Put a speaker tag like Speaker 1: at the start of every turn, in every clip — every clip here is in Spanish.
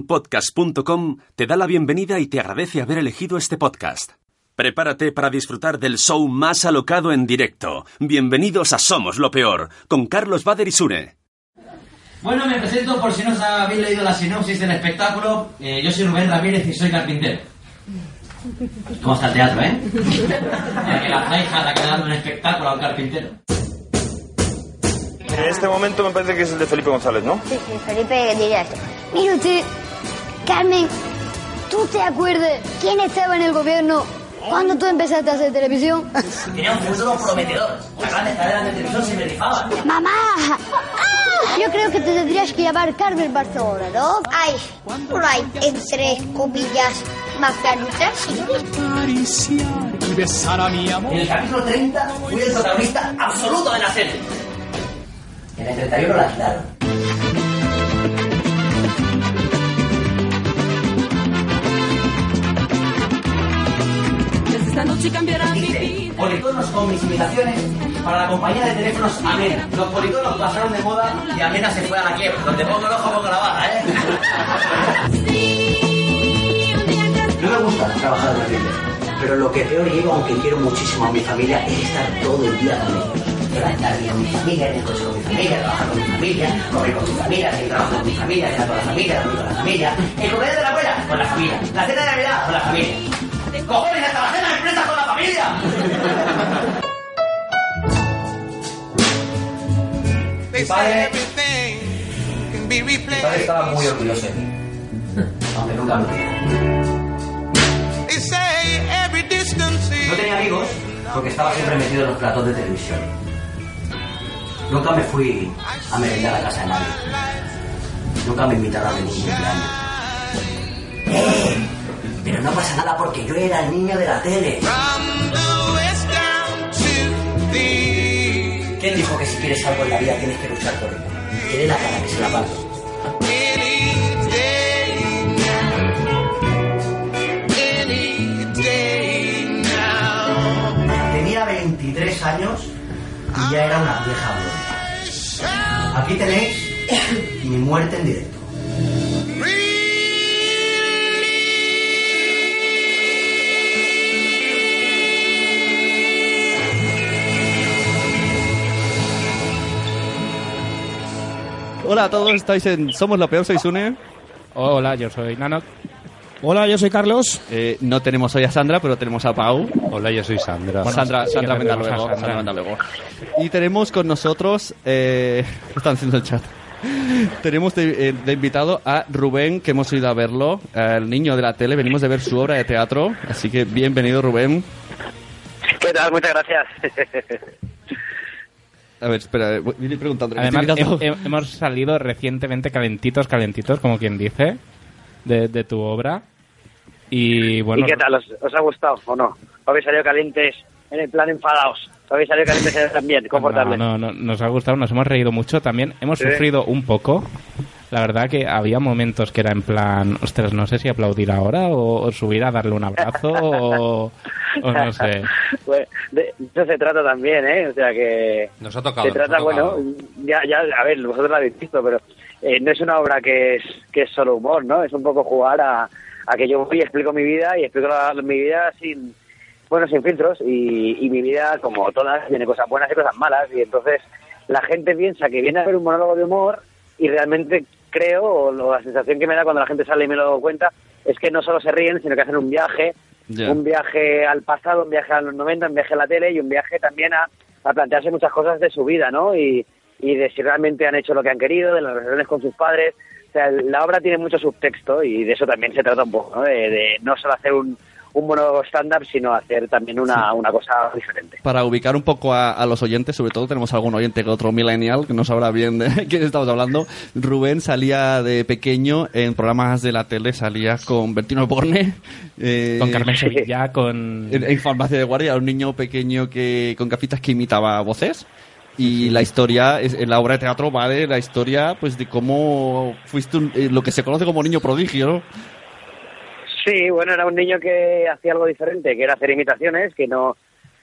Speaker 1: Naciónpodcast.com te da la bienvenida y te agradece haber elegido este podcast. Prepárate para disfrutar del show más alocado en directo. Bienvenidos a Somos lo Peor, con Carlos Bader y Sune.
Speaker 2: Bueno, me presento por si no os habéis leído la sinopsis del espectáculo. Eh, yo soy Rubén Ramírez y soy carpintero. ¿Cómo está el teatro, eh? Ya que la hija le ha quedado un espectáculo a un carpintero.
Speaker 3: En este momento me parece que es el de Felipe González, ¿no?
Speaker 4: Sí, sí, Felipe diría esto. Mire usted, Carmen, ¿tú te acuerdas quién estaba en el gobierno cuando tú empezaste a hacer televisión?
Speaker 2: Tenía un futuro prometedor. Las grandes cadenas de televisión se me rifaban.
Speaker 4: ¡Mamá! ¡Ah! Yo creo que te tendrías que llamar Carmen Barcelona, ¿no? Ay, por ahí, entre comillas, más claritas.
Speaker 5: acariciar y besar a mi amor.
Speaker 2: En el capítulo 30 fui el protagonista absoluto de la serie. En el 31 la quitaron.
Speaker 6: Desde esta noche cambiará mi
Speaker 2: Dice,
Speaker 6: vida.
Speaker 2: politonos con mis imitaciones para la compañía de teléfonos Amena. Los politonos pasaron de moda y Amena se fue a la quiebra. Donde pongo el ojo, pongo la barra, ¿eh? No me gusta trabajar en la tienda, pero lo que peor llevo, aunque quiero muchísimo a mi familia, es estar todo el día con ellos. Levantarme con mi familia, en el coche con mi familia, trabajar con mi familia, comer con mi familia, seguir trabajando con mi familia, cenar con la familia, dormir con la familia, el cumpleaños de la abuela con la familia, la cena de Navidad con la familia. ¡Cojones, hasta la cena de empresa con la familia!
Speaker 7: They
Speaker 2: Mi padre-
Speaker 7: say everything can be
Speaker 2: Mi padre
Speaker 7: replaced.
Speaker 2: estaba muy orgulloso de mí. Aunque nunca lo dijo.
Speaker 7: They say every distance
Speaker 2: No
Speaker 7: is
Speaker 2: tenía amigos porque estaba siempre metido en los platos de televisión. Nunca me fui a merendar a casa de nadie. Nunca me invitaron a ningún cumpleaños. ¡Eh! Pero no pasa nada porque yo era el niño de la tele.
Speaker 7: from the west down to the east.
Speaker 2: ¿Quién dijo que si quieres algo en la vida tienes que luchar por ello? Que dé la cara, que se la pague.
Speaker 7: Any day now. Any day now.
Speaker 2: Tenía 23 años y ya era una vieja gloria. Aquí tenéis mi muerte en directo.
Speaker 8: Hola a todos, estáis en Somos lo Peor, soy Sune.
Speaker 9: Hola, yo soy Nanok.
Speaker 10: Hola, yo soy Carlos.
Speaker 8: Eh, no tenemos hoy a Sandra, pero tenemos a Pau.
Speaker 9: Hola, yo soy Sandra.
Speaker 8: Sandra,
Speaker 9: sí,
Speaker 8: Sandra,
Speaker 9: que
Speaker 8: vendrá
Speaker 9: tenemos a
Speaker 8: luego,
Speaker 9: Sandra.
Speaker 8: Sandra vendrá luego. Y tenemos con nosotros... Eh, ¿Qué están haciendo el chat? Tenemos de, eh, de invitado a Rubén, que hemos ido a verlo, el niño de la tele. Venimos de ver su obra de teatro, así que bienvenido, Rubén.
Speaker 11: ¿Qué tal? Muchas gracias.
Speaker 8: A ver, espera, eh, voy voy a ir preguntando.
Speaker 9: Además,
Speaker 8: Estoy mirando.
Speaker 9: he- he- hemos salido recientemente calentitos, calentitos, como quien dice, de, de tu obra. Y bueno, pues-
Speaker 11: ¿Y qué tal? ¿Os, os ha gustado o no? ¿O habéis salido calientes en el plan enfadados? ¿O habéis salido calientes en el plan bien, confortables?
Speaker 9: No, no, no, nos ha gustado, nos hemos reído mucho también. Hemos
Speaker 11: Sí.
Speaker 9: sufrido un poco. La verdad que había momentos que era en plan, ostras, no sé si aplaudir ahora o, o subir a darle un abrazo o, o no sé.
Speaker 11: Pues, de de eso se trata también, ¿eh? O sea que...
Speaker 10: Nos ha tocado.
Speaker 11: se trata, bueno, ya, ya, a ver, vosotros lo habéis visto, pero eh, no es una obra que es, que es solo humor, ¿no? Es un poco jugar a, a que yo voy y explico mi vida y explico la- mi vida sin, bueno, sin filtros y, y mi vida, como todas, tiene cosas buenas y cosas malas y entonces la gente piensa que viene a ver un monólogo de humor y realmente creo, o lo- la sensación que me da cuando la gente sale y me lo cuenta, es que no solo se ríen, sino que hacen un viaje
Speaker 8: Ya.
Speaker 11: un viaje al pasado, un viaje a los 90, un viaje a la tele y un viaje también a, a plantearse muchas cosas de su vida, ¿no? Y, y de si realmente han hecho lo que han querido, de las relaciones con sus padres. O sea, la obra tiene mucho subtexto y de eso también se trata un poco, ¿no? De, de no solo hacer un, un monólogo stand-up, sino hacer también una, una cosa diferente.
Speaker 8: Para ubicar un poco a, a los oyentes, sobre todo tenemos algún oyente que otro millennial que no sabrá bien de qué estamos hablando. Rubén salía de pequeño en programas de la tele, salía con Bertino Borne. eh,
Speaker 9: Con Carmen Sevilla, con...
Speaker 8: En, en farmacia de guardia, era un niño pequeño que con gafitas que imitaba voces. Y la historia, es, la obra de teatro va de la historia pues de cómo fuiste un- eh, lo que se conoce como niño prodigio, ¿no?
Speaker 11: Sí, bueno, era un niño que hacía algo diferente, que era hacer imitaciones, que no,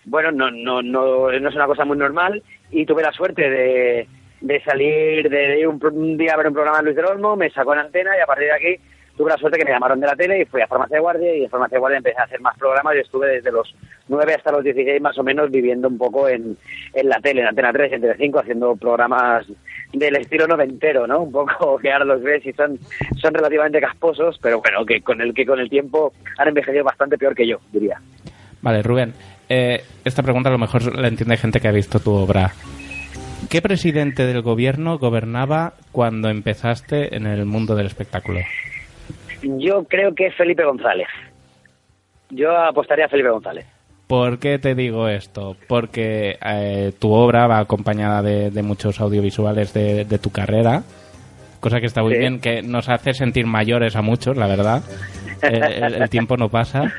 Speaker 11: bueno, no, no, no, no es una cosa muy normal y tuve la suerte de, de salir, de ir un, pro- un día a ver un programa de Luis del Olmo, me sacó en antena y a partir de aquí tuve la suerte que me llamaron de la tele y fui a Farmacia de Guardia y de Farmacia de Guardia empecé a hacer más programas y estuve desde los 9 hasta los 16 más o menos viviendo un poco en, en la tele, en Antena 3, en Telecinco, haciendo programas del estilo noventero, ¿no? Un poco que ahora los ves y son, son relativamente casposos, pero bueno, que con el que con el tiempo han envejecido bastante peor que yo, diría.
Speaker 9: Vale, Rubén, eh, esta pregunta a lo mejor la entiende gente que ha visto tu obra. ¿Qué presidente del gobierno gobernaba cuando empezaste en el mundo del espectáculo?
Speaker 11: Yo creo que es Felipe González. Yo apostaría a Felipe González.
Speaker 9: ¿Por qué te digo esto? Porque eh, tu obra va acompañada de, de muchos audiovisuales de, de tu carrera, cosa que está muy
Speaker 11: Sí.
Speaker 9: bien, que nos hace sentir mayores a muchos, la verdad. Eh, el, el tiempo no pasa.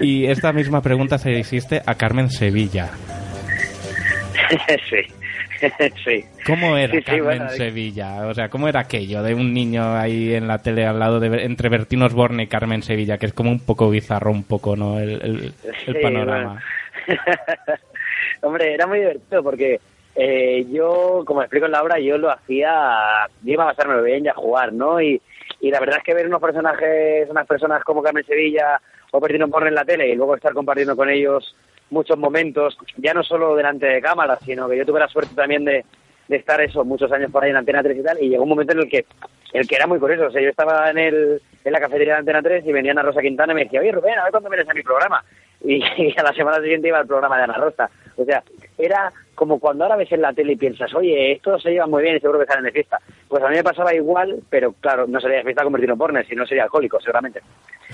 Speaker 9: Y esta misma pregunta se le hiciste a Carmen Sevilla.
Speaker 11: sí. sí.
Speaker 9: ¿Cómo era
Speaker 11: Sí, sí,
Speaker 9: Carmen
Speaker 11: bueno,
Speaker 9: Sevilla? O sea, ¿cómo era aquello de un niño ahí en la tele al lado de entre Bertín Osborne y Carmen Sevilla? Que es como un poco bizarro, un poco, ¿no? El, el- el
Speaker 11: Sí,
Speaker 9: panorama.
Speaker 11: bueno. Hombre, era muy divertido porque eh, yo, como explico en la obra, yo lo hacía, yo iba a pasármelo bien y a jugar, ¿no? Y, y la verdad es que ver unos personajes, unas personas como Carmen Sevilla o Bertino Porno en la tele y luego estar compartiendo con ellos muchos momentos, ya no solo delante de cámara, sino que yo tuve la suerte también de, de estar eso, muchos años por ahí en Antena 3 y tal, y llegó un momento en el que el que era muy curioso, o sea, yo estaba en, el, en la cafetería de Antena 3 y venía Ana Rosa Quintana y me decía, oye Rubén, a ver cuándo vienes a mi programa. Y, y a la semana siguiente iba al programa de Ana Rosa. O sea, era como cuando ahora ves en la tele y piensas, oye, esto se lleva muy bien y seguro que salen de fiesta. Pues a mí me pasaba igual, pero claro, no sería de fiesta convertido en porno, sino sería alcohólico, seguramente.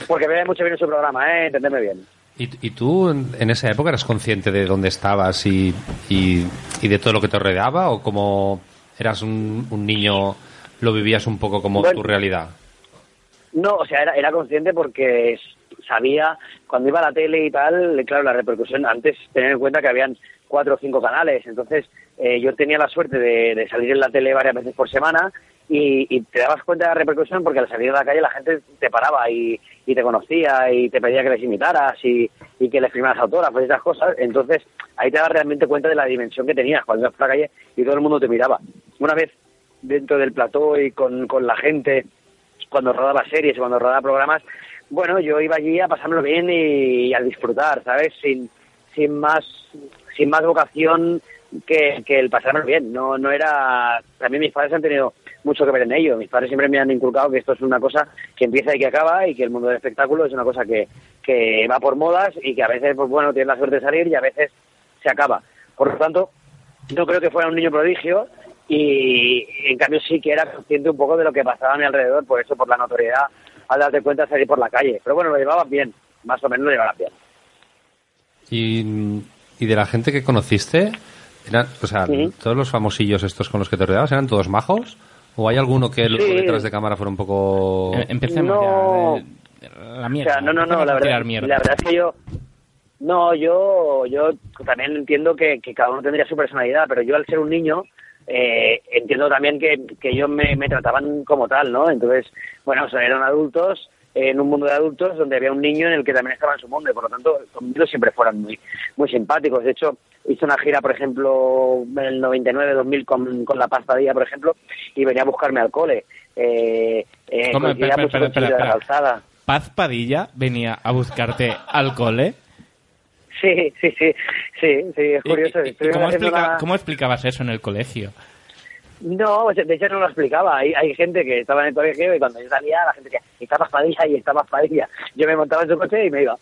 Speaker 11: Porque ve mucho bien su programa, ¿eh? Entenderme bien.
Speaker 1: ¿Y, y tú en, en esa época eras consciente de dónde estabas y, y- y de todo lo que te rodeaba? ¿O como eras un, un niño, lo vivías un poco como
Speaker 11: Bueno.
Speaker 1: tu realidad?
Speaker 11: No, o sea, era, era consciente porque s- sabía, cuando iba a la tele y tal, claro, la repercusión, antes tener en cuenta que habían cuatro o cinco canales, entonces eh, yo tenía la suerte de, de salir en la tele varias veces por semana y, y te dabas cuenta de la repercusión porque al salir a la calle la gente te paraba y, y te conocía y te pedía que les imitaras y, y que les firmaras autógrafos y esas cosas, entonces ahí te dabas realmente cuenta de la dimensión que tenías cuando ibas por la calle y todo el mundo te miraba. Una vez dentro del plató y con, con la gente cuando rodaba series, cuando rodaba programas, bueno, yo iba allí a pasármelo bien y, a disfrutar, ¿sabes? Sin, sin más, sin más vocación que, que el pasármelo bien. No, no era. También mis padres han tenido mucho que ver en ello. Mis padres siempre me han inculcado que esto es una cosa que empieza y que acaba y que el mundo del espectáculo es una cosa que, que va por modas y que a veces, pues bueno, tienes la suerte de salir y a veces se acaba. Por lo tanto, no creo que fuera un niño prodigio y en cambio sí que era consciente un poco de lo que pasaba a mi alrededor, por eso, por la notoriedad, al darte cuenta de salir por la calle. Pero bueno, lo llevaban bien, más o menos lo llevaban bien.
Speaker 1: Y, y de la gente que conociste, eran, o sea,
Speaker 11: Sí.
Speaker 1: todos los famosillos estos con los que te rodeabas, ¿eran todos majos? ¿O hay alguno que luego
Speaker 11: Sí.
Speaker 1: detrás de cámara fuera un poco...
Speaker 9: Em, Eh, Empecemos
Speaker 11: No.
Speaker 9: ya. eh, La mierda.
Speaker 11: O sea, no, no, no,
Speaker 9: empecemos
Speaker 11: la
Speaker 9: a
Speaker 11: verdad,
Speaker 9: tirar mierda.
Speaker 11: la verdad es que yo... No, yo, yo también entiendo que, que cada uno tendría su personalidad, pero yo al ser un niño eh, entiendo también que, que ellos me, me trataban como tal, ¿no? Entonces, bueno, o sea, eran adultos eh, en un mundo de adultos donde había un niño en el que también estaba en su mundo y por lo tanto conmigo siempre fueron muy, muy simpáticos. De hecho, hice una gira, por ejemplo, en el 99-2000 con, con la pastadilla, por ejemplo, y venía a buscarme al cole. Eh, eh,
Speaker 9: ¿Cómo?
Speaker 11: coincidía
Speaker 9: Espera,
Speaker 11: mucho
Speaker 9: espera,
Speaker 11: con
Speaker 9: espera,
Speaker 11: Ciudad de la
Speaker 9: espera.
Speaker 11: Calzada.
Speaker 9: Paz Padilla venía a buscarte al cole.
Speaker 11: Sí, sí, sí, sí, sí, es curioso.
Speaker 9: ¿Y
Speaker 11: Estuvimos
Speaker 9: ¿Cómo,
Speaker 11: haciendo
Speaker 9: explica-
Speaker 11: una-
Speaker 9: cómo explicabas eso en el colegio?
Speaker 11: No, o sea, de hecho no lo explicaba. Hay, hay gente que estaba en el colegio y cuando yo salía la gente decía, está paspadilla y está paspadilla. Yo me montaba en su coche y me iba.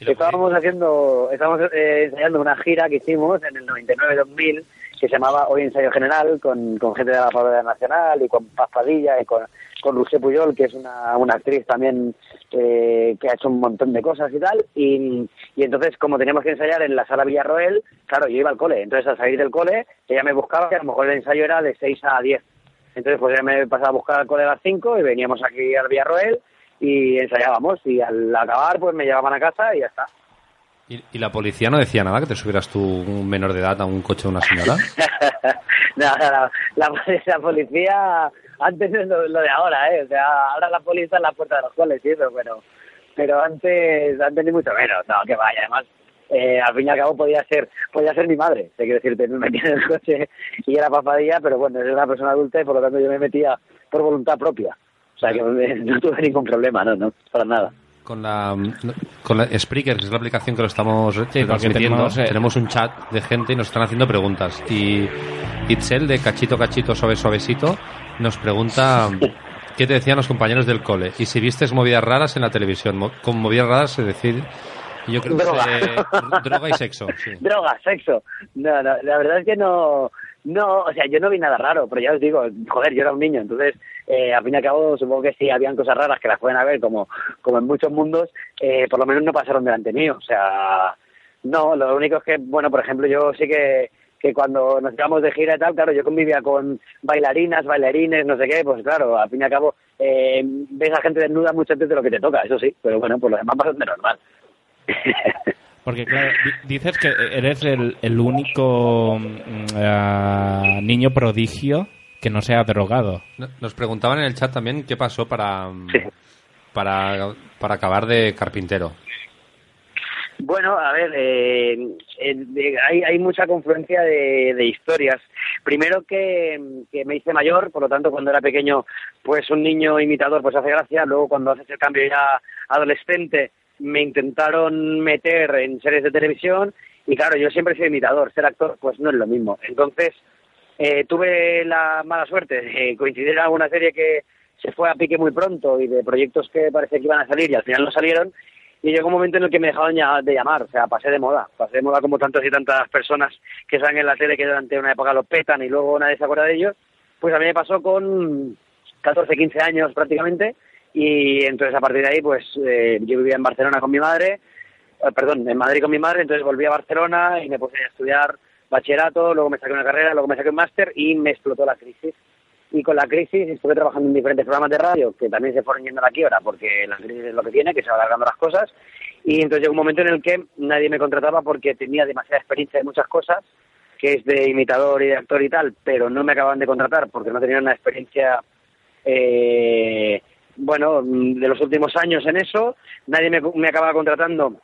Speaker 11: Estábamos haciendo, estábamos eh, ensayando una gira que hicimos en el 99-2000 que se llamaba Hoy Ensayo General con, con gente de la Favorita Nacional y con Paspadilla y con, con Lucía Puyol, que es una, una actriz también eh, que ha hecho un montón de cosas y tal. Y, y entonces, como teníamos que ensayar en la sala Villarroel, claro, yo iba al cole. Entonces, al salir del cole, ella me buscaba, que a lo mejor el ensayo era de 6 a 10. Entonces, pues ella me pasaba a buscar al cole a las 5 y veníamos aquí al Villarroel y ensayábamos. Y al acabar, pues me llevaban a casa y ya está.
Speaker 1: ¿Y, y la policía no decía nada? ¿Que te subieras tú, un menor de edad, a un coche de una señora?
Speaker 11: No, no, no. La, la policía, antes no es lo, lo de ahora, ¿eh? O sea, ahora la policía está en la puerta de los coles y eso, pero, pero antes, antes ni mucho menos, no, que vaya. Además, eh, al fin y al cabo podía ser, podía ser mi madre, te quiero decirte, me metía en el coche y era papadilla, pero bueno, es una persona adulta y por lo tanto yo me metía por voluntad propia. O sea que eh, no tuve ningún problema, no, no, para nada.
Speaker 1: Con la, con la Spreaker, que es la aplicación que lo estamos
Speaker 9: porque
Speaker 1: transmitiendo,
Speaker 9: tenemos,
Speaker 1: tenemos,
Speaker 9: eh,
Speaker 1: un chat de gente y nos están haciendo preguntas. Y Itzel, de Cachito Cachito Suave Suavecito, nos pregunta qué te decían los compañeros del cole y si vistes movidas raras en la televisión. Mo- Con movidas raras se decir yo creo que
Speaker 11: Droga.
Speaker 1: se- droga y sexo. sí.
Speaker 11: Droga, sexo. No, no, la verdad es que no. No, o sea, yo no vi nada raro, pero ya os digo, joder, yo era un niño, entonces, eh, al fin y al cabo, supongo que sí, habían cosas raras que las pueden haber, como, como en muchos mundos, eh, por lo menos no pasaron delante mío, o sea, no, lo único es que, bueno, por ejemplo, yo sí que, que cuando nos íbamos de gira y tal, claro, yo convivía con bailarinas, bailarines, no sé qué, pues claro, al fin y al cabo, eh, ves a gente desnuda mucho antes de lo que te toca, eso sí, pero bueno, pues lo demás bastante normal.
Speaker 9: Porque, claro, di- dices que eres el, el único mm, ah, niño prodigio que no se ha drogado.
Speaker 1: No- Nos preguntaban en el chat también qué pasó para, para, para acabar de carpintero.
Speaker 11: Bueno, a ver, eh, eh, de- hay, hay mucha confluencia de, de historias. Primero que, que me hice mayor, por lo tanto cuando era pequeño, pues un niño imitador pues hace gracia, luego cuando haces el cambio ya adolescente me intentaron meter en series de televisión y claro, yo siempre soy imitador, ser actor pues no es lo mismo. Entonces eh, tuve la mala suerte de coincidir en alguna serie que se fue a pique muy pronto y de proyectos que parecía que iban a salir y al final no salieron y llegó un momento en el que me dejaron ya- de llamar, o sea, pasé de moda, pasé de moda como tantas y tantas personas que salen en la tele que durante una época lo petan y luego nadie se acuerda de ellos, pues a mí me pasó con 14, 15 años prácticamente y entonces a partir de ahí pues eh, yo vivía en Barcelona con mi madre, eh, perdón, en Madrid con mi madre, entonces volví a Barcelona y me puse a estudiar bachillerato, luego me saqué una carrera, luego me saqué un máster y me explotó la crisis. Y con la crisis estuve trabajando en diferentes programas de radio que también se fueron yendo a la quiebra porque la crisis es lo que tiene, que se van alargando las cosas. Y entonces llegó un momento en el que nadie me contrataba porque tenía demasiada experiencia de muchas cosas, que es de imitador y de actor y tal, pero no me acababan de contratar porque no tenían una experiencia eh, bueno, mm, de los últimos años en eso. Nadie me, me acababa contratando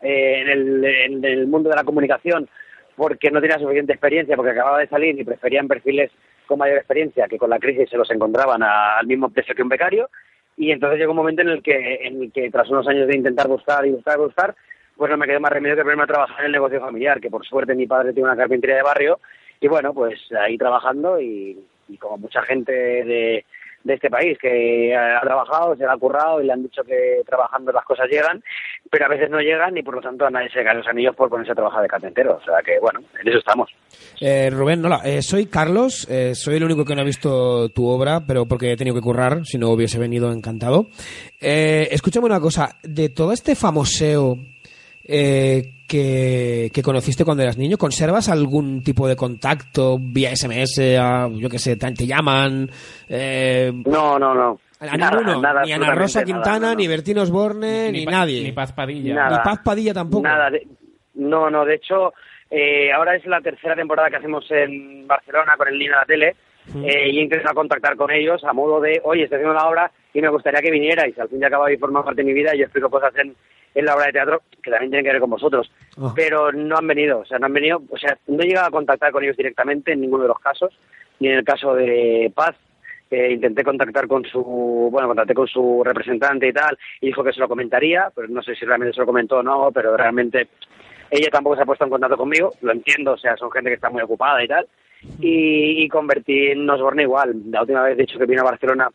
Speaker 11: eh, en, el, en el mundo de la comunicación porque no tenía suficiente experiencia, porque acababa de salir y preferían perfiles con mayor experiencia que con la crisis se los encontraban a- al mismo precio que un becario. Y entonces llegó un momento en el que, en el que tras unos años de intentar buscar y buscar y buscar, pues no me quedó más remedio que ponerme a trabajar en el negocio familiar, que por suerte mi padre tiene una carpintería de barrio, y bueno, pues ahí trabajando y, y como mucha gente de, de este país que ha trabajado, se la ha currado y le han dicho que trabajando las cosas llegan, pero a veces no llegan y por lo tanto a nadie se cae los anillos por ponerse a trabajar de carpintero. O sea que bueno, en eso estamos.
Speaker 10: Eh, Rubén, hola, eh, soy Carlos, eh, soy el único que no ha visto tu obra, pero porque he tenido que currar, si no hubiese venido encantado. Eh, escúchame una cosa, de todo este famoseo eh, que, que conociste cuando eras niño, ¿conservas algún tipo de contacto vía SMS, a, yo qué sé, te te llaman? Eh,
Speaker 11: No, no, no.
Speaker 10: A ninguno, ni Ana Rosa Quintana, ni Bertín Osborne, ni, nadie.
Speaker 9: Ni Paz Padilla.
Speaker 11: Nada.
Speaker 10: Ni Paz Padilla tampoco.
Speaker 11: Nada, de- no, no, de hecho, eh, ahora es la tercera temporada que hacemos en Barcelona con el niño de la tele eh, y he intentado contactar con ellos a modo de, oye, estoy haciendo una obra y me gustaría que vinierais. Al fin y al cabo, habéis formado parte de mi vida y yo explico cosas en, en la obra de teatro que también tienen que ver con vosotros.
Speaker 4: Oh.
Speaker 10: Ah.
Speaker 11: Pero no han venido, o sea, no han venido, o sea, no he llegado a contactar con ellos directamente en ninguno de los casos, ni en el caso de Paz. que intenté contactar con su, bueno, contacté con su representante y tal, y dijo que se lo comentaría, pero no sé si realmente se lo comentó o no, pero realmente ella tampoco se ha puesto en contacto conmigo, lo entiendo, o sea, son gente que está muy ocupada y tal. Y, y convertí en Osborne igual. La última vez, de hecho, que vino a Barcelona,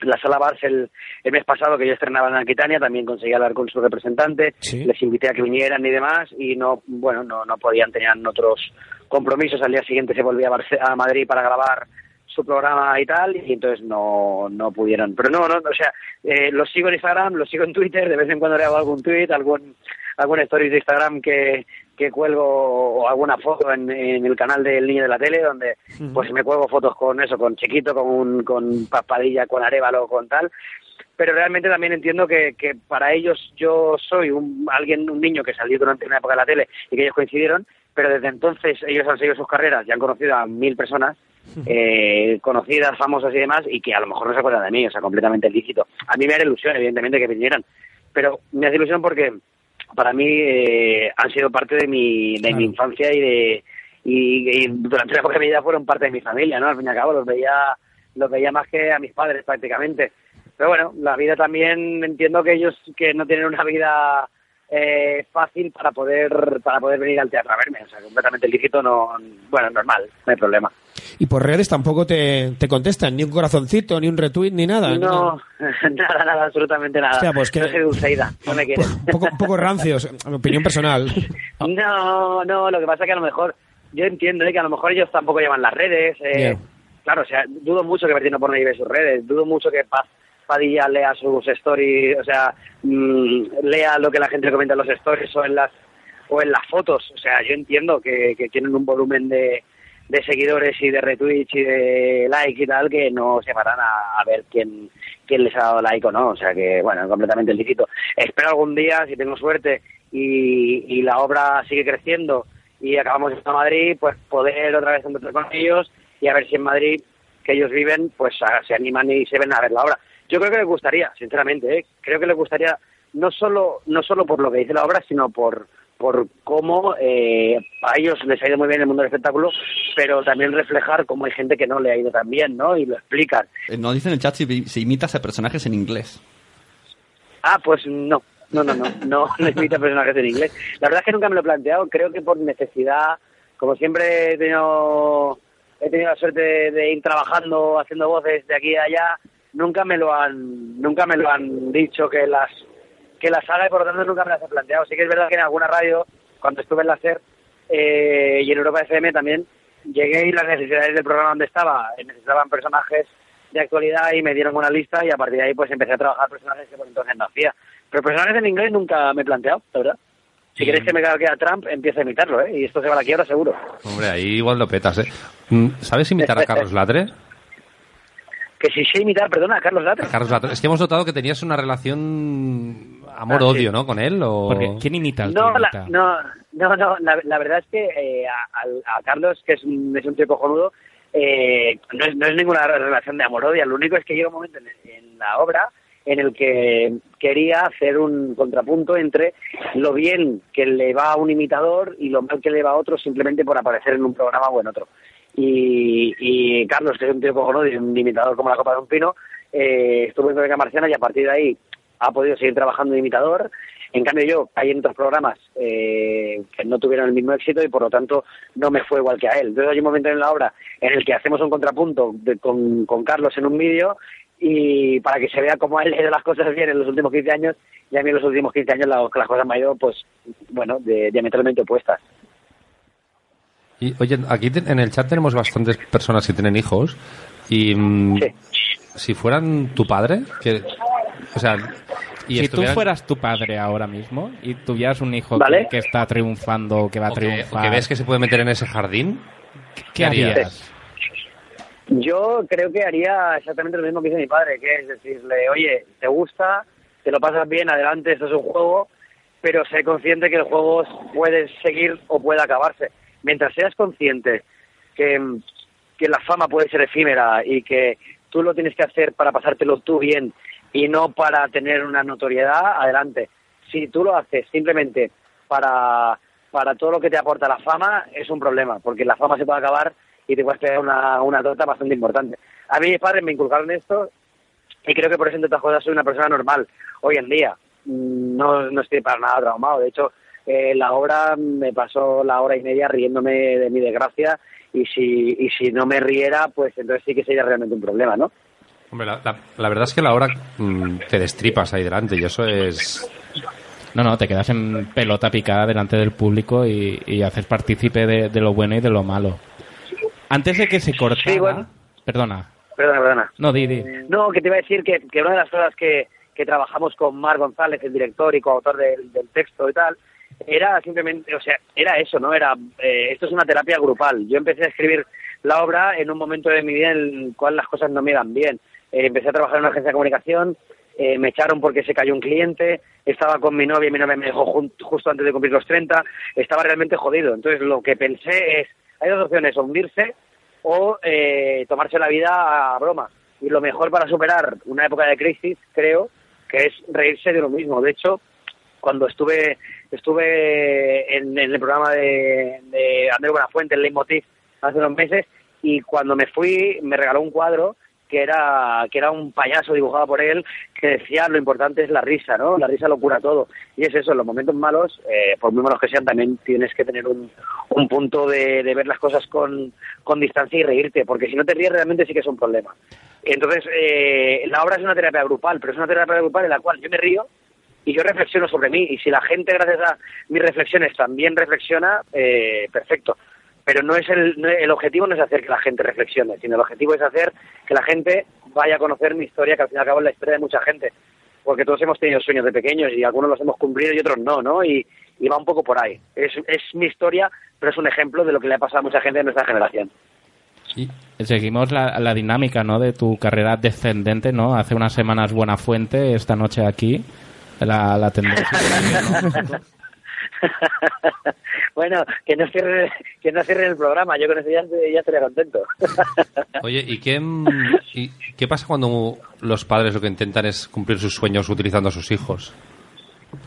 Speaker 11: la sala Bars el, el mes pasado, que yo estrenaba en Aquitania, también conseguí hablar con su representante,
Speaker 10: Sí.
Speaker 11: les invité a que vinieran y demás, y no, bueno, no, no podían, tenían otros compromisos. Al día siguiente se volvía a, Barce- a Madrid para grabar su programa y tal, y entonces no, no pudieron. Pero no, no, o sea, eh, los sigo en Instagram, los sigo en Twitter, de vez en cuando le hago algún tweet, algún, algún story de Instagram que, que cuelgo o alguna foto en, en el canal del niño de la tele, donde pues me cuelgo fotos con eso, con Chiquito, con, un- con Papadilla, con Arevalo, con tal. Pero realmente también entiendo que, que para ellos yo soy un, alguien, un niño que salió durante una época de la tele y que ellos coincidieron, pero desde entonces ellos han seguido sus carreras y han conocido a mil personas eh, conocidas, famosas y demás, y que a lo mejor no se acuerdan de mí, o sea, completamente lícito. A mí me haría ilusión, evidentemente, que vinieran, pero me hace ilusión porque para mí eh, han sido parte de mi, de mi infancia y de y, y durante la época de mi vida fueron parte de mi familia, ¿no? Al fin y al cabo los veía, los veía más que a mis padres prácticamente. Pero bueno, la vida también entiendo que ellos que no tienen una vida eh, fácil para poder para poder venir al teatro a verme, o sea, completamente lícito, no, bueno, normal, no hay problema.
Speaker 10: Y por redes tampoco te, te contestan, ni un corazoncito, ni un retweet, ni nada.
Speaker 11: No, nada, nada, absolutamente nada.
Speaker 10: Hostia, pues que- Pues,
Speaker 11: No soy Dulceida, no me quieres.
Speaker 10: Poco, poco rancios, opinión personal.
Speaker 11: No, no, lo que pasa es que a lo mejor, yo entiendo ¿eh? que a lo mejor ellos tampoco llevan las redes. eh,
Speaker 10: Bien.
Speaker 11: Claro, o sea, dudo mucho que Bertino Porno lleve sus redes, dudo mucho que Paz Padilla lea sus stories, o sea, mm, lea lo que la gente le comenta en los stories o en las o en las fotos. O sea, yo entiendo que, que tienen un volumen de, de seguidores y de retweets y de like y tal que no se paran a, a ver quién, quién les ha dado like o no. O sea que, bueno, completamente lícito. Espero algún día, si tengo suerte y, y la obra sigue creciendo y acabamos en Madrid, pues poder otra vez encontrar con ellos y a ver si en Madrid, que ellos viven, pues a- se animan y se ven a ver la obra. Yo creo que les gustaría, sinceramente, ¿eh? creo que les gustaría no solo no solo por lo que dice la obra, sino por por cómo eh, a ellos les ha ido muy bien el mundo del espectáculo, pero también reflejar cómo hay gente que no le ha ido tan bien, ¿no? Y lo explican.
Speaker 8: Eh, Nos dicen en el chat si, si imitas a personajes en inglés.
Speaker 11: Ah, pues no, no, no, no, no, no invita personajes en inglés. La verdad es que nunca me lo he planteado, creo que por necesidad, como siempre he tenido, he tenido la suerte de, de ir trabajando, haciendo voces de aquí a allá, nunca me lo han, nunca me lo han dicho que las, que las haga y por lo tanto nunca me las he planteado. Sí que es verdad que en alguna radio, cuando estuve en la SER eh, y en Europa FM también, llegué y las necesidades del programa donde estaba, eh, necesitaban personajes de actualidad y me dieron una lista y a partir de ahí pues empecé a trabajar personajes que por entonces no hacía. Pero personajes en inglés nunca me he planteado, la verdad. Si queréis que me quede a Trump, empiezo a imitarlo, ¿eh? Y esto se va a la quiebra seguro.
Speaker 1: Hombre, ahí igual lo petas, ¿eh? Mm, ¿Sabes imitar a Carlos Latre?
Speaker 11: Que si sé imitar, perdona, a Carlos Latre.
Speaker 1: Carlos Latre. Es que hemos notado que tenías una relación amor-odio, ¿no? Con él. O...
Speaker 11: Porque,
Speaker 1: ¿Quién imita
Speaker 11: No, la, no, no, no, la, la verdad es que eh, a, al- a Carlos, que es un, es un tío cojonudo, eh, no, es, no es ninguna relación de amor-odio. Lo único es que llega un momento en, en la obra en el que quería hacer un contrapunto entre lo bien que le va a un imitador y lo mal que le va a otro simplemente por aparecer en un programa o en otro. Y, y Carlos, que es un tío cojonudo y un imitador como la copa de un pino, eh, estuvo en Crónica Marciana y a partir de ahí ha podido seguir trabajando de imitador. En cambio yo caí en otros programas eh, que no tuvieron el mismo éxito y por lo tanto no me fue igual que a él. Entonces hay un momento en la obra en el que hacemos un contrapunto de- con, con Carlos en un vídeo y para que se vea cómo a él le ha ido las cosas bien en los últimos 15 años y a mí en los últimos 15 años la- las cosas me han ido, pues, bueno, de- diametralmente opuestas.
Speaker 1: Y, oye, aquí te- en el chat tenemos bastantes personas que tienen hijos. Y mm, si fueran tu padre, que, o sea, y
Speaker 9: si
Speaker 1: estuvieran-
Speaker 9: tú fueras tu padre ahora mismo y tuvieras un hijo
Speaker 1: ¿Vale?
Speaker 9: que, que está triunfando, que va a
Speaker 1: o que,
Speaker 9: triunfar,
Speaker 1: o que ves que se puede meter en ese jardín, ¿qué,
Speaker 9: ¿qué harías?
Speaker 11: Yo creo que haría exactamente lo mismo que hizo mi padre, que es decirle, oye, te gusta, te lo pasas bien, adelante, esto es un juego, pero sé consciente que el juego puede seguir o puede acabarse. Mientras seas consciente que, que la fama puede ser efímera y que tú lo tienes que hacer para pasártelo tú bien y no para tener una notoriedad, adelante. Si tú lo haces simplemente para, para todo lo que te aporta la fama, es un problema, porque la fama se puede acabar y te puedes pegar una, una torta bastante importante. A mí mis padres me inculcaron esto y creo que por eso, entre otras cosas, soy una persona normal hoy en día.
Speaker 12: 嗯
Speaker 11: Mm, No, no estoy para nada traumado. De hecho, eh, la obra me pasó la hora y media riéndome de mi desgracia y si, y si no me riera, pues entonces sí que sería realmente un problema, ¿no?
Speaker 1: Hombre, la, la- la verdad es que la hora mm, te destripas ahí delante y eso es...
Speaker 9: No, no, te quedas en pelota picada delante del público y, y haces partícipe de, de lo bueno y de lo malo. Antes de que se cortara... Perdona.
Speaker 11: Perdona, perdona.
Speaker 9: No, di, di.
Speaker 11: No, que te iba a decir que, que una de las cosas que, que trabajamos con Mar González, el director y coautor del, del texto y tal, era simplemente, o sea, era eso, ¿no? Era, eh, esto es una terapia grupal. Yo empecé a escribir la obra en un momento de mi vida en el cual las cosas no me iban bien. Eh, empecé a trabajar en una agencia de comunicación, eh, me echaron porque se cayó un cliente, estaba con mi novia y mi novia me dejó jun- justo antes de cumplir los 30, estaba realmente jodido. Entonces lo que pensé es, hay dos opciones, o hundirse o eh, tomarse la vida a broma. Y lo mejor para superar una época de crisis, creo, que es reírse de lo mismo. De hecho, cuando estuve estuve en, en el programa de, de Andrés Buenafuente, el Leitmotiv, hace unos meses, y cuando me fui me regaló un cuadro que era, que era un payaso dibujado por él, que decía lo importante es la risa, ¿no? La risa lo cura todo. Y es eso, en los momentos malos, eh, por muy malos que sean, también tienes que tener un, un punto de, de ver las cosas con, con distancia y reírte, porque si no te ríes realmente sí que es un problema. Entonces, eh, la obra es una terapia grupal, pero es una terapia grupal en la cual yo me río y yo reflexiono sobre mí. Y si la gente, gracias a mis reflexiones, también reflexiona, eh, perfecto. Pero no es el, no- el objetivo no es hacer que la gente reflexione, sino el objetivo es hacer que la gente vaya a conocer mi historia, que al fin y al cabo es la historia de mucha gente. Porque todos hemos tenido sueños de pequeños y algunos los hemos cumplido y otros no, ¿no? Y, y va un poco por ahí. Es, es mi historia, pero es un ejemplo de lo que le ha pasado a mucha gente de nuestra generación.
Speaker 9: Seguimos la, la dinámica ¿no? de tu carrera descendente, ¿no? Hace unas semanas Buenafuente, esta noche aquí, la, la tendencia.
Speaker 11: bueno, que no cierren que no cierren el programa, yo con eso ya, ya estaría contento.
Speaker 1: Oye, ¿y qué, mm, y qué pasa cuando los padres lo que intentan es cumplir sus sueños utilizando a sus hijos?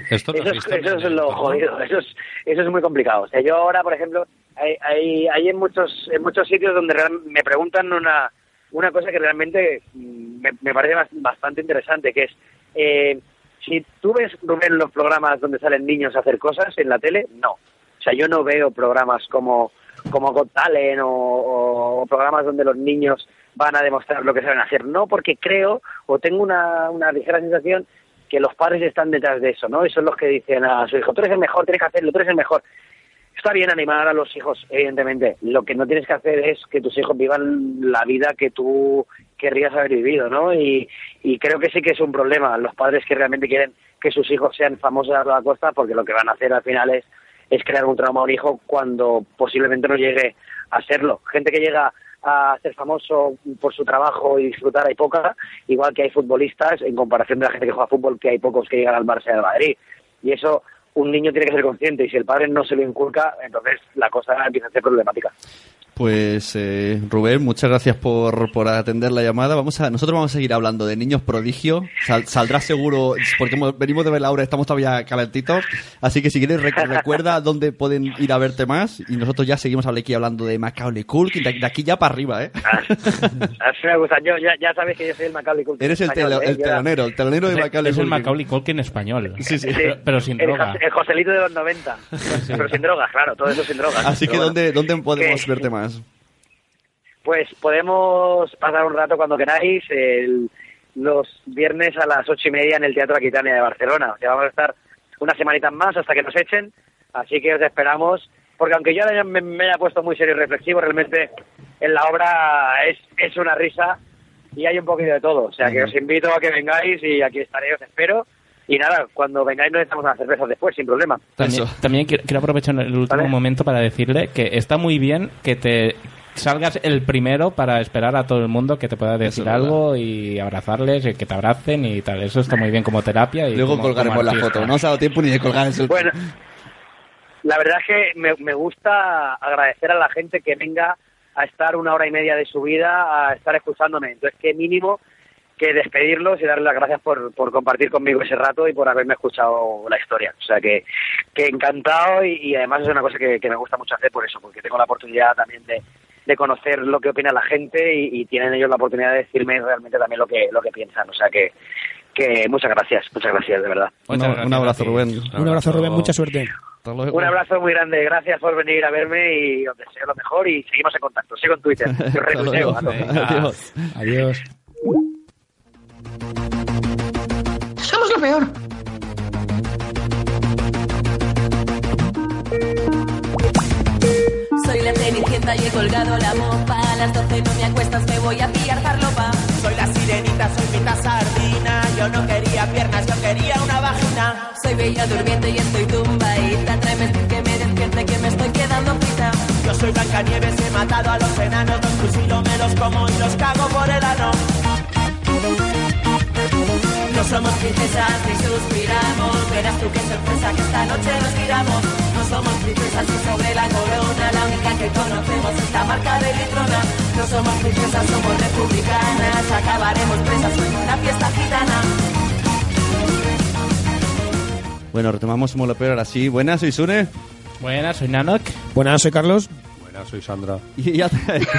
Speaker 1: Esto lo has
Speaker 11: eso, es-
Speaker 1: visto
Speaker 11: eso es lo jodido, eso es, eso es muy complicado. O sea, yo ahora, por ejemplo, hay, hay, hay en muchos en muchos sitios donde real- me preguntan una, una cosa que realmente mm, me, me parece bas- bastante interesante, que es, eh, si tú ves, Rubén, los programas donde salen niños a hacer cosas en la tele, no. O sea, yo no veo programas como, como Got Talent o, o- o programas donde los niños van a demostrar lo que saben hacer. No, porque creo o tengo una, una ligera sensación que los padres están detrás de eso, ¿no? Y son los que dicen a su hijo, tú eres el mejor, tienes que hacerlo, tú eres el mejor. Está bien animar a los hijos, evidentemente. Lo que no tienes que hacer es que tus hijos vivan la vida que tú querrías haber vivido, ¿no? Y, y creo que sí que es un problema. Los padres que realmente quieren que sus hijos sean famosos a toda costa, porque lo que van a hacer al final es, es crear un trauma a un hijo cuando posiblemente no llegue a serlo. Gente que llega a ser famoso por su trabajo y disfrutar hay poca, igual que hay futbolistas en comparación de la gente que juega fútbol, que hay pocos que llegan al Barça y al Madrid. Y eso un niño tiene que ser consciente y si el padre no se lo inculca, entonces la cosa empieza a ser problemática.
Speaker 8: Pues eh, Rubén, muchas gracias por, por atender la llamada. Vamos a, nosotros vamos a seguir hablando de niños prodigio. Sal- saldrá seguro, porque hemos- venimos de ver la obra, estamos todavía calentitos. Así que si quieres, rec- recuerda dónde pueden ir a verte más. Y nosotros ya seguimos aquí hablando de Macaulay Culkin, de, de aquí ya para arriba, ¿eh?
Speaker 11: Así me gusta. Yo, ya, ya sabéis que yo soy el Macaulay Culkin
Speaker 8: Eres el,
Speaker 11: español,
Speaker 8: telo-
Speaker 11: ¿eh?
Speaker 8: el
Speaker 11: Yo-
Speaker 8: telonero, el telonero de
Speaker 9: Es el-
Speaker 8: Macaulay
Speaker 9: es el
Speaker 8: Culkin.
Speaker 9: Macaulay Culkin español.
Speaker 8: sí.
Speaker 9: Pero, pero sin
Speaker 11: el,
Speaker 9: droga.
Speaker 11: Jos- el Joselito de los 90. Pero sin drogas, claro, todo eso sin drogas.
Speaker 8: Así que,
Speaker 11: Pero bueno.
Speaker 8: ¿dónde, ¿dónde podemos verte más?
Speaker 11: Pues podemos pasar un rato cuando queráis, el- los viernes a las ocho y media en el Teatro Aquitania de Barcelona. O sea, vamos a estar unas semanitas más hasta que nos echen, así que os esperamos, porque aunque yo ahora ya me, me haya puesto muy serio y reflexivo, realmente en la obra es, es una risa y hay un poquito de todo. O sea, que os invito a que vengáis y aquí estaré, os espero. Y nada, cuando vengáis nos echamos unas cervezas después, sin problema.
Speaker 9: También, también quiero, quiero aprovechar el último momento para decirle que está muy bien que te salgas el primero para esperar a todo el mundo que te pueda decir algo y abrazarles, y que te abracen y tal. Eso está muy bien como terapia. Y
Speaker 8: Luego
Speaker 9: como-
Speaker 8: colgaremos
Speaker 9: como
Speaker 8: la
Speaker 9: artista.
Speaker 8: foto. No os ha dado tiempo ni de colgar el selfie.
Speaker 11: Bueno, la verdad es que me, me gusta agradecer a la gente que venga a estar una hora y media de su vida a estar escuchándome. Entonces, qué mínimo que despedirlos y darles las gracias por, por compartir conmigo ese rato y por haberme escuchado la historia. O sea, que, que encantado y, y además es una cosa que, que me gusta mucho hacer por eso, porque tengo la oportunidad también de, de conocer lo que opina la gente y, y tienen ellos la oportunidad de decirme realmente también lo que, lo que piensan. O sea, que, que muchas gracias, muchas gracias, de verdad.
Speaker 8: Un- un abrazo, Rubén.
Speaker 10: Un abrazo, Rubén, mucha suerte.
Speaker 11: Un abrazo muy grande, gracias por venir a verme y os deseo lo mejor y seguimos en contacto. Sigo en Twitter. Yo retuiteo a tope.
Speaker 8: Adiós.
Speaker 9: Adiós.
Speaker 13: Somos lo peor.
Speaker 2: Soy la cenicienta y he colgado la mopa. A las 12 no me acuestas, me voy a pillar farlopa. Soy la sirenita, soy mitad sardina. Yo no quería piernas, yo quería una vagina. Soy bella durmiente y estoy tumbadita. Tráeme que me despierte, que me estoy quedando pita. Yo soy Blanca Nieves, he matado a los enanos. Los fusilo, me los como y los cago por el ano. No somos princesas ni suspiramos, verás tú qué sorpresa que esta noche nos tiramos. No somos princesas ni sobre la corona, la única que conocemos es la marca de Litrona. No somos princesas, somos republicanas, acabaremos presas en una fiesta gitana.
Speaker 8: Bueno, retomamos Somos lo peor ahora sí. Buenas, soy Sune.
Speaker 9: Buenas, soy Nanok.
Speaker 10: Buenas, soy Carlos.
Speaker 1: Buenas, soy Sandra.
Speaker 8: Y ya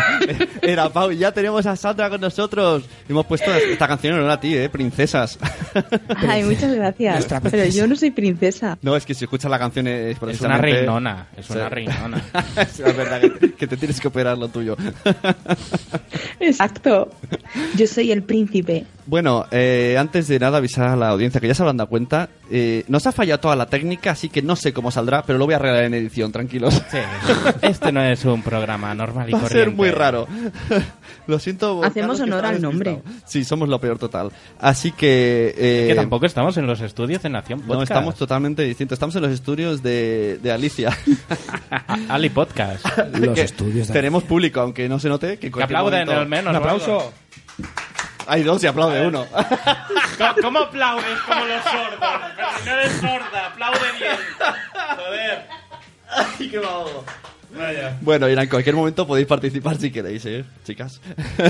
Speaker 8: era Pau, y ya tenemos a Sandra con nosotros. Hemos puesto esta canción en honor a ti, ¿eh? Princesas.
Speaker 6: Ay, muchas gracias.
Speaker 8: Nuestra
Speaker 6: Pero
Speaker 8: princesa.
Speaker 6: yo no soy princesa.
Speaker 8: No, es que si escuchas la canción es por
Speaker 9: Es
Speaker 8: eso
Speaker 9: una
Speaker 8: realmente-
Speaker 9: reinona, es una
Speaker 8: Sí.
Speaker 9: reinona.
Speaker 8: es la verdad que te, que te tienes que operar lo tuyo.
Speaker 6: Exacto. Yo soy el príncipe.
Speaker 8: Bueno, eh, antes de nada avisar a la audiencia que ya se habrán dado cuenta, eh, nos ha fallado toda la técnica, así que no sé cómo saldrá, pero lo voy a arreglar en edición, tranquilos.
Speaker 9: Este no es un programa normal y
Speaker 8: Va a
Speaker 9: corriente.
Speaker 8: ser muy raro. Lo siento. Carlos,
Speaker 6: Hacemos
Speaker 8: que
Speaker 6: honor
Speaker 8: estaba
Speaker 6: al nombre.
Speaker 8: despistado. Sí, somos lo peor total. Así que... eh,
Speaker 9: Que tampoco estamos en los estudios de Nación Podcast.
Speaker 8: No, estamos totalmente distintos. Estamos en los estudios de, de Alicia.
Speaker 9: Ali Podcast.
Speaker 8: Que Tenemos público, aunque no se note. Que en cualquier
Speaker 9: aplauden
Speaker 8: momento-
Speaker 9: al menos, Un aplauso. luego.
Speaker 8: Hay dos y aplaude uno.
Speaker 9: ¿Cómo, cómo aplaudes como los sordos? Pero si no eres sorda, aplaude bien. Joder.
Speaker 8: Ay, qué vago. Vaya. Bueno, y en cualquier momento podéis participar si queréis, ¿eh, chicas?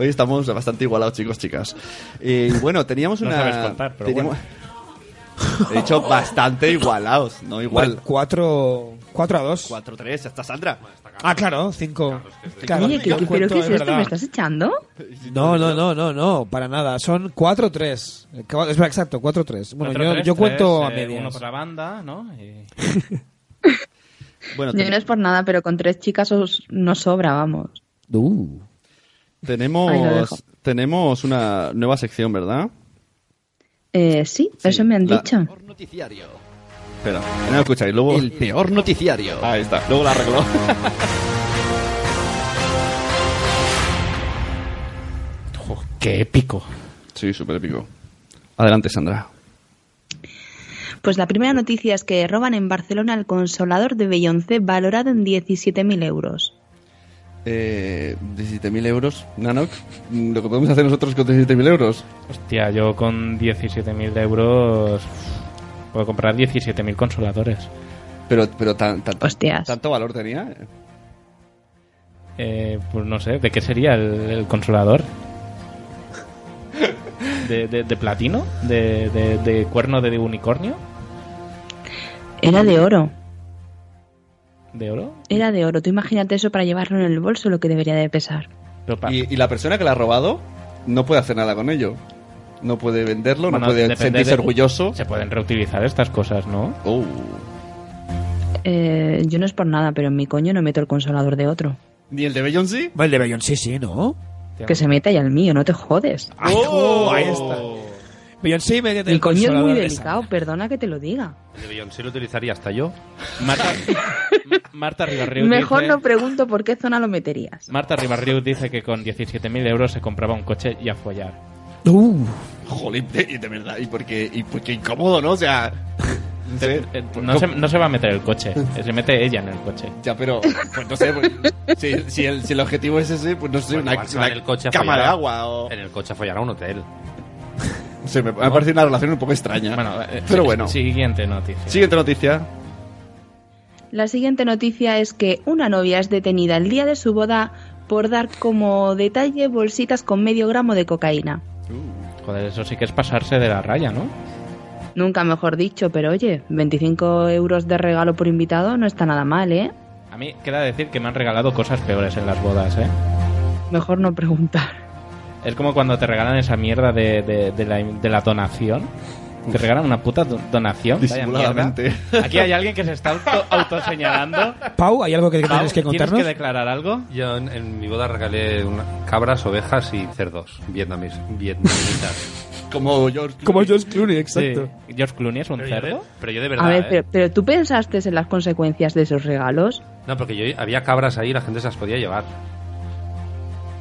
Speaker 8: Hoy estamos bastante igualados, chicos, chicas. Eh, Y bueno, teníamos
Speaker 9: No
Speaker 8: una...
Speaker 9: sabes contar, pero
Speaker 8: teníamos- He dicho bastante igualados, no igual.
Speaker 10: 4 4 a 2.
Speaker 8: 4-3, ya está Sandra.
Speaker 10: Ah, claro, 5.
Speaker 6: Oye, ¿qué, qué- ¿pero qué es esto? ¿Me estás echando?
Speaker 10: No, no, no, no, no, para nada. Son 4 o 3. Es verdad, exacto, 4 o 3. Bueno,
Speaker 9: Cuatro,
Speaker 10: yo,
Speaker 9: tres,
Speaker 10: yo cuento
Speaker 9: tres,
Speaker 10: a
Speaker 9: eh,
Speaker 10: medias.
Speaker 9: Uno por la banda, ¿no? Y-
Speaker 8: Bueno,
Speaker 6: Yo
Speaker 8: ten-
Speaker 6: no es por nada, pero con tres chicas os, nos sobra, vamos. Ahí lo dejo.
Speaker 8: Uh. tenemos, tenemos una nueva sección, ¿verdad?
Speaker 6: Eh, sí, eso me han
Speaker 8: la-
Speaker 6: dicho.
Speaker 8: Noticiario. Espera, no lo escucháis, luego... El peor noticiario. Ahí está, luego la arregló.
Speaker 9: Qué épico.
Speaker 8: Sí, súper épico. Adelante, Sandra.
Speaker 6: Pues la primera noticia es que roban en Barcelona el consolador de Beyoncé valorado en 17.000 euros.
Speaker 8: Eh, 17.000 euros, Nanok. mm, Lo que podemos hacer nosotros con 17.000 euros.
Speaker 9: Hostia, yo con 17.000 euros puedo comprar 17.000 consoladores.
Speaker 8: Pero, pero tan, tan-
Speaker 6: Hostias.
Speaker 8: tanto valor tenía.
Speaker 9: Eh, pues no sé, ¿de qué sería el, el consolador? ¿De, de, de platino? ¿De, de, de cuerno de unicornio?
Speaker 6: Era de oro,
Speaker 9: ¿De oro?
Speaker 6: era de oro. Tú imagínate eso para llevarlo en el bolso, lo que debería de pesar.
Speaker 8: Y, y la persona que la ha robado no puede hacer nada con ello. No puede venderlo,
Speaker 9: Bueno,
Speaker 8: no puede
Speaker 9: depende
Speaker 8: sentirse
Speaker 9: de-
Speaker 8: orgulloso. Oh.
Speaker 9: Se pueden reutilizar estas cosas, ¿no?
Speaker 6: Eh, yo no es por nada, pero en mi coño no meto el consolador de otro.
Speaker 8: ¿Ni el de Beyoncé?
Speaker 10: El de Beyoncé sí, ¿no?
Speaker 6: Que se meta ya el mío, no te jodes.
Speaker 10: ¡Oh! Ahí está. Beyoncé y media
Speaker 6: Mi coño es muy delicado, perdona que te lo diga.
Speaker 1: El de Beyoncé lo utilizaría hasta yo.
Speaker 9: Marta, Marta Ribarriu
Speaker 6: Mejor
Speaker 9: dice,
Speaker 6: no pregunto por qué zona lo meterías.
Speaker 9: Marta Ribarriu dice que con 17.000 euros se compraba un coche y a follar.
Speaker 10: Uh.
Speaker 8: Jolín, de, de verdad. Y porque, y porque incómodo, ¿no? O sea. no sé.
Speaker 9: Eh, No se, no se va a meter el coche, eh, se mete ella en el coche.
Speaker 8: Ya, pero. Pues no sé. pues, si, si el, si el objetivo es ese, pues no sé.
Speaker 1: Bueno,
Speaker 8: una
Speaker 1: igual se va
Speaker 8: una
Speaker 1: en el coche a
Speaker 8: cama de
Speaker 1: follar.
Speaker 8: agua o.
Speaker 1: En el coche a follar a un hotel.
Speaker 8: No sé, me, me ha parecido una relación un poco extraña.
Speaker 9: Bueno, eh,
Speaker 8: pero
Speaker 9: sí,
Speaker 8: bueno.
Speaker 9: Siguiente noticia.
Speaker 8: Siguiente noticia.
Speaker 6: La siguiente noticia es que una novia es detenida el día de su boda por dar como detalle bolsitas con medio gramo de cocaína.
Speaker 9: Joder, eso sí que es pasarse de la raya, ¿no?
Speaker 6: Nunca mejor dicho, pero oye, 25 euros de regalo por invitado no está nada mal, ¿eh?
Speaker 9: A mí queda decir que me han regalado cosas peores en las bodas, ¿eh?
Speaker 6: Mejor no preguntar.
Speaker 9: Es como cuando te regalan esa mierda de, de- de la, de la donación. Te regalan una puta do- donación. vaya
Speaker 8: Disimuladamente.
Speaker 9: mierda. Aquí hay alguien que se está auto- autoseñalando.
Speaker 10: Pau, ¿hay algo que tienes que
Speaker 9: Pau, ¿tienes
Speaker 10: contarnos?
Speaker 9: que declarar algo?
Speaker 1: Yo en, en mi boda regalé una- cabras, ovejas y cerdos vietnamis, vietnamitas.
Speaker 8: Como George
Speaker 10: Como George Clooney,
Speaker 9: Sí. ¿George Clooney es un
Speaker 1: Pero yo de-
Speaker 9: cerdo?
Speaker 1: pero yo de verdad.
Speaker 6: A ver,
Speaker 1: ¿eh?
Speaker 6: pero, pero ¿tú pensaste en las consecuencias de esos regalos?
Speaker 1: No, porque yo había cabras ahí y la gente se las podía llevar.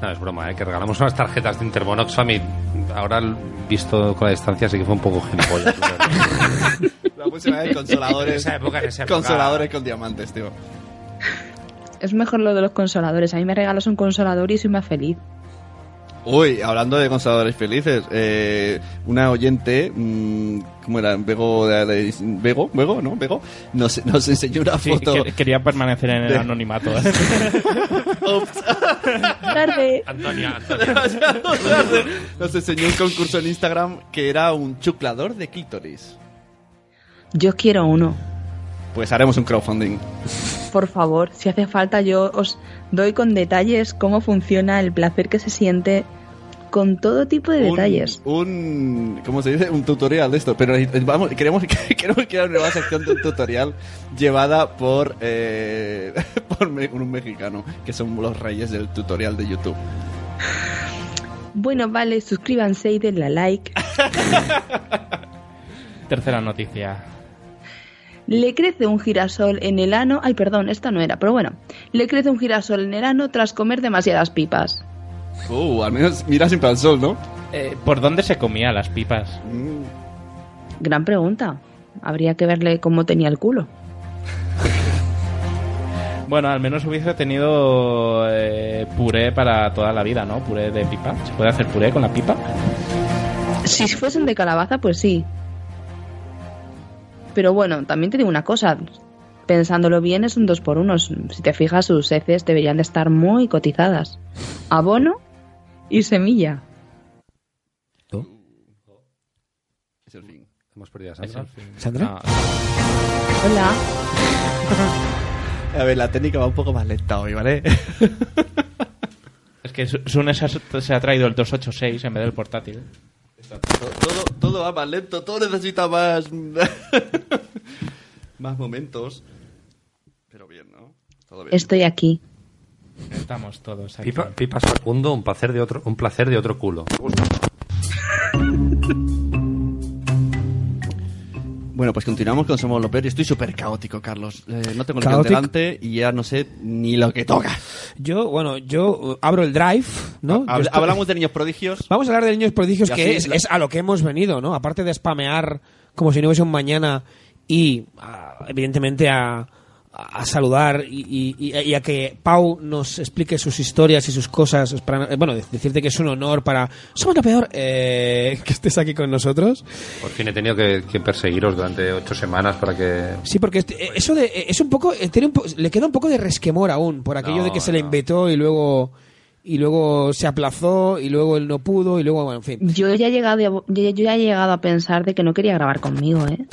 Speaker 1: No, es broma, ¿eh? que regalamos unas tarjetas de Interbonox Family. Ahora, visto con la distancia, sí que fue un poco gilipollas.
Speaker 8: La música de consoladores.
Speaker 1: En esa época, en esa época.
Speaker 8: Consoladores con diamantes, tío.
Speaker 6: Es mejor lo de los consoladores. A mí me regalas un consolador y soy más feliz.
Speaker 8: Uy, hablando de consoladores felices, eh, una oyente, mm, ¿cómo era? Vego, de- de- Vego, Vego, ¿no? Vego, nos, nos enseñó una
Speaker 9: Sí,
Speaker 8: foto.
Speaker 9: que- quería permanecer en el
Speaker 8: De-
Speaker 9: anonimato. ¿eh?
Speaker 6: Tarde.
Speaker 1: Antonia, Antonia.
Speaker 8: nos enseñó un concurso en Instagram que era un chuclador de clítoris.
Speaker 6: Yo quiero uno.
Speaker 8: Pues haremos un crowdfunding.
Speaker 6: Por favor, si hace falta yo os doy con detalles cómo funciona el placer que se siente con todo tipo de
Speaker 8: Un-
Speaker 6: detalles.
Speaker 8: Un, ¿cómo se dice? Un tutorial de esto. Pero eh, vamos, queremos, queremos crear una nueva sección de un tutorial llevada por, eh, por me- un mexicano, que son los reyes del tutorial de YouTube.
Speaker 6: Bueno, vale, suscríbanse y denle a like.
Speaker 9: Tercera noticia.
Speaker 6: Le crece un girasol en el ano. Ay, perdón, esta no era, pero bueno. Le crece un girasol en el ano tras comer demasiadas pipas.
Speaker 8: Uh, al menos mira siempre al sol, ¿no?
Speaker 9: Eh,
Speaker 8: Mm.
Speaker 9: ¿Por dónde se comía las pipas?
Speaker 6: Gran pregunta. Habría que verle cómo tenía el culo.
Speaker 9: Bueno, al menos hubiese tenido eh, puré para toda la vida, ¿no? Puré de pipa. ¿Se puede hacer puré con la pipa?
Speaker 6: Si fuesen de calabaza, pues sí. Pero bueno, también te digo una cosa. Pensándolo bien, es un dos por uno. Si te fijas, sus heces deberían de estar muy cotizadas. Abono y semilla.
Speaker 1: Es el fin. Hemos perdido a
Speaker 9: Es
Speaker 1: Sandra.
Speaker 9: el fin.
Speaker 8: Ah,
Speaker 14: ¿Sandra?
Speaker 6: Hola.
Speaker 8: A ver, la técnica va un poco más lenta hoy, Oh, ¿vale?
Speaker 9: Es que Su- Sune se ha, se ha traído el 286 en vez del portátil.
Speaker 8: todo, todo va más lento, todo necesita más. más momentos. Pero bien, ¿no? Todo bien.
Speaker 6: Estoy aquí.
Speaker 9: Estamos todos aquí.
Speaker 1: Pipa- pipas Facundo, un placer de otro, un placer de otro culo.
Speaker 8: Bueno, pues continuamos con Somos lo peor. Estoy súper caótico, Carlos. Eh, no tengo el
Speaker 14: Caótico.
Speaker 8: delante y ya no sé ni lo que toca.
Speaker 14: Yo, bueno,
Speaker 10: uh,
Speaker 14: yo eh, abro el drive, ¿no? Yo
Speaker 8: Habl-
Speaker 14: estoy-
Speaker 8: Hablamos de niños prodigios. Eh,
Speaker 14: Vamos a hablar de niños prodigios,
Speaker 8: Y
Speaker 14: que
Speaker 8: así
Speaker 14: es,
Speaker 8: la-
Speaker 14: es a lo que hemos venido, ¿no? Aparte de spamear como si no hubiese un mañana y, ah, evidentemente, a, a saludar y, y- y- y a que Pau nos explique sus historias y sus cosas. espera- eh, Bueno, de- decirte que es un honor para. Somos lo peor eh, que estés aquí con nosotros.
Speaker 1: Por fin he tenido que, que perseguiros durante ocho semanas para que...
Speaker 14: Sí, porque este- eh, eso de, eh, es un poco. eh, Tiene un po- le queda un poco de resquemor aún por aquello
Speaker 1: No,
Speaker 14: de que se le invitó y luego. Y luego se aplazó y luego él no pudo y luego, bueno, en fin.
Speaker 6: Yo ya he llegado, a- yo, yo ya he llegado a pensar de que no quería grabar conmigo, ¿eh?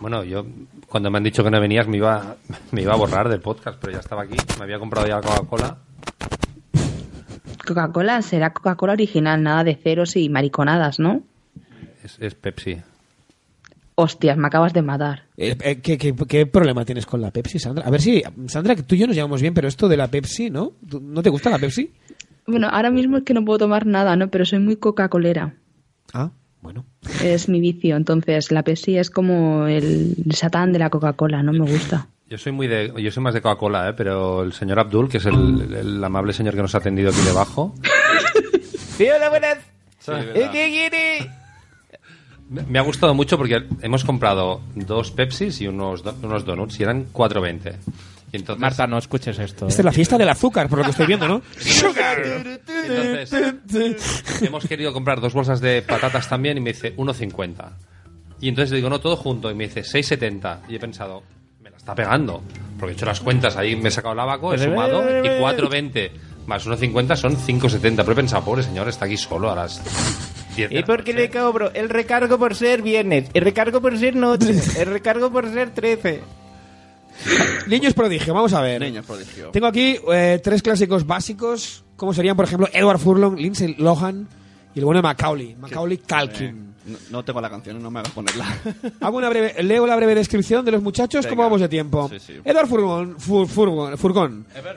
Speaker 1: Bueno, yo cuando me han dicho que no venías me iba, me iba a borrar del podcast, pero ya estaba aquí. Me había comprado ya Coca-Cola.
Speaker 6: Coca-Cola será Coca-Cola original, nada de ceros y mariconadas, ¿no?
Speaker 1: Es, es Pepsi.
Speaker 6: Hostias, me acabas de matar.
Speaker 14: Eh, eh, ¿qué, qué, qué problema tienes con la Pepsi, Sandra? A ver si, Sandra, que tú y yo nos llevamos bien, pero esto de la Pepsi, ¿no? ¿Tú- ¿No te gusta la Pepsi?
Speaker 6: Bueno, ahora mismo es que no puedo tomar nada, ¿no? Pero soy muy Coca-Colera.
Speaker 14: Ah,
Speaker 6: bueno. Es mi vicio, entonces la Pepsi es como el satán de la Coca-Cola, no me gusta.
Speaker 1: Yo soy muy de, yo soy más de Coca-Cola, ¿eh? pero el señor Abdul, que es el, el amable señor que nos ha atendido aquí debajo,
Speaker 4: Hola, buenas.
Speaker 1: ¿verdad? me me ha gustado mucho porque hemos comprado dos Pepsis y unos, do- unos donuts y eran 4.20. Y entonces,
Speaker 9: Marta, no escuches esto. eh.
Speaker 14: Esta es la fiesta del azúcar, por lo que estoy viendo, ¿no?
Speaker 1: Entonces, hemos querido comprar dos bolsas de patatas también y me dice 1,50. Y entonces le digo, no, todo junto. Y me dice 6,70. Y he pensado, me la está pegando. Porque he hecho las cuentas ahí, me he sacado el abaco, he sumado y 4,20 más 1,50 son 5,70. Pero he pensado, pobre señor, está aquí solo a las 10 de
Speaker 15: ¿Y
Speaker 1: la
Speaker 15: por qué le cobro? El recargo por ser viernes, el recargo por ser noche, el recargo por ser 13.
Speaker 14: Niños prodigio, vamos a ver.
Speaker 8: Niños prodigio.
Speaker 14: Tengo aquí eh, tres clásicos básicos, como serían, por ejemplo, Edward Furlong, Lindsay Lohan y el bueno de Macaulay, Macaulay Culkin.
Speaker 8: No, no tengo la canción, no me hagas ponerla.
Speaker 14: Hago una breve, leo la breve descripción de los muchachos, ¿cómo
Speaker 8: Venga.
Speaker 14: vamos de tiempo?
Speaker 8: Sí, sí.
Speaker 14: Edward Furgon, Fur- Furgon- Furgón. Ever,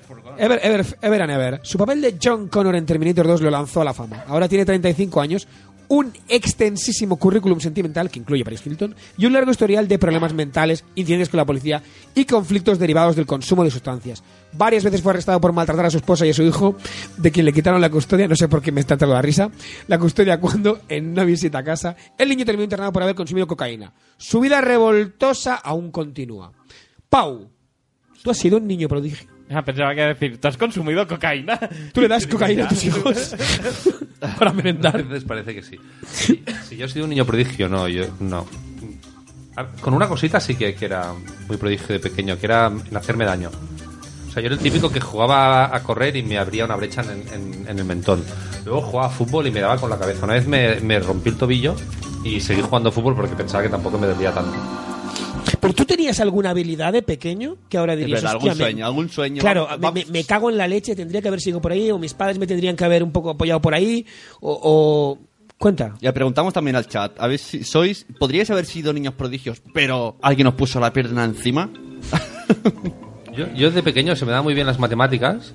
Speaker 14: ever, ever and ever. Su papel de John Connor en Terminator 2 lo lanzó a la fama. Ahora tiene 35 años, un extensísimo currículum sentimental que incluye a Paris Hilton y un largo historial de problemas mentales, incidentes con la policía y conflictos derivados del consumo de sustancias. Varias veces fue arrestado por maltratar a su esposa y a su hijo, de quien le quitaron la custodia, no sé por qué me está entrando la risa, la custodia cuando, en una visita a casa, el niño terminó internado por haber consumido cocaína. Su vida revoltosa aún continúa. Pau, tú has sido un niño prodigio.
Speaker 9: Ah, pensaba que iba a decir, ¿tú has consumido cocaína?
Speaker 14: ¿Tú le das cocaína a tus hijos? Para merendar.
Speaker 1: Entonces parece que sí. Si, si yo he sido un niño prodigio, no, yo no. A- Con una cosita sí que, que era muy prodigio de pequeño, que era en hacerme daño. O sea, yo era el típico que jugaba a correr y me abría una brecha en, en- en el mentón. Luego jugaba a fútbol y me daba con la cabeza. Una vez me, me rompí el tobillo y seguí jugando a fútbol porque pensaba que tampoco me dolía tanto.
Speaker 14: Pero tú tenías alguna habilidad de pequeño que ahora dirías,
Speaker 8: verdad,
Speaker 14: "Hostia,
Speaker 8: algún
Speaker 14: me-
Speaker 8: sueño, algún sueño.
Speaker 14: Claro,
Speaker 8: Vamos-
Speaker 14: me, me- me cago en la leche, tendría que haber sido por ahí, o mis padres me tendrían que haber un poco apoyado por ahí, o... o- Cuenta.
Speaker 8: Ya preguntamos también al chat, a ver si sois, podríais haber sido niños prodigios, pero alguien os puso la pierna encima.
Speaker 1: Yo, yo de pequeño se me da muy bien las matemáticas,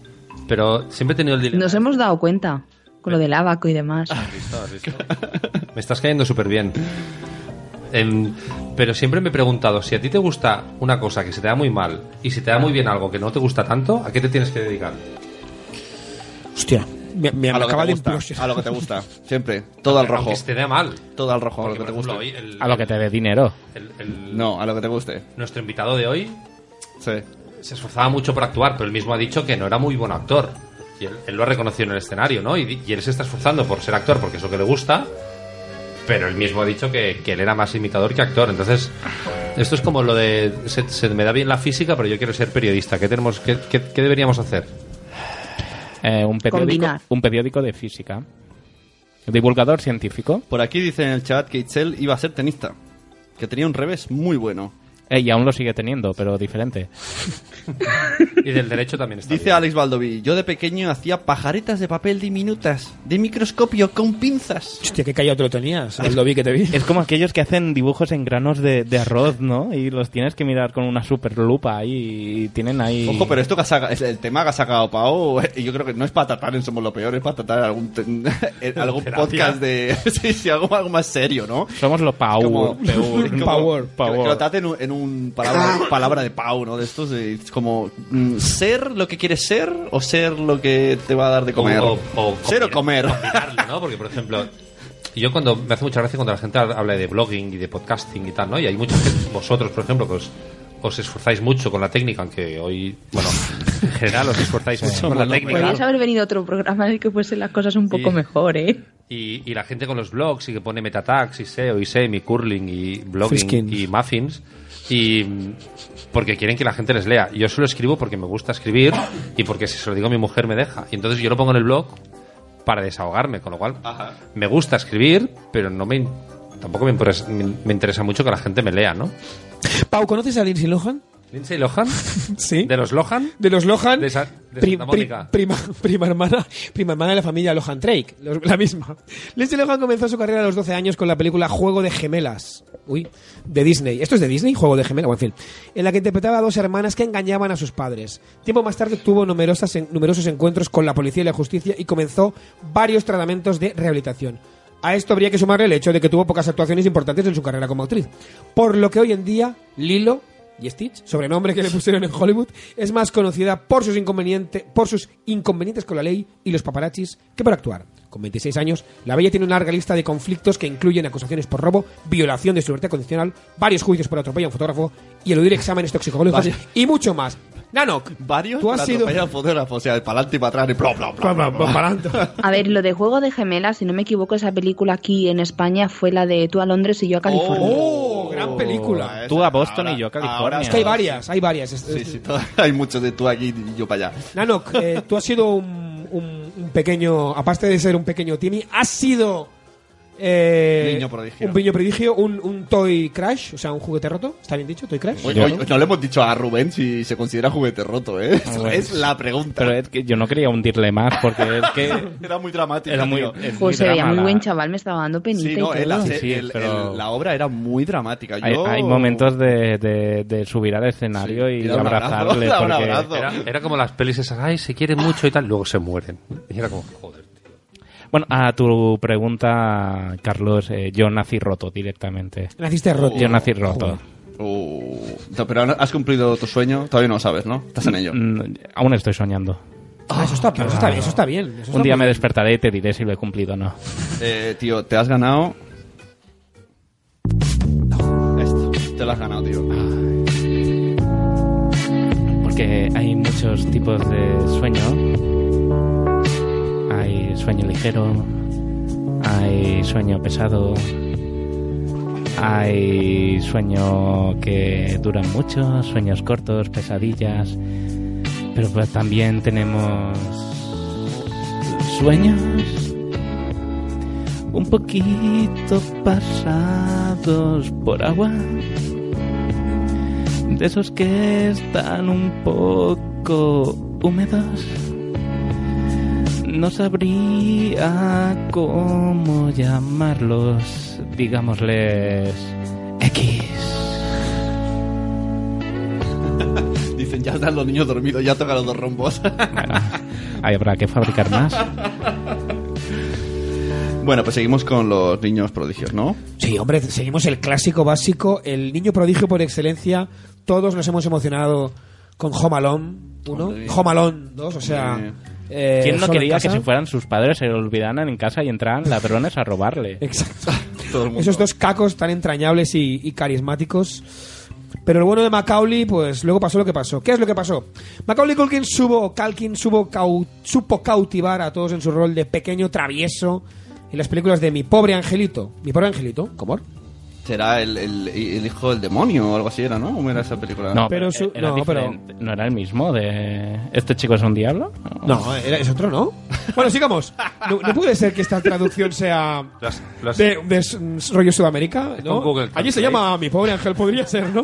Speaker 1: pero siempre he tenido el dilema.
Speaker 6: Nos hemos dado cuenta con lo del abaco y demás.
Speaker 9: Ah,
Speaker 1: Me estás cayendo súper bien. Em, pero siempre me he preguntado, si a ti te gusta una cosa que se te da muy mal y se te da muy bien algo que no te gusta tanto, ¿a qué te tienes que dedicar?
Speaker 14: Hostia, me, me
Speaker 8: a lo
Speaker 14: acaba
Speaker 8: que te
Speaker 14: de
Speaker 8: gusta,
Speaker 14: implosionar.
Speaker 8: a lo que te gusta, siempre, todo al rojo.
Speaker 1: Aunque se te dé mal.
Speaker 8: Todo al rojo,
Speaker 1: Porque,
Speaker 8: a lo que
Speaker 1: por
Speaker 8: te guste.
Speaker 1: ejemplo, hoy el-
Speaker 9: A lo que te dé dinero.
Speaker 1: el- el-
Speaker 8: No, a lo que te guste.
Speaker 1: Nuestro invitado de hoy
Speaker 8: Sí.
Speaker 1: se esforzaba mucho por actuar, pero él mismo ha dicho que no era muy buen actor. Y él, él lo ha reconocido en el escenario, ¿no? Y, di- y él se está esforzando por ser actor porque es lo que le gusta, pero él mismo ha dicho que, que él era más imitador que actor. Entonces, esto es como lo de. Se, se me da bien la física, pero yo quiero ser periodista. ¿Qué, tenemos, qué, qué- qué deberíamos hacer?
Speaker 9: Eh, un, periódico,
Speaker 1: Combinar.
Speaker 9: un periódico de física. Divulgador científico.
Speaker 8: Por aquí dice en el chat que Itzel iba a ser tenista, que tenía un revés muy bueno.
Speaker 9: Eh, y aún lo sigue teniendo, pero diferente.
Speaker 1: Y del derecho también está.
Speaker 8: Dice Alex Baldoví, yo de pequeño hacía pajaretas de papel diminutas, de microscopio, con pinzas.
Speaker 14: Hostia, qué callado te lo tenías. Lo vi que te vi.
Speaker 9: Es como aquellos que hacen dibujos en granos de, de arroz, ¿no? Y los tienes que mirar con una super lupa ahí y tienen ahí...
Speaker 8: Ojo, pero esto que ha saca- es el tema que ha sacado Pau, eh, yo creo que no es para tratar en Somos lo Peor, es para tratar en algún, te- en algún
Speaker 9: Terapia.
Speaker 8: podcast de... sí, sí, algo, algo más serio, ¿no?
Speaker 9: Somos lo Pau.
Speaker 8: Como-
Speaker 9: Peor.
Speaker 8: como-
Speaker 9: Power,
Speaker 8: que-
Speaker 9: power.
Speaker 8: Que lo traten en un, en un palabra, palabra de Pau, ¿no? De estos, de- es como mm, ser lo que quieres ser o ser lo que te va a dar de comer.
Speaker 1: O- o
Speaker 8: ser o comer.
Speaker 1: Combinarlo, ¿no? Porque, por ejemplo, yo cuando me hace mucha gracia cuando la gente habla de blogging y de podcasting y tal, ¿no? Y hay mucha gente, vosotros, por ejemplo, que os, os esforzáis mucho con la técnica, aunque hoy, bueno, en general os esforzáis mucho con la técnica.
Speaker 6: Podrías haber venido otro programa en el que fuesen las cosas un poco
Speaker 1: Sí.
Speaker 6: mejor, ¿eh?
Speaker 1: Y, y la gente con los blogs y que pone metatags y SEO y SEM y curling y blogging
Speaker 14: Fiskins.
Speaker 1: y muffins y mm, porque quieren que la gente les lea. Yo solo escribo porque me gusta escribir y porque si se lo digo a mi mujer me deja. Y entonces yo lo pongo en el blog para desahogarme, con lo cual me gusta escribir, pero no me in- tampoco me interesa, me- me interesa mucho que la gente me lea, ¿no?
Speaker 14: Pau, ¿conoces a Lindsay Lohan?
Speaker 1: Lindsay Lohan,
Speaker 14: Sí.
Speaker 1: de los Lohan,
Speaker 14: De los Lohan.
Speaker 1: de, Sa- de
Speaker 14: Pri-
Speaker 1: Santa
Speaker 14: pri-
Speaker 1: Mónica.
Speaker 14: prima, prima hermana, prima hermana de la familia Lohan Drake, los- la misma. Lindsay Lohan comenzó su carrera a los 12 años con la película Juego de Gemelas, uy, de Disney. Esto es de Disney, Juego de Gemelas, bueno, en fin, en la que interpretaba a dos hermanas que engañaban a sus padres. Tiempo más tarde tuvo numerosas en- numerosos encuentros con la policía y la justicia y comenzó varios tratamientos de rehabilitación. A esto habría que sumarle el hecho de que tuvo pocas actuaciones importantes en su carrera como actriz. Por lo que hoy en día, Lilo y Stitch, sobrenombre que le pusieron en Hollywood, es más conocida por sus, inconveniente- por sus inconvenientes con la ley y los paparachis que por actuar. Con 26 años, la bella tiene una larga lista de conflictos que incluyen acusaciones por robo, violación de su libertad condicional, varios juicios por atropello a un fotógrafo y eludir exámenes toxicológicos
Speaker 8: Vaya.
Speaker 14: y mucho más. Nanok,
Speaker 8: Varios
Speaker 14: tú has
Speaker 8: para
Speaker 14: sido...
Speaker 8: atropellar al fotógrafo, o sea, para adelante y para atrás y bla, bla, bla, bla, bla.
Speaker 6: A ver, lo de Juego de Gemelas, si no me equivoco, esa película aquí en España fue la de Tú a Londres y yo a California.
Speaker 14: ¡Oh! Gran película.
Speaker 9: Tú a Boston y yo a California.
Speaker 8: ahora-
Speaker 14: Es que hay varias, hay varias. Es-
Speaker 8: Sí,
Speaker 14: es-
Speaker 8: sí, todo- hay muchos de tú aquí y yo para allá.
Speaker 14: Nanok, eh, tú has sido un, un- un pequeño, aparte de ser un pequeño Timmy, has sido eh,
Speaker 8: Niño prodigio.
Speaker 14: un niño prodigio, un, un toy crash, o sea, un juguete roto, está bien dicho, toy crash.
Speaker 8: Oye, oye, no le hemos dicho a Rubén si se considera juguete roto, ¿eh? Esa
Speaker 9: Ah, bueno.
Speaker 8: es la pregunta.
Speaker 9: Pero es que yo no quería hundirle más porque es que...
Speaker 8: Era muy dramática.
Speaker 9: Era muy-
Speaker 8: tío.
Speaker 9: es
Speaker 6: Pues se veía
Speaker 9: drama,
Speaker 6: muy
Speaker 9: la-
Speaker 6: buen chaval, me estaba dando penita.
Speaker 8: Sí,
Speaker 6: y
Speaker 8: no,
Speaker 6: todo.
Speaker 8: el- el-
Speaker 9: Sí, sí,
Speaker 8: el-
Speaker 9: pero-
Speaker 8: el- la obra era muy dramática.
Speaker 9: Hay,
Speaker 8: Yo-
Speaker 9: hay momentos de, de- de subir al escenario y
Speaker 8: era un abrazo,
Speaker 9: abrazarle.
Speaker 8: era un
Speaker 9: porque-
Speaker 8: abrazo.
Speaker 1: Era, era como las pelis esas, ay, se quieren mucho y tal, luego se mueren. Y era como, joder.
Speaker 9: Bueno, a tu pregunta, Carlos, eh, yo nací roto directamente.
Speaker 14: Naciste roto.
Speaker 9: Yo nací roto.
Speaker 8: Uh, no, pero ahora has cumplido tu sueño, todavía no lo sabes, ¿no? Estás en ello.
Speaker 9: Mm, aún estoy soñando.
Speaker 14: Ah, eso, está, pero eso está bien, eso está bien. eso está
Speaker 9: Un día
Speaker 14: muy
Speaker 9: me
Speaker 14: bien.
Speaker 9: despertaré y te diré si lo he cumplido o no.
Speaker 8: Eh, tío, te has ganado. No, esto. Te lo has ganado, tío.
Speaker 9: Porque hay muchos tipos de sueño. Hay sueño ligero, hay sueño pesado, hay sueño que duran mucho, sueños cortos, pesadillas. Pero pues también tenemos sueños un poquito pasados por agua de esos que están un poco húmedos. No sabría cómo llamarlos, digámosles X.
Speaker 8: Dicen, ya están los niños dormidos, ya tocan los dos rombos.
Speaker 9: Ahí habrá que fabricar más.
Speaker 8: bueno, pues seguimos con los niños prodigios, ¿no?
Speaker 14: Sí, hombre, seguimos el clásico básico, el niño prodigio por excelencia. Todos nos hemos emocionado con Home Alone 1,
Speaker 9: Hombre.
Speaker 14: Home Alone 2, o sea... eh,
Speaker 9: ¿Quién no
Speaker 14: solo en
Speaker 9: quería que
Speaker 14: casa.
Speaker 9: se fueran sus padres, se lo olvidaran en casa y entraran ladrones a robarle?
Speaker 14: Exacto. Esos dos cacos tan entrañables y, y carismáticos. Pero el bueno de Macaulay, pues luego pasó lo que pasó. ¿Qué es lo que pasó? Macaulay Culkin subo, Calkin subo, cau- supo cautivar a todos en su rol de pequeño travieso en las películas de Mi Pobre Angelito. Mi Pobre Angelito, ¿cómo?
Speaker 8: Será el, el- el hijo del demonio o algo así era, ¿no? ¿Cómo era esa película?
Speaker 9: No, pero, era
Speaker 14: no, pero-
Speaker 9: diferente. ¿No era el mismo de... ¿Este chico es un diablo?
Speaker 14: No, eh. era- es otro, ¿no? Bueno, sigamos. No, no puede ser que esta traducción sea de, de s- rollo Sudamérica,
Speaker 9: Es
Speaker 14: ¿no?
Speaker 9: con Google
Speaker 14: Allí se
Speaker 9: Translate.
Speaker 14: llama Mi Pobre Ángel, podría ser, ¿no?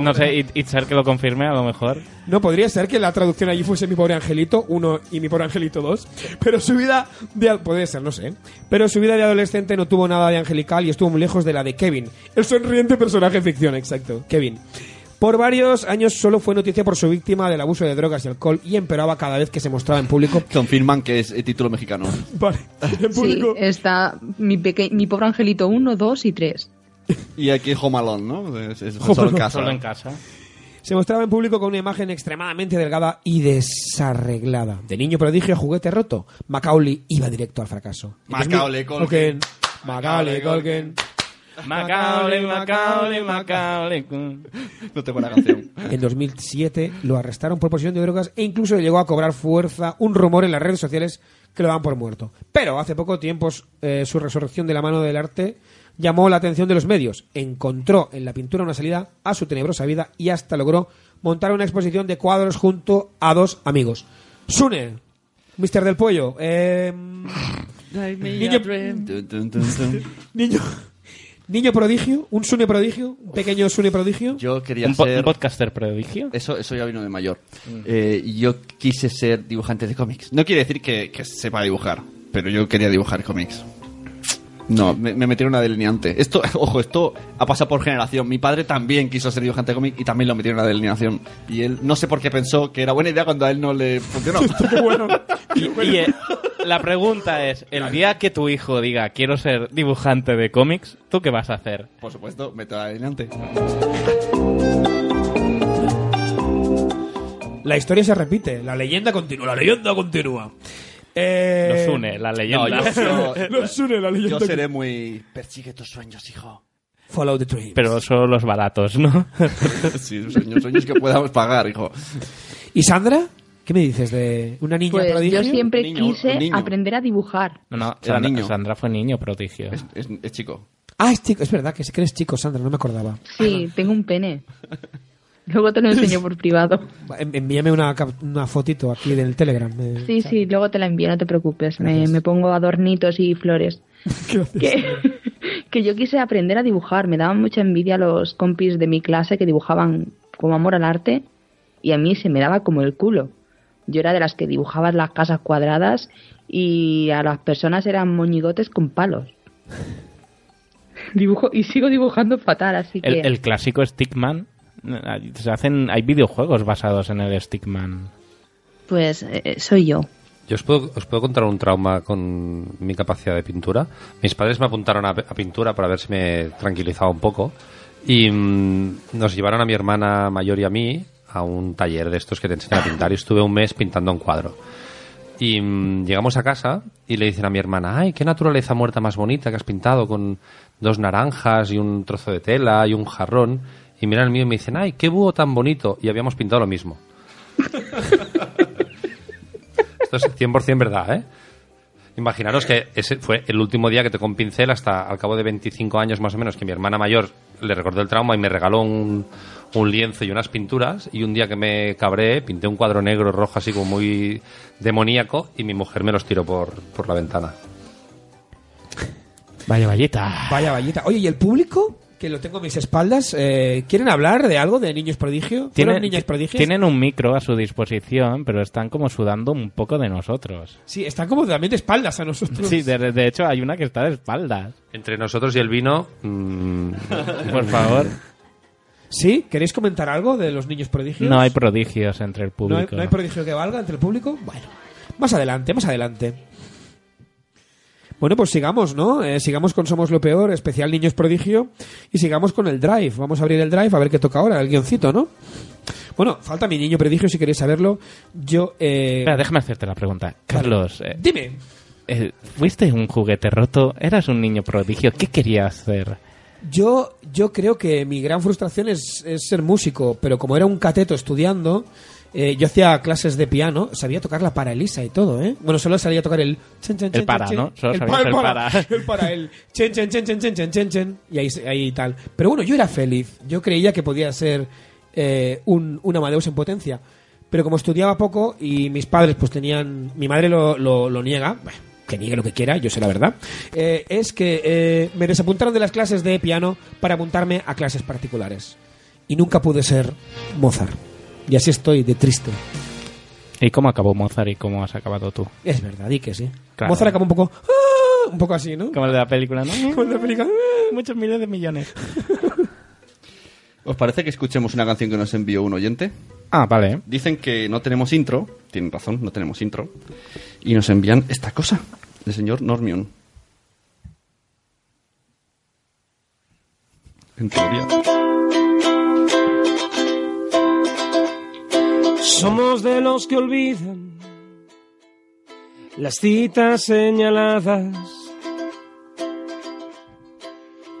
Speaker 9: No sé, It- Itzer que lo confirme a lo mejor.
Speaker 14: No, podría ser que la traducción allí fuese Mi Pobre Angelito 1 y Mi Pobre Angelito 2, pero su vida de... al- Podría ser, no sé. Pero su vida de adolescente no tuvo nada de angelical y estuvo muy lejos de la de Kevin. El sonriente personaje ficción, exacto, Kevin. Por varios años solo fue noticia por su víctima del abuso de drogas y alcohol y empeoraba cada vez que se mostraba en público.
Speaker 8: Confirman que es eh, título mexicano.
Speaker 14: Vale, en
Speaker 6: Sí,
Speaker 14: público.
Speaker 6: está mi, peque- mi pobre angelito 1, 2 y 3.
Speaker 8: Y aquí Home Alone, ¿no? Es, es
Speaker 14: Home
Speaker 8: solo en
Speaker 14: Alone.
Speaker 8: casa.
Speaker 14: Solo en
Speaker 9: casa.
Speaker 14: Se mostraba en público con una imagen extremadamente delgada y desarreglada. De niño prodigio a juguete roto, Macaulay iba directo al fracaso.
Speaker 8: Macaulay
Speaker 14: Culkin. Macaulay Culkin.
Speaker 9: Macaulay, Macaulay, Macaulay.
Speaker 8: No tengo la canción.
Speaker 14: En 2007 lo arrestaron por posesión de drogas e incluso llegó a cobrar fuerza un rumor en las redes sociales que lo daban por muerto. Pero hace poco tiempo eh, su resurrección de la mano del arte llamó la atención de los medios. Encontró en la pintura una salida a su tenebrosa vida y hasta logró montar una exposición de cuadros junto a dos amigos. Sune, Mister del Pollo, eh, niño,
Speaker 8: Tun, tun, tun, tun.
Speaker 14: niño, niño prodigio, un Sune prodigio, un pequeño Sune prodigio.
Speaker 8: Yo quería
Speaker 14: Un po-
Speaker 8: ser...
Speaker 14: un
Speaker 9: podcaster prodigio?
Speaker 8: Eso, eso ya vino de mayor.
Speaker 14: Mm.
Speaker 8: Eh, yo quise ser dibujante de cómics. No quiere decir que, que sepa dibujar, pero yo quería dibujar cómics. No, me, me metieron una delineante. Esto, ojo, esto ha pasado por generación. Mi padre también quiso ser dibujante de cómics y también lo metieron en una delineación. Y él no sé por qué pensó que era buena idea cuando a él no le funcionó.
Speaker 9: Y, y, eh, la pregunta es, el día que tu hijo diga quiero ser dibujante de cómics, ¿tú qué vas a hacer?
Speaker 8: por supuesto, meto la delineante.
Speaker 14: La historia se repite, la leyenda continúa, la leyenda continúa. Eh,
Speaker 9: Nos une la leyenda.
Speaker 8: No, yo- yo-
Speaker 14: Nos une la leyenda.
Speaker 8: Yo seré muy... Persigue tus sueños, hijo.
Speaker 14: Follow the dream.
Speaker 9: Pero solo los baratos, ¿no?
Speaker 8: sí, sueños, sueños que podamos pagar, hijo.
Speaker 14: ¿Y Sandra? ¿Qué me dices de una niña
Speaker 6: Pues
Speaker 14: prodigio?
Speaker 6: yo siempre
Speaker 8: Niño,
Speaker 6: quise
Speaker 8: niño.
Speaker 6: aprender a dibujar.
Speaker 9: No, no,
Speaker 8: Era
Speaker 9: Sandra,
Speaker 8: niño.
Speaker 9: Sandra fue niño prodigio.
Speaker 8: Es, es chico.
Speaker 14: Ah, es chico, es verdad que sí que eres chico, Sandra, no me acordaba.
Speaker 6: Sí, tengo un pene. Luego te lo enseño por privado.
Speaker 14: Va, en- Em, Envíame una, cap- una fotito aquí del Telegram. eh.
Speaker 6: Sí, sí, luego te la envío, no te preocupes. Me, me pongo adornitos y flores. que, que yo quise aprender a dibujar. Me daban mucha envidia los compis de mi clase que dibujaban como amor al arte y a mí se me daba como el culo. Yo era de las que dibujaba las casas cuadradas y a las personas eran moñigotes con palos. Dibujo y sigo dibujando fatal, así que...
Speaker 9: El, el clásico Stickman. eh, Se hacen, hay videojuegos basados en el Stickman.
Speaker 6: Pues eh, soy yo.
Speaker 1: Yo os puedo, os puedo contar un trauma con mi capacidad de pintura. Mis padres me apuntaron a, a pintura para ver si me tranquilizaba un poco. Y mm, nos llevaron a mi hermana mayor y a mí a un taller de estos que te enseñan a pintar. Y estuve un mes pintando un cuadro. Y mm, llegamos a casa y le dicen a mi hermana, ay, qué naturaleza muerta más bonita que has pintado con dos naranjas y un trozo de tela y un jarrón. Y miran el mío y me dicen, ay, qué búho tan bonito. Y habíamos pintado lo mismo. Esto es 100% verdad, ¿eh? Imaginaros que ese fue el último día que tocó un pincel hasta al cabo de 25 años más o menos que mi hermana mayor le recordó el trauma y me regaló un, un lienzo y unas pinturas y un día que me cabré pinté un cuadro negro rojo así como muy demoníaco y mi mujer me los tiró por, por la ventana.
Speaker 9: Vaya vallita.
Speaker 14: Vaya vallita. Oye, ¿y el público? que lo tengo a mis espaldas. eh, ¿Quieren hablar de algo de niños prodigio? ¿Fueron niñas prodigios?
Speaker 9: tienen un micro a su disposición, pero están como sudando un poco de nosotros.
Speaker 14: Sí, están como también de espaldas a nosotros.
Speaker 9: Sí, de, de hecho hay una que está de espaldas.
Speaker 1: Entre nosotros y el vino. mm,
Speaker 9: Por favor.
Speaker 14: ¿Sí? ¿Queréis comentar algo de los niños prodigios?
Speaker 9: No hay prodigios entre el
Speaker 14: ¿No hay,
Speaker 9: público.
Speaker 14: no hay prodigio que valga entre el público? Bueno, más adelante, más adelante. Bueno, pues sigamos, ¿no? Eh, sigamos con Somos lo Peor, especial Niños Prodigio, y sigamos con el Drive. Vamos a abrir el Drive a ver qué toca ahora, el guioncito, ¿no? Bueno, falta mi niño prodigio, si queréis saberlo. Yo... Eh...
Speaker 9: Espera, déjame hacerte la pregunta. Carlos, eh,
Speaker 14: Dime.
Speaker 9: eh, ¿fuiste un juguete roto? ¿Eras un niño prodigio? ¿Qué querías hacer?
Speaker 14: Yo, yo creo que mi gran frustración es, es ser músico, pero como era un cateto estudiando, eh, yo hacía clases de piano, sabía tocar la para Elisa y todo, ¿eh? Bueno, solo sabía tocar el... chen, chen,
Speaker 9: El
Speaker 14: chen,
Speaker 9: para,
Speaker 14: chen,
Speaker 9: ¿no? Solo
Speaker 14: el
Speaker 9: sabías
Speaker 14: pa-
Speaker 9: el para.
Speaker 14: El para, el chen, chen, chen, chen, chen, chen, chen, chen, y ahí, ahí tal. Pero bueno, yo era feliz. Yo creía que podía ser eh, un, un Amadeus en potencia. Pero como estudiaba poco y mis padres pues tenían... Mi madre lo, lo, lo niega, Bueno, que niegue lo que quiera, yo sé la verdad. Eh, es que eh, me desapuntaron de las clases de piano para apuntarme a clases particulares. Y nunca pude ser Mozart. Y así estoy, de triste.
Speaker 9: ¿Y cómo acabó Mozart y cómo has acabado tú?
Speaker 14: Es verdad, y que sí.
Speaker 9: Claro.
Speaker 14: Mozart acabó un poco... ¡ah! Un poco así, ¿no?
Speaker 9: Como el de la película, ¿no? Ah,
Speaker 14: Como el de la película.
Speaker 9: Muchos miles de millones.
Speaker 8: ¿Os parece que escuchemos una canción que nos envió un oyente?
Speaker 9: Ah, vale.
Speaker 8: Dicen que no tenemos intro, tienen razón, no tenemos intro, y nos envían esta cosa, del señor Normion. En teoría.
Speaker 12: Somos de los que olvidan las citas señaladas.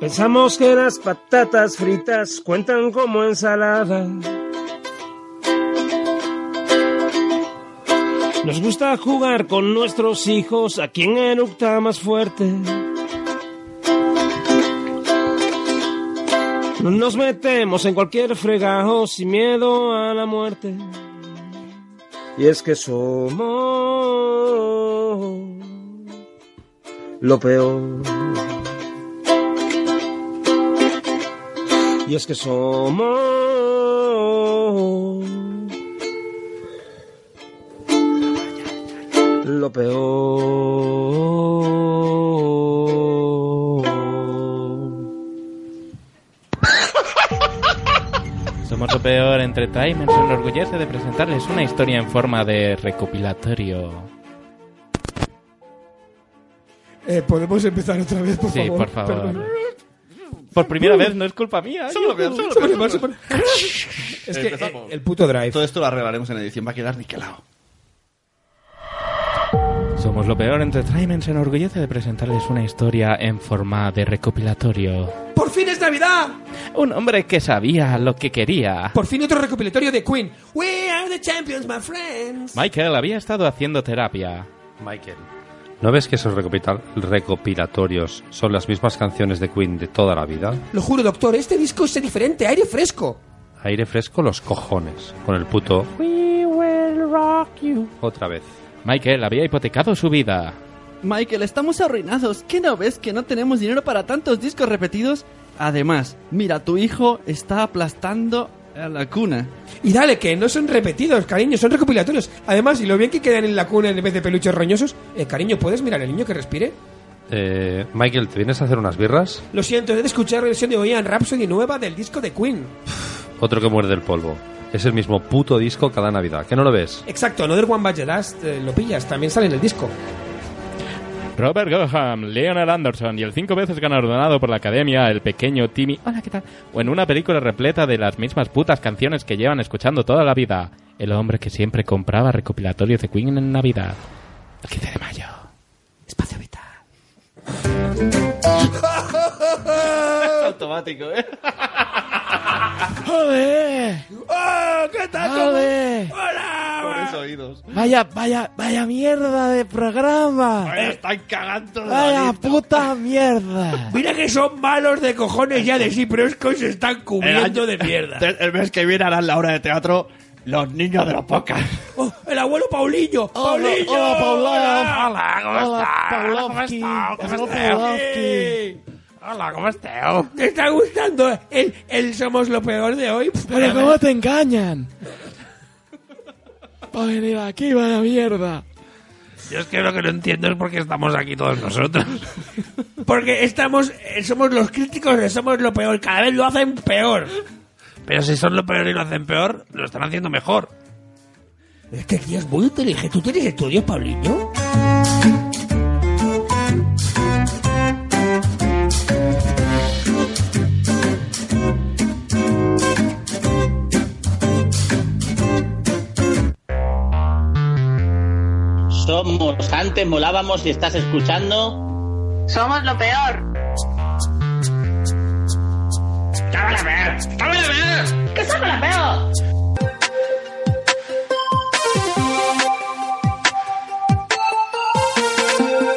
Speaker 12: Pensamos que las patatas fritas cuentan como ensalada. Nos gusta jugar con nuestros hijos a quien eructa más fuerte. Nos metemos en cualquier fregajo sin miedo a la muerte. Y es que somos lo peor. Y es que somos lo peor.
Speaker 9: Somos lo peor entre Time se enorgullece de presentarles una historia en forma de recopilatorio.
Speaker 14: Eh, ¿Podemos empezar otra vez, por
Speaker 9: Sí,
Speaker 14: favor?
Speaker 9: por favor.
Speaker 14: Perdón.
Speaker 9: Por primera vez, no es culpa mía.
Speaker 14: ¿eh?
Speaker 8: Solo vean, solo vean, solo vean.
Speaker 14: Es que eh, el puto drive.
Speaker 8: Todo esto lo arreglaremos en edición, va a quedar niquelado.
Speaker 9: Somos lo peor entre Time se enorgullece de presentarles una historia en forma de recopilatorio.
Speaker 14: ¡Por fin es Navidad!
Speaker 9: Un hombre que sabía lo que quería.
Speaker 14: Por fin otro recopilatorio de Queen. We are the champions, my friends.
Speaker 9: Michael había estado haciendo terapia.
Speaker 1: Michael. ¿No ves que esos recopital- recopilatorios son las mismas canciones de Queen de toda la vida?
Speaker 14: Lo juro, doctor, este disco es diferente, aire fresco.
Speaker 1: Aire fresco los cojones. Con el puto
Speaker 14: We will rock you.
Speaker 1: otra vez.
Speaker 9: Michael había hipotecado su vida.
Speaker 4: Michael, estamos arruinados. ¿Qué no ves que no tenemos dinero para tantos discos repetidos? Además, mira, tu hijo está aplastando a la cuna.
Speaker 14: Y dale, que no son repetidos, cariño, son recopilatorios. Además, y lo bien que quedan en la cuna en vez de peluches roñosos, eh, cariño, ¿puedes mirar el niño que respire?
Speaker 1: Eh, Michael, ¿te vienes a hacer unas birras?
Speaker 14: Lo siento, he de escuchar la versión de Bohemian Rhapsody nueva del disco de Queen.
Speaker 1: Otro que muerde el polvo. Es el mismo puto disco cada Navidad. ¿Que no lo ves?
Speaker 14: Exacto, Another One Budget Last, eh, lo pillas, también sale en el disco.
Speaker 9: Robert Goham, Leonard Anderson y el cinco veces galardonado por la academia, el pequeño Timmy. Hola, ¿qué tal? O en una película repleta de las mismas putas canciones que llevan escuchando toda la vida. El hombre que siempre compraba recopilatorios de Queen en Navidad. El 15 de mayo.
Speaker 4: automático, ¿eh?
Speaker 9: ¡Joder!
Speaker 8: ¡Ah!
Speaker 4: ¡Oh, qué
Speaker 9: ¡Joder! Vaya, vaya, vaya mierda de programa. Eh,
Speaker 4: están cagando
Speaker 9: Vaya puta mierda.
Speaker 14: ah, Mira que son malos de cojones ya de sí, pero es que hoy se están cubriendo de mierda.
Speaker 4: El mes que viene harán la hora de teatro Los Niños de los Pocas.
Speaker 14: Oh, el abuelo Paulinho.
Speaker 5: Oh,
Speaker 14: Paulinho.
Speaker 4: hola, Paulina.
Speaker 14: Hola, ¿cómo
Speaker 4: Hola,
Speaker 14: estás?
Speaker 4: Paulowski.
Speaker 14: ¿Cómo
Speaker 4: Hola,
Speaker 14: estás? ¿Cómo estás?
Speaker 4: Paulowski.
Speaker 12: Hola, ¿cómo estás?
Speaker 14: ¿Te está gustando el, el Somos lo peor de hoy?
Speaker 5: Pero cómo te engañan. Para
Speaker 9: Pues
Speaker 5: venir aquí, vaya mierda.
Speaker 12: Yo es que lo que no entiendo es por qué estamos aquí todos nosotros.
Speaker 14: Porque estamos, eh, somos los críticos de Somos lo peor. Cada vez lo hacen peor.
Speaker 12: Pero si son lo peor y lo hacen peor, lo están haciendo mejor.
Speaker 14: Este tío es muy inteligente. ¿Tú tienes estudios, Pabliño?
Speaker 16: Somos antes molábamos si estás escuchando.
Speaker 2: Somos lo peor.
Speaker 16: ¡Cámara ver! ¡Cámara ver!
Speaker 2: ¿Qué somos lo peor?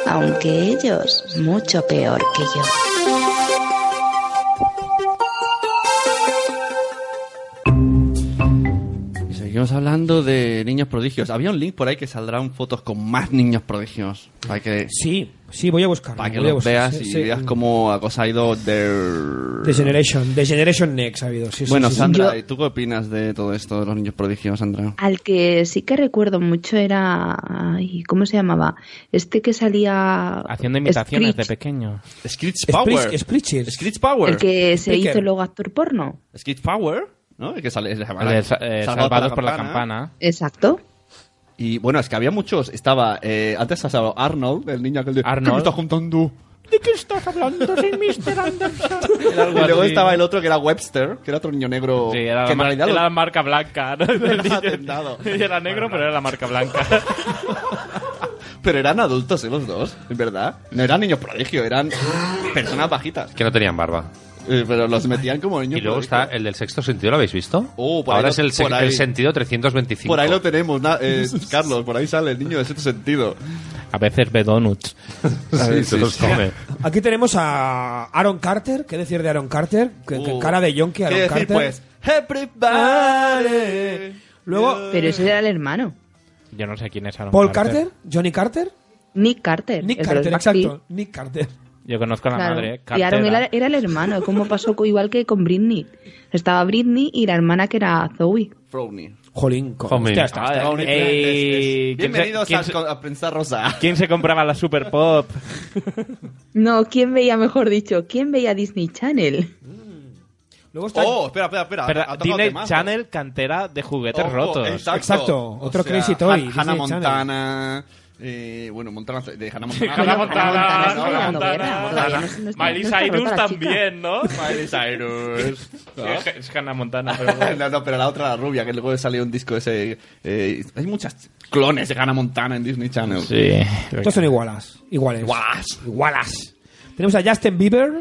Speaker 17: Aunque ellos mucho peor que yo.
Speaker 8: Y seguimos hablando de niños prodigios. Había un link por ahí que saldrán fotos con más niños prodigios. Para que,
Speaker 14: sí, sí, voy a buscarlo.
Speaker 8: Para que
Speaker 14: voy a
Speaker 8: los
Speaker 14: buscar,
Speaker 8: veas
Speaker 14: sí,
Speaker 8: y
Speaker 14: sí.
Speaker 8: veas cómo la cosa ha ido
Speaker 14: The
Speaker 8: de...
Speaker 14: Generation. The Generation Next ha habido. Sí, sí,
Speaker 8: Bueno,
Speaker 14: sí, sí.
Speaker 8: Sandra, ¿y ¿tú qué opinas de todo esto de los niños prodigios, Sandra?
Speaker 6: Al que sí que recuerdo mucho era. ay, ¿Cómo se llamaba? Este que salía.
Speaker 9: Haciendo imitaciones
Speaker 6: Screech,
Speaker 9: de pequeño.
Speaker 8: Screech
Speaker 9: Power.
Speaker 8: Screech Power.
Speaker 6: El que se hizo luego actor porno.
Speaker 8: Screech Power, ¿no? El que sale... El de,
Speaker 9: de Sa- eh, Salvados por la Campana.
Speaker 6: Exacto.
Speaker 8: Y bueno, es que había muchos. Estaba, eh, antes ha estado Arnold, el niño aquel de. ¿Qué me estás contando?
Speaker 5: ¿De qué estás hablando, soy Mr. Anderson?
Speaker 8: Y luego estaba el otro que era Webster, que era otro niño negro.
Speaker 9: Sí, era,
Speaker 8: que
Speaker 9: la,
Speaker 8: en
Speaker 9: mar-
Speaker 8: realidad lo-
Speaker 9: era la marca blanca. ¿no?
Speaker 8: Era
Speaker 9: Del-
Speaker 8: atentado.
Speaker 9: Era negro, pero era la marca blanca.
Speaker 8: Pero eran adultos, ¿eh? Los dos, en verdad. No eran niños prodigio, eran personas bajitas.
Speaker 1: Que no tenían barba.
Speaker 8: Eh, pero los metían como niños.
Speaker 1: Y luego está el del sexto sentido, ¿lo habéis visto?
Speaker 8: Oh, por ahí
Speaker 1: Ahora
Speaker 8: lo-
Speaker 1: es el, se-
Speaker 8: por ahí.
Speaker 1: el sentido 325.
Speaker 8: Por ahí lo tenemos, na- eh, Carlos, por ahí sale el niño de ese sentido.
Speaker 9: A veces ve donuts.
Speaker 8: A ver, se los come.
Speaker 14: Aquí tenemos a Aaron Carter. ¿Qué decir de Aaron Carter? Que- que cara de yonki
Speaker 8: Uh, ¿Qué
Speaker 14: Aaron
Speaker 8: decir,
Speaker 14: Carter.
Speaker 8: pues?
Speaker 14: Luego-
Speaker 6: Pero ese era el hermano.
Speaker 9: Yo no sé quién es Aaron
Speaker 14: Paul
Speaker 9: Carter.
Speaker 14: Carter, Johnny Carter.
Speaker 6: Nick Carter.
Speaker 14: Nick
Speaker 6: el de los
Speaker 14: Carter,
Speaker 6: Backstreet.
Speaker 14: exacto. Nick Carter.
Speaker 9: Yo conozco a la
Speaker 6: Claro.
Speaker 9: madre.
Speaker 6: Y Aaron
Speaker 9: Cartera.
Speaker 6: era, era el hermano, como pasó co- igual que con Britney. Estaba Britney y la hermana que era Zoe.
Speaker 8: Brownie.
Speaker 14: Jolín. co-
Speaker 9: Homie.
Speaker 14: Hostia,
Speaker 8: Ah,
Speaker 14: está- está-
Speaker 8: Brownie
Speaker 9: Ey,
Speaker 8: Flandes.
Speaker 9: ¿quién se-
Speaker 8: eh, Bienvenidos
Speaker 9: quién
Speaker 8: al
Speaker 9: se-
Speaker 8: co- a Prensa Rosa.
Speaker 9: ¿Quién se compraba la Super Pop?
Speaker 6: No, ¿quién veía, mejor dicho, quién veía Disney Channel?
Speaker 14: Luego
Speaker 9: está-
Speaker 8: Oh, espera, espera, espera.
Speaker 9: Pero
Speaker 8: Ha tocado
Speaker 9: Disney
Speaker 8: temazo.
Speaker 9: Channel cantera de juguetes
Speaker 8: Ojo,
Speaker 9: rotos.
Speaker 8: Exacto.
Speaker 14: otro
Speaker 8: O sea,
Speaker 14: Crazy Toy,
Speaker 8: Han- Hannah
Speaker 14: Disney Channel.
Speaker 8: Montana. eh, bueno, Montana de Hannah Montana.
Speaker 9: Hannah Montana,
Speaker 8: ¿no?
Speaker 9: Hannah
Speaker 8: Hannah
Speaker 9: Montana. Miley Cyrus también, ¿no?
Speaker 8: Miley Cyrus. ¿no?
Speaker 9: Sí, Es Hannah Montana, pero bueno.
Speaker 8: no, no, pero la otra, la rubia, que luego salió un disco ese. eh, hay muchas clones de Hannah Montana en Disney Channel.
Speaker 9: Sí.
Speaker 14: Todos son igualas. Iguales.
Speaker 8: Igualas.
Speaker 14: Igualas. Tenemos a Justin Bieber.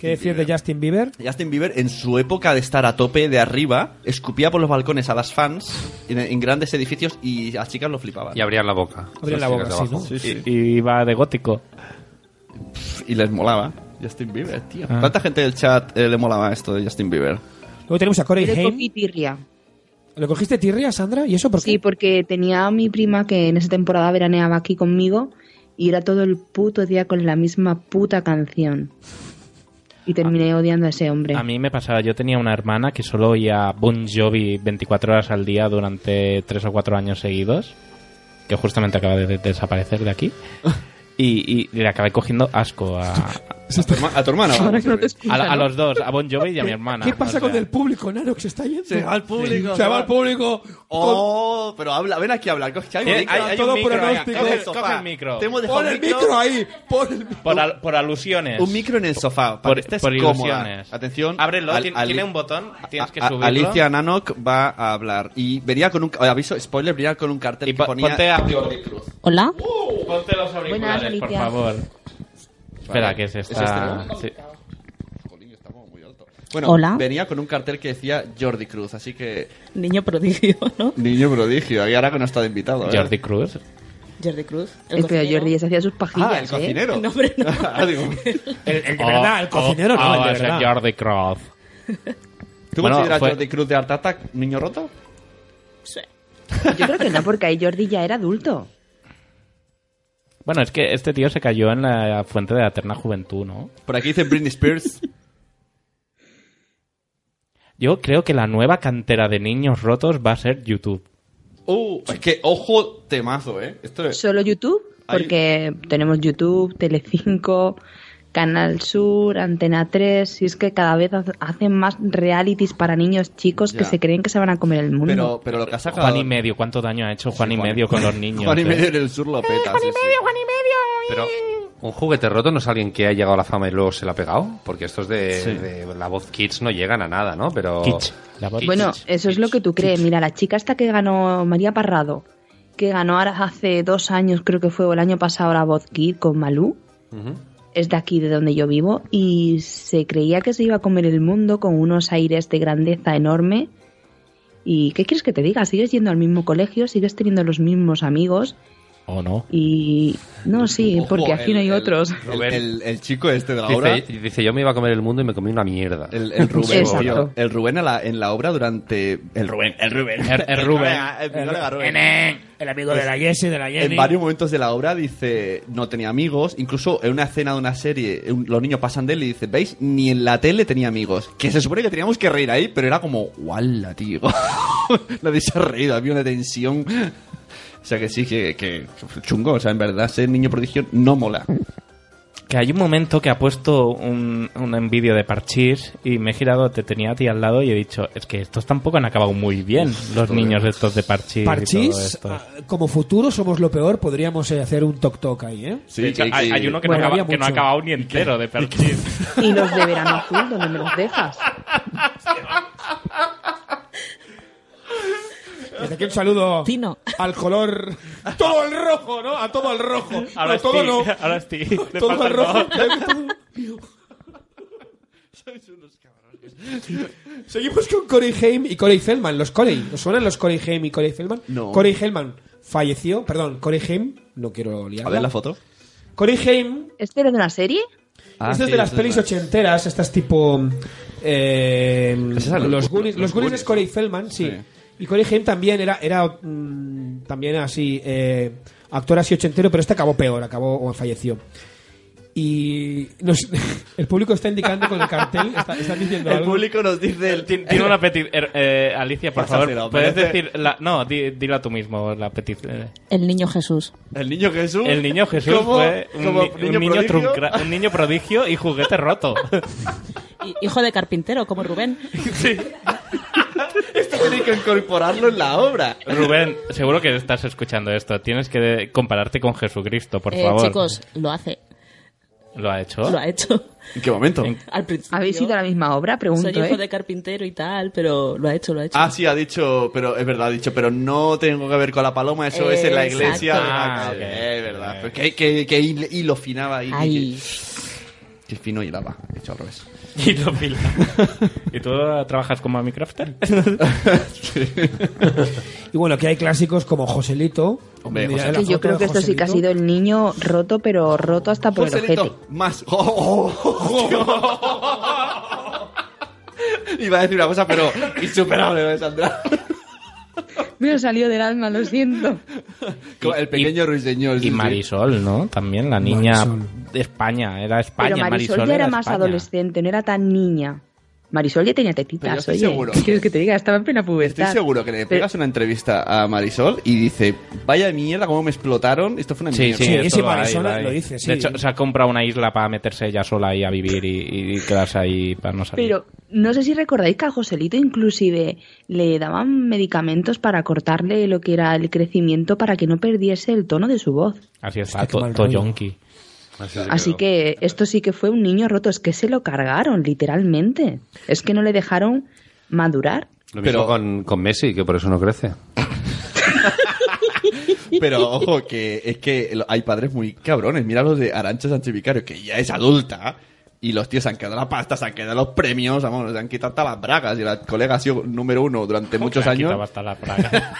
Speaker 14: ¿Qué decir de Justin Bieber?
Speaker 8: Justin Bieber, en su época de estar a tope de arriba, escupía por los balcones a las fans en, en grandes edificios y las chicas lo flipaban.
Speaker 1: Y abrían la boca.
Speaker 14: Abrían la
Speaker 1: Las
Speaker 14: boca,
Speaker 1: chicas de
Speaker 14: sí,
Speaker 1: abajo.
Speaker 14: ¿no?
Speaker 9: Y va de gótico.
Speaker 8: Y les molaba. Justin Bieber, tío.
Speaker 9: Ah.
Speaker 8: ¿Cuánta gente del chat eh, le molaba esto de Justin Bieber?
Speaker 14: Luego tenemos a Corey
Speaker 6: Yo le
Speaker 14: Haim.
Speaker 6: cogí tirria.
Speaker 14: ¿Le cogiste tirria, Sandra? ¿Y eso por qué?
Speaker 6: Sí, porque tenía a mi prima que en esa temporada veraneaba aquí conmigo y era todo el puto día con la misma puta canción. Y
Speaker 8: Ah.
Speaker 6: terminé odiando a ese hombre.
Speaker 9: A mí me pasaba, yo tenía una hermana que solo oía Bon Jovi 24 horas al día durante 3 o 4 años seguidos, que justamente acaba de de- desaparecer de aquí. Y, y le acabé cogiendo asco a,
Speaker 8: ¿A tu, herma- a tu hermana? vamos, eh.
Speaker 9: a, la- a los dos, a Bon Jovi y a mi hermana.
Speaker 14: ¿Qué pasa
Speaker 9: O sea,
Speaker 14: con el público, Nano, que se está yendo?
Speaker 8: Se va al público.
Speaker 14: Se va al público.
Speaker 8: Oh, pero habla, ven aquí a hablar. Coge, hay un
Speaker 9: Eh,
Speaker 8: micro,
Speaker 9: hay- hay
Speaker 8: todo
Speaker 9: un micro,
Speaker 8: pronóstico.
Speaker 9: venga,
Speaker 8: Coge
Speaker 9: coge-
Speaker 8: el sofá.
Speaker 9: coge el micro.
Speaker 8: Te hemos dejado
Speaker 14: Pon
Speaker 8: un
Speaker 14: el micro ahí. Pon el
Speaker 9: por, al- por alusiones.
Speaker 8: Un micro en el sofá, para
Speaker 9: Por-
Speaker 8: que estés
Speaker 9: por
Speaker 8: cómoda.
Speaker 9: ilusiones.
Speaker 8: Atención.
Speaker 9: Ábrelo,
Speaker 8: Al-
Speaker 9: tiene,
Speaker 8: Ali-
Speaker 9: tiene un botón, tienes que
Speaker 8: A-
Speaker 9: subirlo.
Speaker 8: Alicia Nanok va a hablar. Y venía con un... eh, Aviso, spoiler, venía con un cartel que ponía...
Speaker 9: ponte a-
Speaker 17: Hola.
Speaker 4: Uh,
Speaker 9: Ponte los
Speaker 17: Buenas,
Speaker 9: auriculares, por
Speaker 17: Alicia.
Speaker 9: favor. Espera, que se
Speaker 8: ¿Es
Speaker 9: está...
Speaker 8: este,
Speaker 9: sí.
Speaker 8: Bueno,
Speaker 17: Hola.
Speaker 8: venía con un cartel que decía Jordi Cruz, así que...
Speaker 17: Niño prodigio, ¿no?
Speaker 8: Niño prodigio, y ahora que no está de invitado. ¿eh?
Speaker 9: Jordi Cruz.
Speaker 17: Jordi Cruz.
Speaker 6: El pero
Speaker 17: cocinero.
Speaker 6: Jordi se hacía sus pajillas,
Speaker 8: Ah, el
Speaker 6: ¿eh?
Speaker 8: cocinero.
Speaker 17: No, hombre, no.
Speaker 8: Ah, digo,
Speaker 14: El, el de verdad, el cocinero no, el de
Speaker 9: Oh, es el
Speaker 14: verdad.
Speaker 9: Jordi Cruz.
Speaker 8: ¿Tú
Speaker 9: Bueno,
Speaker 8: consideras
Speaker 9: fue-
Speaker 8: Jordi Cruz de Art Attack niño roto?
Speaker 17: Yo creo que no, porque ahí Jordi ya era adulto.
Speaker 9: Bueno, es que este tío se cayó en la fuente de la eterna juventud, ¿no?
Speaker 8: Por aquí dice Britney Spears.
Speaker 9: Yo creo que la nueva cantera de niños rotos va a ser YouTube.
Speaker 8: Uh, es que ojo temazo, ¿eh? Esto es...
Speaker 6: Solo YouTube,
Speaker 8: Ahí-
Speaker 6: porque tenemos YouTube, Telecinco, Canal Sur, Antena 3, y es que cada vez haz- hacen más realities para niños chicos
Speaker 9: Ya.
Speaker 6: que se creen que se van a comer el mundo.
Speaker 8: pero lo que ha sacado-
Speaker 9: Juan y medio, ¿cuánto daño ha hecho Juan y medio con los niños?
Speaker 8: Juan y
Speaker 9: eh?
Speaker 8: medio en el sur lo peta. sí, sí.
Speaker 1: Pero un juguete roto no es alguien que ha llegado a la fama y luego se la ha pegado, porque estos de,
Speaker 6: Sí.
Speaker 1: de la voz Kids no llegan a nada, ¿no? Pero
Speaker 9: Kids, la voz
Speaker 6: Bueno, eso es lo que tú crees. Mira, la chica esta que ganó María Parrado, que ganó ahora hace dos años, creo que fue o el año pasado, la voz Kid con Malú, es de aquí, de donde yo vivo, y se creía que se iba a comer el mundo con unos aires de grandeza enorme. ¿Y qué quieres que te diga? Sigues yendo al mismo colegio, sigues teniendo los mismos amigos
Speaker 9: ¿O no?
Speaker 6: y... No, sí, porque aquí no hay otros.
Speaker 8: El, el- el chico este de la obra.
Speaker 1: Dice, dice, yo me iba a comer el mundo y me comí una mierda.
Speaker 8: El, el Rubén,
Speaker 1: Exacto.
Speaker 8: tío. El Rubén a la- en la obra durante. eh, El Rubén, el Rubén.
Speaker 1: El- el Rubén.
Speaker 8: El, colega Rubén.
Speaker 10: Nene, el amigo de la Jessie, de la Jenny.
Speaker 8: En varios momentos de la obra dice, no tenía amigos. Incluso en una escena de una serie, un- los niños pasan de él y dicen, ¿veis? Ni en la tele tenía amigos. Que se supone que teníamos que reír ahí, pero era como, ¡wala, tío! Nadie se ha reído, había una tensión. O sea que sí, que, que chungo. O sea, en verdad, ser niño prodigio no mola.
Speaker 9: Que hay un momento que ha puesto un, un vídeo de Parchís y me he girado, te tenía a ti al lado y he dicho, es que estos tampoco han acabado muy bien, los niños estos de Parchís. y todo
Speaker 14: Parchís,
Speaker 9: esto.
Speaker 14: ah, como futuro somos lo peor, podríamos eh, hacer un toc toc ahí, ¿eh?
Speaker 9: De hecho, hay, hay uno que, no acaba- que no ha acabado ni entero de Parchís.
Speaker 6: Y los de verano azul, donde me los dejas.
Speaker 14: Desde aquí un saludo
Speaker 6: Tino.
Speaker 14: al color. Todo el rojo, ¿no? A todo el rojo.
Speaker 9: Ahora
Speaker 14: No,
Speaker 9: es
Speaker 14: todo
Speaker 9: ti,
Speaker 14: no.
Speaker 9: ahora es ti. Le
Speaker 14: Todo
Speaker 9: falta
Speaker 14: el
Speaker 9: el
Speaker 14: rojo. Seguimos con Corey Haim y Corey Feldman, los Corey. ¿Os suenan los Corey Haim y Corey Feldman?
Speaker 8: No.
Speaker 14: Corey Feldman falleció, perdón, Corey Haim, no quiero liarla.
Speaker 8: A ver la foto.
Speaker 14: Corey Haim,
Speaker 6: ¿Este era de una serie?
Speaker 9: Ah,
Speaker 8: Ah,
Speaker 9: este
Speaker 14: esto es de las pelis ochenteras, estas tipo... eh,
Speaker 8: esa, los-
Speaker 14: los Goonies,
Speaker 8: los
Speaker 14: los Goonies
Speaker 8: Goonies.
Speaker 14: es Corey Feldman, sí. Y Corey Haim también era, era mm, también así, eh, actor así ochentero, pero este acabó peor, acabó o falleció. Y nos- el público está indicando con el cartel, está, está diciendo algo.
Speaker 8: nos dice...
Speaker 9: Tiene una petición. Alicia, por
Speaker 8: Pásaselo,
Speaker 9: favor, puedes
Speaker 8: parece-
Speaker 9: decir. La... No, di- dila tú mismo, la petición.
Speaker 18: El niño Jesús.
Speaker 8: El niño Jesús.
Speaker 9: El niño Jesús
Speaker 18: Como-
Speaker 9: fue un,
Speaker 18: como
Speaker 9: ni- un
Speaker 18: niño
Speaker 9: niño
Speaker 18: prodigio.
Speaker 9: truncra- un niño prodigio y juguete roto.
Speaker 18: Hi- Hijo de carpintero, como Rubén.
Speaker 8: Esto tiene que incorporarlo en la obra.
Speaker 9: Rubén, seguro que estás escuchando esto. Tienes que compararte con Jesucristo, por
Speaker 18: Eh,
Speaker 9: favor.
Speaker 18: Chicos, lo hace.
Speaker 9: ¿Lo ha hecho?
Speaker 18: Lo ha hecho.
Speaker 8: ¿En qué momento?
Speaker 18: Al principio.
Speaker 6: ¿Habéis ido a la misma obra? Pregunto,
Speaker 18: Soy hijo
Speaker 6: ¿eh?
Speaker 18: de carpintero y tal, pero lo ha hecho, lo ha hecho.
Speaker 8: Ah, sí, ha dicho, pero es verdad, ha dicho, pero no tengo que ver con la paloma, eso es en la
Speaker 18: Exacto.
Speaker 8: iglesia. de la-
Speaker 18: Ah, ok.
Speaker 8: Es verdad, pero que, que, que hil- hilo finaba ahí.
Speaker 18: Ay.
Speaker 8: Que, que fino hilaba, he hecho al revés.
Speaker 9: Y lo pila. ¿Y tú trabajas como Mami Crafter?
Speaker 14: Y bueno, aquí hay clásicos como Joselito.
Speaker 9: Hombre,
Speaker 14: Mira
Speaker 9: Joselito.
Speaker 14: la
Speaker 6: Que yo
Speaker 14: foto
Speaker 6: creo
Speaker 14: de
Speaker 6: que esto sí que ha
Speaker 14: Joselito.
Speaker 6: sido el niño roto, pero roto hasta por el ojete.
Speaker 8: Joselito, más. Oh, oh, oh. Iba a decir una cosa, pero insuperable, ¿no, Sandra?
Speaker 6: Me ha salido del alma, lo siento.
Speaker 8: Como El pequeño ruiseñor.
Speaker 9: Y Marisol, ¿no? También la niña
Speaker 8: Marisol.
Speaker 9: de España. Era España.
Speaker 6: pero Marisol, ya era, más
Speaker 9: España.
Speaker 6: adolescente, no era tan niña. Marisol ya tenía tetitas,
Speaker 8: Pero yo estoy
Speaker 6: oye.
Speaker 8: seguro.
Speaker 6: ¿Qué quieres que te diga? Estaba en plena pubertad.
Speaker 8: Estoy seguro que le
Speaker 6: Pero-
Speaker 8: pegas una entrevista a Marisol y dice, vaya mierda, cómo me explotaron, esto fue una
Speaker 9: Sí,
Speaker 8: mierda.
Speaker 9: sí, esto va ahí, va ahí.
Speaker 8: dices
Speaker 9: De hecho, se ha comprado una isla para meterse ella sola ahí a vivir y, y quedarse ahí para no salir.
Speaker 6: Pero no sé si recordáis que a Joselito inclusive le daban medicamentos para cortarle lo que era el crecimiento para que no perdiese el tono de su voz.
Speaker 9: Así está,
Speaker 6: qué mal
Speaker 9: to,
Speaker 6: rollo.
Speaker 9: Toyonki.
Speaker 6: Así que esto sí que fue un niño roto, es que se lo cargaron, literalmente. Es que no le dejaron madurar.
Speaker 1: Lo mismo con, con Messi, que por eso no crece.
Speaker 8: Pero ojo, que es que lo- hay padres muy cabrones. Mira los de Arancha Sánchez Vicario, que ya es adulta. Y los tíos se han quedado la pasta, se han quedado los premios, vamos, se han quitado hasta las bragas. Y la colega ha sido número uno durante muchos
Speaker 9: Aquí
Speaker 8: años.
Speaker 9: estaba hasta la Praga.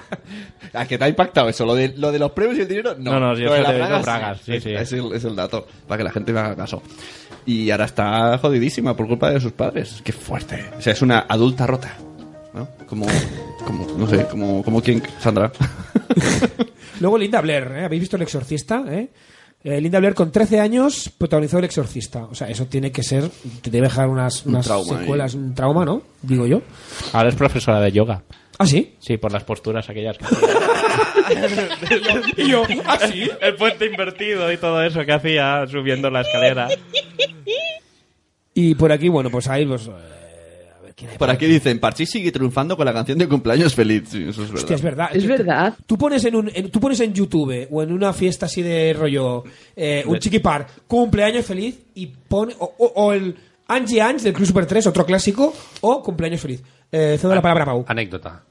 Speaker 8: ¿A qué te ha impactado eso? ¿Lo de, lo de los premios y el dinero? No,
Speaker 9: No, no, yo
Speaker 8: Lo
Speaker 9: solo
Speaker 8: de las
Speaker 9: he visto
Speaker 8: bragas,
Speaker 9: bragas, sí,
Speaker 8: es,
Speaker 9: sí.
Speaker 8: es el, es el dato, para que la gente me haga caso. Y ahora está jodidísima por culpa de sus padres. Qué fuerte. O sea, es una adulta rota. ¿no? Como, como, no sé, como, como quien, Sandra.
Speaker 14: Luego Linda Blair, ¿eh? ¿habéis visto El Exorcista? ¿Eh? Eh, Linda Blair con 13 años protagonizó El Exorcista. O sea, eso tiene que ser, te debe dejar unas,
Speaker 9: Un
Speaker 14: unas
Speaker 9: trauma ahí.
Speaker 14: secuelas, un trauma, ¿no? Digo yo.
Speaker 9: Ahora es profesora de yoga.
Speaker 14: ¿Ah, sí?
Speaker 9: Sí, por las posturas aquellas. que-
Speaker 14: y yo, ¿ah, sí?
Speaker 9: El puente invertido y todo eso que hacía subiendo la escalera.
Speaker 14: Y por aquí, bueno, pues ahí pues,
Speaker 8: Por aquí dicen, Parchi sigue triunfando con la canción de cumpleaños feliz. Sí, eso es verdad.
Speaker 14: Hostia, es verdad. Es verdad. Tú pones en, un, en- tú pones en YouTube o en una fiesta así de rollo eh, un
Speaker 8: Le-
Speaker 14: chiquipar, cumpleaños feliz y pone. O, o- o el Angie Ange del Club Super 3, otro clásico, o cumpleaños feliz. Eh, cedo
Speaker 9: Ah.
Speaker 14: la palabra a Pau.
Speaker 1: Anécdota.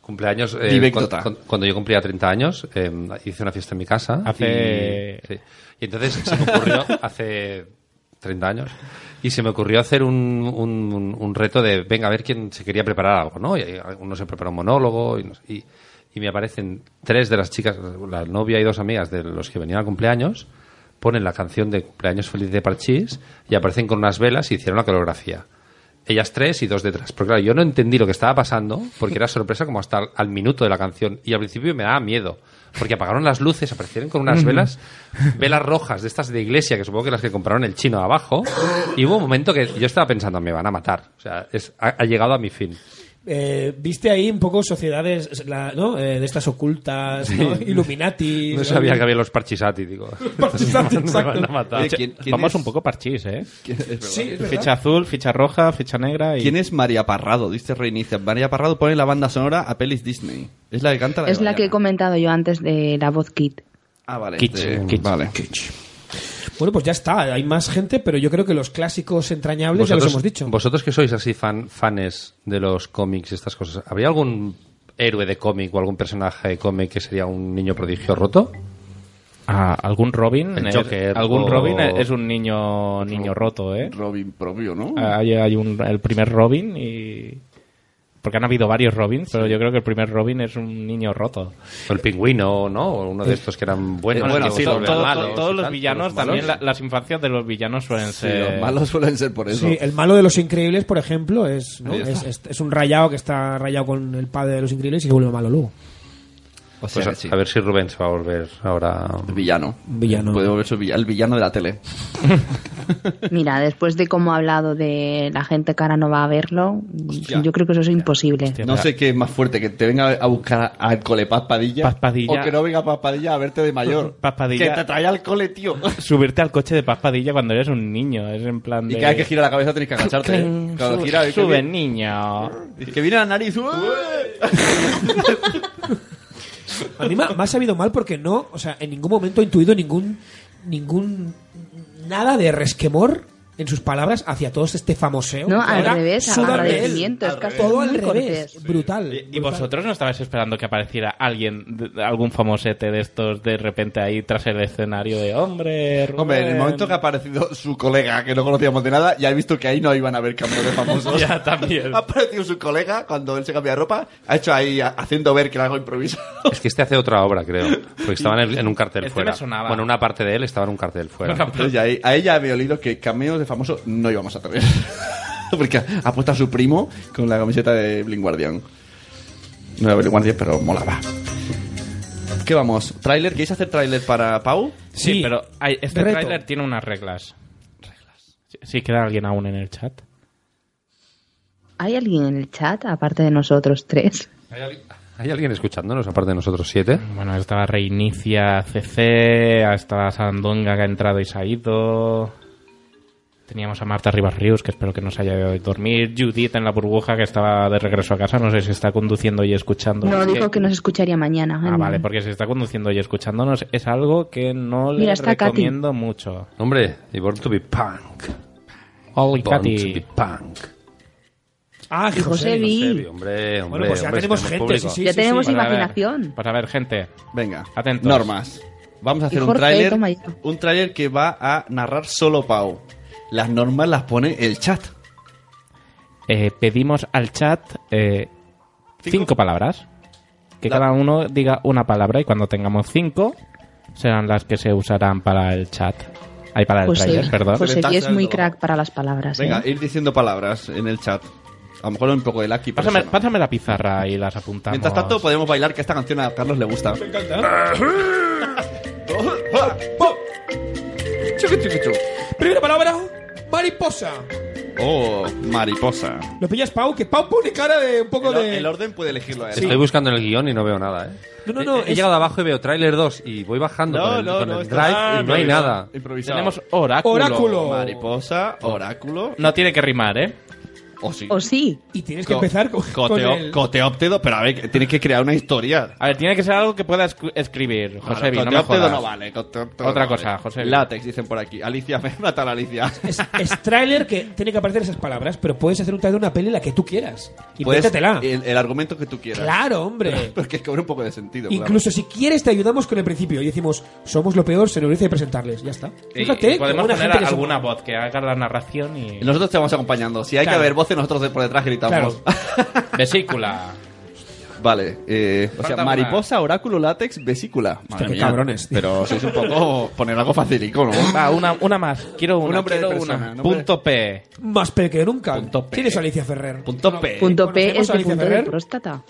Speaker 1: Cumpleaños. eh,
Speaker 8: Divectota.
Speaker 1: cuan- cuan- cuando yo cumplía 30 años, eh, hice una fiesta en mi casa.
Speaker 9: Hace-
Speaker 1: Y, sí. Y entonces se me ocurrió, hace 30 años, y se me ocurrió hacer un, un- un- un reto de, venga, a ver quién se quería preparar algo, ¿no? Y uno se prepara un monólogo y, no sé- y- y me aparecen tres de las chicas, la novia y dos amigas de los que venían al cumpleaños, ponen la canción de cumpleaños feliz de Parchís y aparecen con unas velas y hicieron la coreografía ellas tres y dos detrás. Porque claro, yo no entendí lo que estaba pasando, porque era sorpresa como hasta al, al minuto de la canción. Y al principio me daba miedo, porque apagaron las luces, aparecieron con unas
Speaker 9: Ujú.
Speaker 1: velas, velas rojas de estas de iglesia, que supongo que las que compraron el chino abajo. Y hubo un momento que yo estaba pensando, me van a matar. O sea, es- ha, ha llegado a mi fin.
Speaker 14: Eh, Viste ahí un poco sociedades la- ¿no? Eh, de estas ocultas, ¿no?
Speaker 1: Sí.
Speaker 14: Illuminati.
Speaker 1: No sabía que había los parchisati, digo.
Speaker 14: Parchisati,
Speaker 1: me
Speaker 14: exacto.
Speaker 1: van a matar.
Speaker 8: Eh, ¿quién- quién
Speaker 9: Vamos
Speaker 8: es?
Speaker 9: un poco parchís, ¿eh?
Speaker 8: Sí, es verdad.
Speaker 9: ficha azul, ficha roja, ficha negra y...
Speaker 8: ¿Quién es María Parrado? Dice Reinicia. María Parrado pone la banda sonora a pelis Disney. Es la que canta la de
Speaker 6: Es la
Speaker 8: Bayana.
Speaker 6: que he comentado yo antes de la voz kit.
Speaker 8: Ah, vale.
Speaker 6: Kitsch,
Speaker 8: de-
Speaker 6: kitsch.
Speaker 8: Vale.
Speaker 14: Bueno, pues ya está. Hay más gente, pero yo creo que los clásicos entrañables ya los hemos dicho.
Speaker 1: vosotros que sois así fan, fanes de los cómics y estas cosas, ¿habría algún héroe de cómic o algún personaje de cómic que sería un niño prodigio roto?
Speaker 9: Ah, algún Robin...
Speaker 1: El
Speaker 9: es-
Speaker 1: Joker
Speaker 9: Algún
Speaker 1: o-
Speaker 9: Robin eh, es un niño niño roto, ¿eh? Ah,
Speaker 8: Robin propio, ¿no?
Speaker 9: Hay, hay un, el primer Robin y... Porque han habido varios Robins, pero yo creo que el primer Robin es un niño roto.
Speaker 1: O el pingüino, ¿no? O uno de estos que eran buenos.
Speaker 9: Eh,
Speaker 8: Eh,
Speaker 9: Bueno,
Speaker 1: que
Speaker 9: sí,
Speaker 1: se
Speaker 9: todo-
Speaker 1: volvían
Speaker 9: todo-
Speaker 1: malos
Speaker 9: todos
Speaker 1: y
Speaker 9: los
Speaker 1: tal,
Speaker 9: villanos
Speaker 1: todos los
Speaker 9: también,
Speaker 1: malos.
Speaker 9: la- las infancias de los villanos suelen
Speaker 8: Sí,
Speaker 9: ser...
Speaker 8: los malos suelen ser por eso.
Speaker 14: Sí, el malo de Los Increíbles, por ejemplo, es, ¿no?
Speaker 8: Ahí está.
Speaker 14: es, es- es un rayado que está rayado con el padre de Los Increíbles y se vuelve malo luego.
Speaker 1: Pues a, a ver si Rubén se va a volver ahora...
Speaker 8: Villano.
Speaker 14: Villano.
Speaker 8: Puede volverse vill- el villano de la tele.
Speaker 6: Mira, después de cómo ha hablado de la gente cara no va a verlo,
Speaker 8: Hostia.
Speaker 6: yo creo que eso es imposible.
Speaker 8: No sé qué es más fuerte, que te venga a buscar al cole Paz Padilla,
Speaker 9: Paz Padilla.
Speaker 8: o que no venga Paz Padilla a verte de mayor.
Speaker 9: Paz Padilla.
Speaker 8: Que te traiga al cole, tío.
Speaker 9: Subirte al coche de paspadilla cuando eres un niño, es en plan de...
Speaker 8: Y cada vez que gira la cabeza tenés que agacharte. ¿eh? Cuando
Speaker 9: Sube,
Speaker 8: gira,
Speaker 9: sube,
Speaker 8: que,
Speaker 9: niño.
Speaker 8: que viene la nariz. ¡uh! ¡Ué!
Speaker 14: A mí me, ha- me ha sabido mal porque no, o sea, en ningún momento he intuido ningún, ningún, nada de resquemor en sus palabras hacia todo este famoseo.
Speaker 6: No,
Speaker 14: que
Speaker 6: al
Speaker 14: ahora
Speaker 6: revés,
Speaker 14: sudan de él.
Speaker 6: agradecimiento, es casi
Speaker 14: Todo al
Speaker 6: muy
Speaker 14: revés.
Speaker 6: cortés.
Speaker 14: Brutal.
Speaker 9: ¿Y vosotros no estabais esperando que apareciera alguien, de- algún famosete de estos de repente ahí tras el escenario de hombre? Rubén"?
Speaker 8: Hombre, en el momento que ha aparecido su colega, que no conocíamos de nada, ya he visto que ahí no iban a haber cambios de famosos.
Speaker 9: Ya, también.
Speaker 8: Ha aparecido su colega cuando él se cambia de ropa, ha hecho ahí a- haciendo ver que era algo improvisado.
Speaker 1: Es que este hace otra obra, creo. Porque estaba en, el- en un cartel
Speaker 8: Este
Speaker 1: fuera.
Speaker 8: me sonaba.
Speaker 1: Bueno, una parte de él estaba en un cartel fuera.
Speaker 8: Entonces, ya ahí- a ella había olido que cameos de famoso no íbamos a tener. Porque ha puesto a su primo con la camiseta de Blink Guardian. No era Blink Guardian, pero molaba. ¿Qué vamos? ¿Tráiler? ¿Queréis hacer tráiler para Pau?
Speaker 9: Sí, pero hay- este
Speaker 8: Reto.
Speaker 9: tráiler tiene unas reglas. Sí, Sí, queda alguien aún en el chat.
Speaker 6: ¿Hay alguien en el chat, aparte de nosotros tres?
Speaker 1: ¿Hay alguien escuchándonos aparte de nosotros siete?
Speaker 9: Bueno, estaba Reinicia CC, estaba Sandonga que ha entrado y se ha ido. Teníamos a Marta Rivas Rius, que espero que no se haya ido a dormir. Judith en la burbuja, que estaba de regreso a casa. No sé si está conduciendo y escuchando.
Speaker 6: No,
Speaker 9: Es
Speaker 6: dijo que nos escucharía mañana.
Speaker 9: Ah, vale, porque si está conduciendo y escuchándonos es algo que no
Speaker 6: Mira,
Speaker 9: le
Speaker 6: está Katy.
Speaker 9: recomiendo mucho.
Speaker 1: Hombre, y Born to be Punk.
Speaker 9: Holy
Speaker 1: Born
Speaker 9: Katy.
Speaker 1: to be Punk.
Speaker 14: Ah,
Speaker 6: Y Josebi.
Speaker 1: Josebi, hombre, hombre.
Speaker 9: Bueno, pues ya
Speaker 1: hombre,
Speaker 9: tenemos gente,
Speaker 1: público.
Speaker 6: sí, Ya sí, tenemos sí.
Speaker 9: Pues a ver,
Speaker 6: imaginación.
Speaker 9: Pues a ver, gente.
Speaker 8: Venga.
Speaker 9: Atentos.
Speaker 8: Normas. Vamos a hacer
Speaker 6: Y
Speaker 8: un
Speaker 6: Jorge,
Speaker 8: tráiler.
Speaker 6: toma ya.
Speaker 8: Un tráiler que va a narrar solo Pau. Las normas las pone el chat.
Speaker 9: Eh, pedimos al chat eh, cinco. palabras. Que
Speaker 8: La-
Speaker 9: cada uno diga una palabra y cuando tengamos cinco serán las que se usarán para el chat. Ahí para el
Speaker 6: Josebi
Speaker 9: trailer, perdón.
Speaker 6: Josebi es muy crack para las palabras.
Speaker 8: Venga,
Speaker 6: ¿eh?
Speaker 8: ir diciendo palabras en el chat. A lo mejor un poco de lucky. pero
Speaker 9: Pásame,
Speaker 8: eso no.
Speaker 9: pásame la pizarra y las apuntamos.
Speaker 8: Mientras tanto, podemos bailar que esta canción a Carlos le gusta. Me encanta.
Speaker 14: Chucu, chucu, chucu. Primera palabra, mariposa.
Speaker 8: Oh, mariposa.
Speaker 14: Lo pillas Pau, que Pau pone cara de un poco
Speaker 8: El, or-
Speaker 14: de...
Speaker 8: el orden pues. puede elegirlo a él.
Speaker 1: Estoy buscando en el guión y no veo nada, ¿eh?
Speaker 14: No, no, no,
Speaker 1: He, he
Speaker 14: es-
Speaker 1: llegando abajo y veo trailer 2 y voy bajando
Speaker 8: No,
Speaker 1: con el,
Speaker 8: no,
Speaker 1: con
Speaker 8: no,
Speaker 1: el
Speaker 8: está-
Speaker 1: drive
Speaker 8: Ah,
Speaker 1: y no hay
Speaker 8: improvisado,
Speaker 1: nada.
Speaker 8: improvisado.
Speaker 1: Tenemos oráculo.
Speaker 8: Mariposa, oráculo.
Speaker 9: No tiene que rimar, ¿eh?
Speaker 8: O sí.
Speaker 6: O sí.
Speaker 14: Y tienes
Speaker 8: que Co- empezar
Speaker 14: con,
Speaker 8: Coteo- Coteóptedo, pero a ver, tienes que crear una historia.
Speaker 9: A ver, tiene que ser algo que pueda escri- escribir, José.
Speaker 8: Claro,
Speaker 9: no me
Speaker 8: coteóptedo
Speaker 9: jodas.
Speaker 8: no vale. coteóptedo
Speaker 9: Otra
Speaker 8: no vale.
Speaker 9: cosa, José.
Speaker 8: Látex, dicen por aquí. Alicia, me mata la Alicia.
Speaker 14: Es trailer que tiene que aparecer esas palabras, pero puedes hacer un trailer de una peli en la que tú quieras.
Speaker 8: Puedes-
Speaker 14: Invéntatela.
Speaker 8: El, el argumento que tú quieras.
Speaker 14: Claro, hombre.
Speaker 8: Porque es que cobra un poco de sentido. claro.
Speaker 14: Incluso si quieres te ayudamos con el principio y decimos, somos lo peor, se nos dice presentarles. Ya está.
Speaker 9: Y- y
Speaker 14: Fíjate,
Speaker 9: podemos
Speaker 14: buena
Speaker 9: poner
Speaker 14: gente que somos.
Speaker 9: alguna voz que haga la narración y.
Speaker 8: Nosotros te vamos acompañando. Si hay
Speaker 9: Claro.
Speaker 8: que haber voces, nosotros de- por detrás gritamos.
Speaker 9: Vesícula.
Speaker 8: Vale. eh, o sea,
Speaker 9: Falta una.
Speaker 8: mariposa, oráculo, látex, vesícula. Madre
Speaker 9: qué
Speaker 8: mía.
Speaker 9: cabrones, tío.
Speaker 8: Pero sois un poco... Poner algo facilico, ¿no?
Speaker 9: Va, una, una más. Quiero una.
Speaker 8: Un nombre de
Speaker 9: quiero
Speaker 8: persona,
Speaker 9: una.
Speaker 8: nombre-
Speaker 9: Punto P.
Speaker 14: Más P que nunca. ¿Quién es Alicia Ferrer?
Speaker 8: Punto P.
Speaker 6: Punto P
Speaker 14: ¿Conocemos
Speaker 6: es
Speaker 14: a
Speaker 6: de
Speaker 14: Alicia
Speaker 6: punto de
Speaker 14: Ferrer?
Speaker 6: próstata.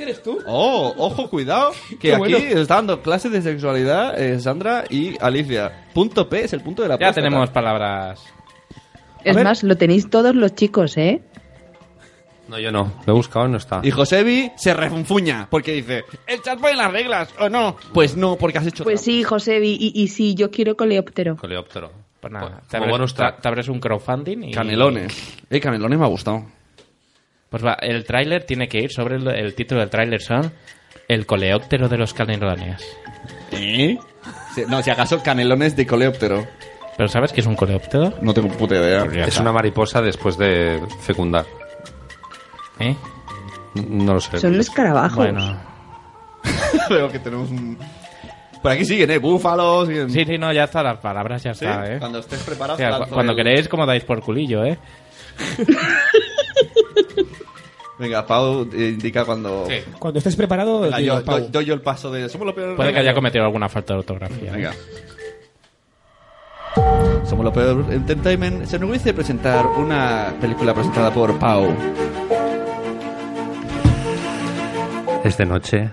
Speaker 14: ¿Eres tú?
Speaker 8: Oh, ojo, cuidado. Que
Speaker 14: Qué bueno.
Speaker 8: aquí está dando clases de sexualidad eh, Sandra y Alicia. Punto P es el punto de la
Speaker 9: Ya
Speaker 8: próstata.
Speaker 9: tenemos palabras.
Speaker 6: Es más, lo tenéis todos los chicos, ¿eh?
Speaker 1: No, yo no. Lo he buscado y no está.
Speaker 8: Y Josebi se refunfuña porque dice: El charpo y las reglas, ¿o no? Pues no, porque has hecho.
Speaker 6: Pues sí, José, y, y- y sí, yo quiero coleóptero.
Speaker 1: Coleóptero.
Speaker 9: Pues nada. Te
Speaker 1: como
Speaker 9: abres,
Speaker 1: bonus track.
Speaker 9: te- te abres un crowdfunding y.
Speaker 8: Canelones. Eh, canelones me ha gustado.
Speaker 9: Pues va, el tráiler tiene que ir sobre el, el título del tráiler son El coleóptero de los canelones.
Speaker 8: ¿Eh? Si- No, si acaso canelones de coleóptero.
Speaker 9: ¿Pero sabes qué es un coleóptero?
Speaker 8: No tengo puta idea.
Speaker 1: Es una mariposa después de fecundar.
Speaker 9: ¿Eh?
Speaker 1: No lo sé.
Speaker 6: Son los escarabajos.
Speaker 1: Bueno.
Speaker 8: Veo que tenemos un. Por aquí siguen, ¿eh? Búfalos. Ah, Siguen...
Speaker 9: Sí, sí, no, ya está, las palabras ya está, ¿eh?
Speaker 8: Cuando estés preparado.
Speaker 9: O sea, cu-
Speaker 8: lanzo
Speaker 9: cuando
Speaker 8: el-
Speaker 9: queréis, como dais por culillo, ¿eh?
Speaker 8: Venga, Pau eh, indica cuando.
Speaker 14: Cuando estés preparado,
Speaker 8: Venga,
Speaker 14: digo,
Speaker 8: yo,
Speaker 14: Pau.
Speaker 8: doy- doy yo el paso de. Somos lo peor.
Speaker 9: Puede que haya cometido alguna falta de ortografía.
Speaker 8: Venga. Somos lo peor Entertainment. Se nos dice presentar una película presentada por Pau.
Speaker 1: Es de noche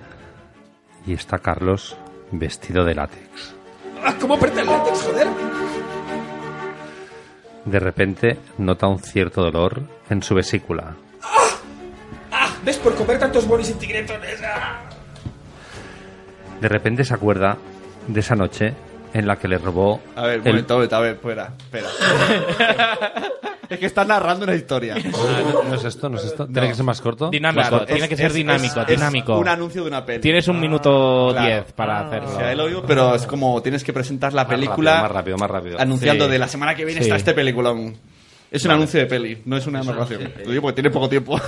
Speaker 1: y está Carlos vestido de látex.
Speaker 14: Ah, ¿Cómo aprieta el látex, joder?
Speaker 1: De repente nota un cierto dolor en su vesícula.
Speaker 14: Ah, ¿Ves por comer tantos bolis intigretones?
Speaker 1: De repente se acuerda de esa noche en la que le robó
Speaker 8: A ver,
Speaker 1: el-
Speaker 8: momento, momento, a ver, espera, espera. es que estás narrando una historia.
Speaker 1: Ah, no, no es esto, no es esto. Tiene
Speaker 8: No.
Speaker 1: que ser más corto.
Speaker 9: Oh. Dinámico,
Speaker 1: Más corto.
Speaker 9: tiene que ser
Speaker 8: es-
Speaker 9: dinámico,
Speaker 8: es- es
Speaker 9: dinámico.
Speaker 8: un anuncio de una peli. Ah,
Speaker 9: Tienes un minuto
Speaker 8: claro. Ah.
Speaker 9: diez para
Speaker 8: O
Speaker 9: hacerlo.
Speaker 8: sea, él lo digo, pero es como tienes que presentar la película
Speaker 1: rápido, Ah. más rápido, más rápido.
Speaker 8: anunciando
Speaker 1: Sí.
Speaker 8: de la semana que viene
Speaker 1: Sí.
Speaker 8: está este peliculón. Es un anuncio de peli, no es una narración. Lo digo porque tiene poco tiempo.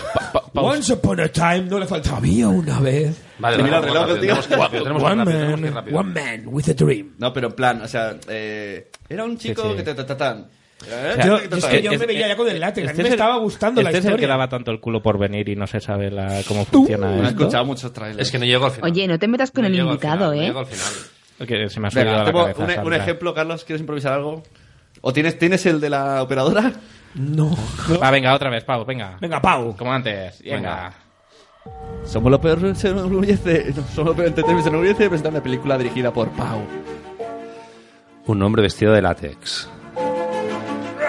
Speaker 14: Once upon a time no le faltaba a mí una vez.
Speaker 8: Se mira el reloj, tío.
Speaker 14: One man, one man with a dream.
Speaker 8: No, pero en plan, o sea, eh, era un chico
Speaker 9: Sí, sí.
Speaker 8: que te tratatan. eh,
Speaker 14: Yo- yo es que yo me veía ya con el látex, a mí me estaba gustando la
Speaker 9: este es el
Speaker 14: historia.
Speaker 9: que daba tanto el culo por venir y no se sabe la- cómo funciona
Speaker 8: No he
Speaker 9: esto.
Speaker 8: escuchado muchos trailers.
Speaker 1: Es que no llego al final.
Speaker 6: Oye, no te metas con el
Speaker 1: llego al
Speaker 6: invitado,
Speaker 1: final,
Speaker 6: ¿eh?
Speaker 1: llego al final.
Speaker 9: Que se me ha subido
Speaker 8: Venga,
Speaker 9: a la
Speaker 8: tengo
Speaker 9: cabeza,
Speaker 8: un- un,
Speaker 9: Sandra.
Speaker 8: ejemplo, Carlos, ¿quieres improvisar algo? ¿O tienes, tienes el de la operadora?
Speaker 14: No.
Speaker 9: Va, venga, otra vez, Pau, venga.
Speaker 14: Venga, Pau.
Speaker 9: Como antes, venga.
Speaker 8: Somos lo peor, se enorgullece. no, Somos lo peor, entretenimiento se enorgullece presentar una película dirigida por Pau.
Speaker 1: Un hombre vestido de látex.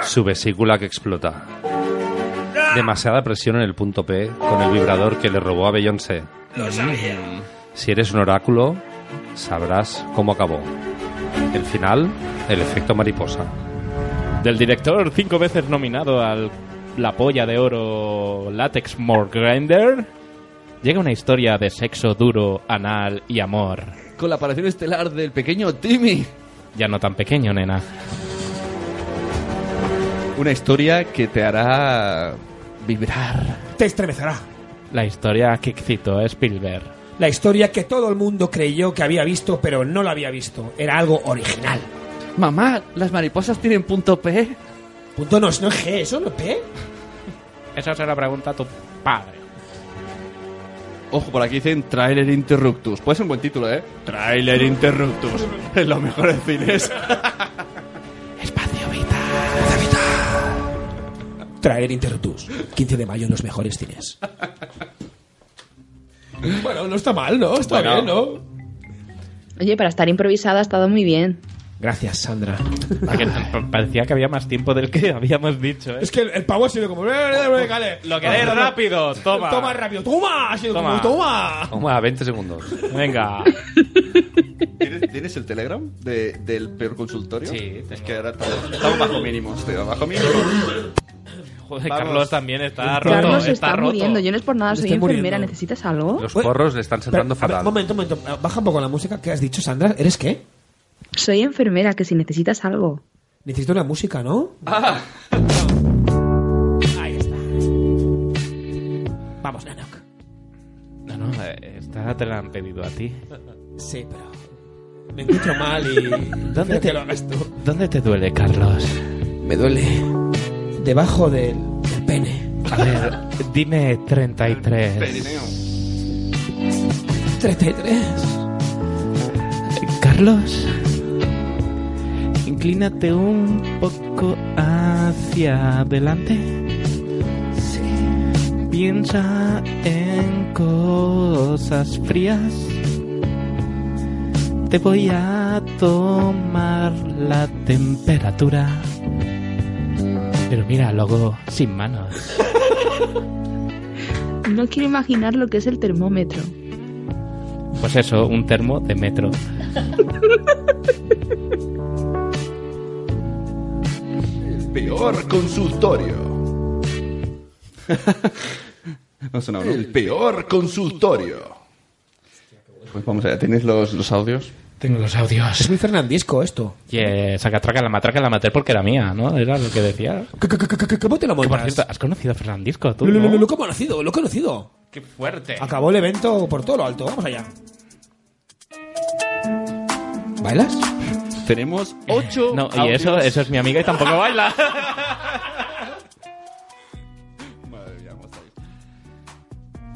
Speaker 1: Su vesícula que explota. Demasiada presión en el punto P con el vibrador que le robó a Beyoncé. Si eres un oráculo, sabrás cómo acabó. El final, el efecto mariposa.
Speaker 9: Del director cinco veces nominado al La Polla de Oro Latex More Grinder, llega una historia de sexo duro, anal y amor.
Speaker 8: Con la aparición estelar del pequeño Timmy.
Speaker 9: Ya no tan pequeño, nena.
Speaker 8: Una historia que te hará vibrar.
Speaker 14: Te estremecerá.
Speaker 9: La historia que excitó a Spielberg.
Speaker 14: La historia que todo el mundo creyó que había visto, pero no la había visto. Era algo original.
Speaker 8: Mamá, las mariposas tienen punto P.
Speaker 14: Punto no, no es G, eso no es P.
Speaker 9: Esa se la pregunta a tu padre.
Speaker 8: Ojo, por aquí dicen Trailer Interruptus. Puede ser un buen título, ¿eh? Trailer Interruptus. Es lo mejor de cines.
Speaker 9: Espacio vital.
Speaker 14: Traer Interruptus. 15 de mayo en los mejores cines. Bueno, no está mal, ¿no? Está
Speaker 1: Bueno.
Speaker 14: bien, ¿no?
Speaker 6: Oye, para estar improvisada ha estado muy bien.
Speaker 4: Gracias, Sandra.
Speaker 9: Parecía que había más tiempo del que habíamos dicho, ¿eh?
Speaker 14: Es que el, el pavo ha sido como. "Eh, Lo
Speaker 9: Lo queréis rápido, toma.
Speaker 14: Ah, Toma rápido, toma. Ha sido
Speaker 9: Toma.
Speaker 14: como, toma.
Speaker 1: Toma, 20 segundos.
Speaker 9: Venga.
Speaker 8: ¿Tienes, tienes el Telegram de- del peor consultorio? Sí. Es que ahora estamos, estamos bajo mínimos, tío. Bajo mínimos.
Speaker 1: Joder,
Speaker 8: Vamos.
Speaker 1: Carlos también está roto.
Speaker 6: Carlos se
Speaker 1: está,
Speaker 6: está,
Speaker 1: roto.
Speaker 6: muriendo. Yo no es por nada,
Speaker 14: Me
Speaker 6: soy
Speaker 14: estoy
Speaker 6: enfermera.
Speaker 14: muriendo.
Speaker 6: ¿Necesitas algo?
Speaker 1: Los porros le están sentando
Speaker 14: Pero, a ver,
Speaker 1: fatal.
Speaker 14: momento, momento. Baja un poco la música. ¿Qué has dicho, Sandra? ¿Eres qué?
Speaker 6: Soy enfermera, que si necesitas algo.
Speaker 14: Necesito la música, ¿no?
Speaker 9: Ah.
Speaker 14: Vamos, Nanok.
Speaker 9: No, no, eh, esta te la han pedido a ti.
Speaker 14: Sí, pero. Me encuentro mal y.
Speaker 9: ¿Dónde
Speaker 14: Quiero
Speaker 9: te,
Speaker 14: que lo hagas tú.
Speaker 9: ¿Dónde te duele, Carlos?
Speaker 4: Me duele debajo del, del pene.
Speaker 9: A ver, dime 33.
Speaker 4: 33.
Speaker 9: Carlos, inclínate un poco hacia adelante. Piensa en cosas frías. Te voy a tomar la temperatura. Pero mira, luego sin manos.
Speaker 6: No quiero imaginar lo que es el termómetro.
Speaker 9: Pues eso, un termo de metro.
Speaker 8: Peor consultorio. No sonaba, ¿no? El peor consultorio. Pues vamos allá, ¿tienes los, los audios?
Speaker 9: Tengo los audios.
Speaker 14: Es muy Fernandisco esto.
Speaker 9: Yeah, saca traca la matraca la mater porque era mía, ¿no? Era lo que decía.
Speaker 14: ¿Cómo te lo
Speaker 9: Que, por
Speaker 14: montas?
Speaker 9: cierto, has conocido a Fernandisco tú,
Speaker 14: Lo, lo-
Speaker 9: ¿no?
Speaker 14: lo- lo he conocido, lo he conocido.
Speaker 9: Qué fuerte.
Speaker 14: Acabó el evento por todo lo alto. Vamos allá. ¿Bailas?
Speaker 8: Tenemos ocho
Speaker 9: No, y eso, eso es mi amiga y tampoco baila.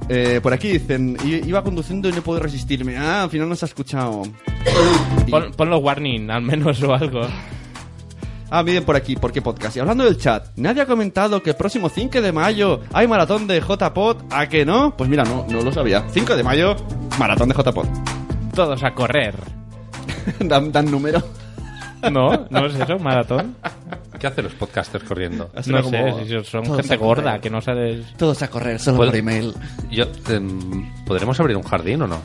Speaker 8: Eh, por aquí dicen, "I- iba conduciendo y no puedo resistirme. Ah, al final no se ha escuchado.
Speaker 9: Pon, ponlo warning, al menos, o algo.
Speaker 8: Ah, miren por aquí, ¿por qué podcast? Y hablando del chat, nadie ha comentado que el próximo 5 de mayo hay maratón de JPod. ¿A que no? Pues mira, no, no lo sabía. 5 de mayo, maratón de JPod.
Speaker 9: Todos a correr.
Speaker 8: dan, dan número.
Speaker 9: No, no es eso, maratón.
Speaker 1: ¿Qué hacen los podcasters corriendo?
Speaker 9: No sé, si son gente gorda, que no sabes...
Speaker 8: Todos a correr, solo
Speaker 1: ¿Puedo-
Speaker 8: por email.
Speaker 1: Yo, em, ¿Podremos abrir un jardín o no?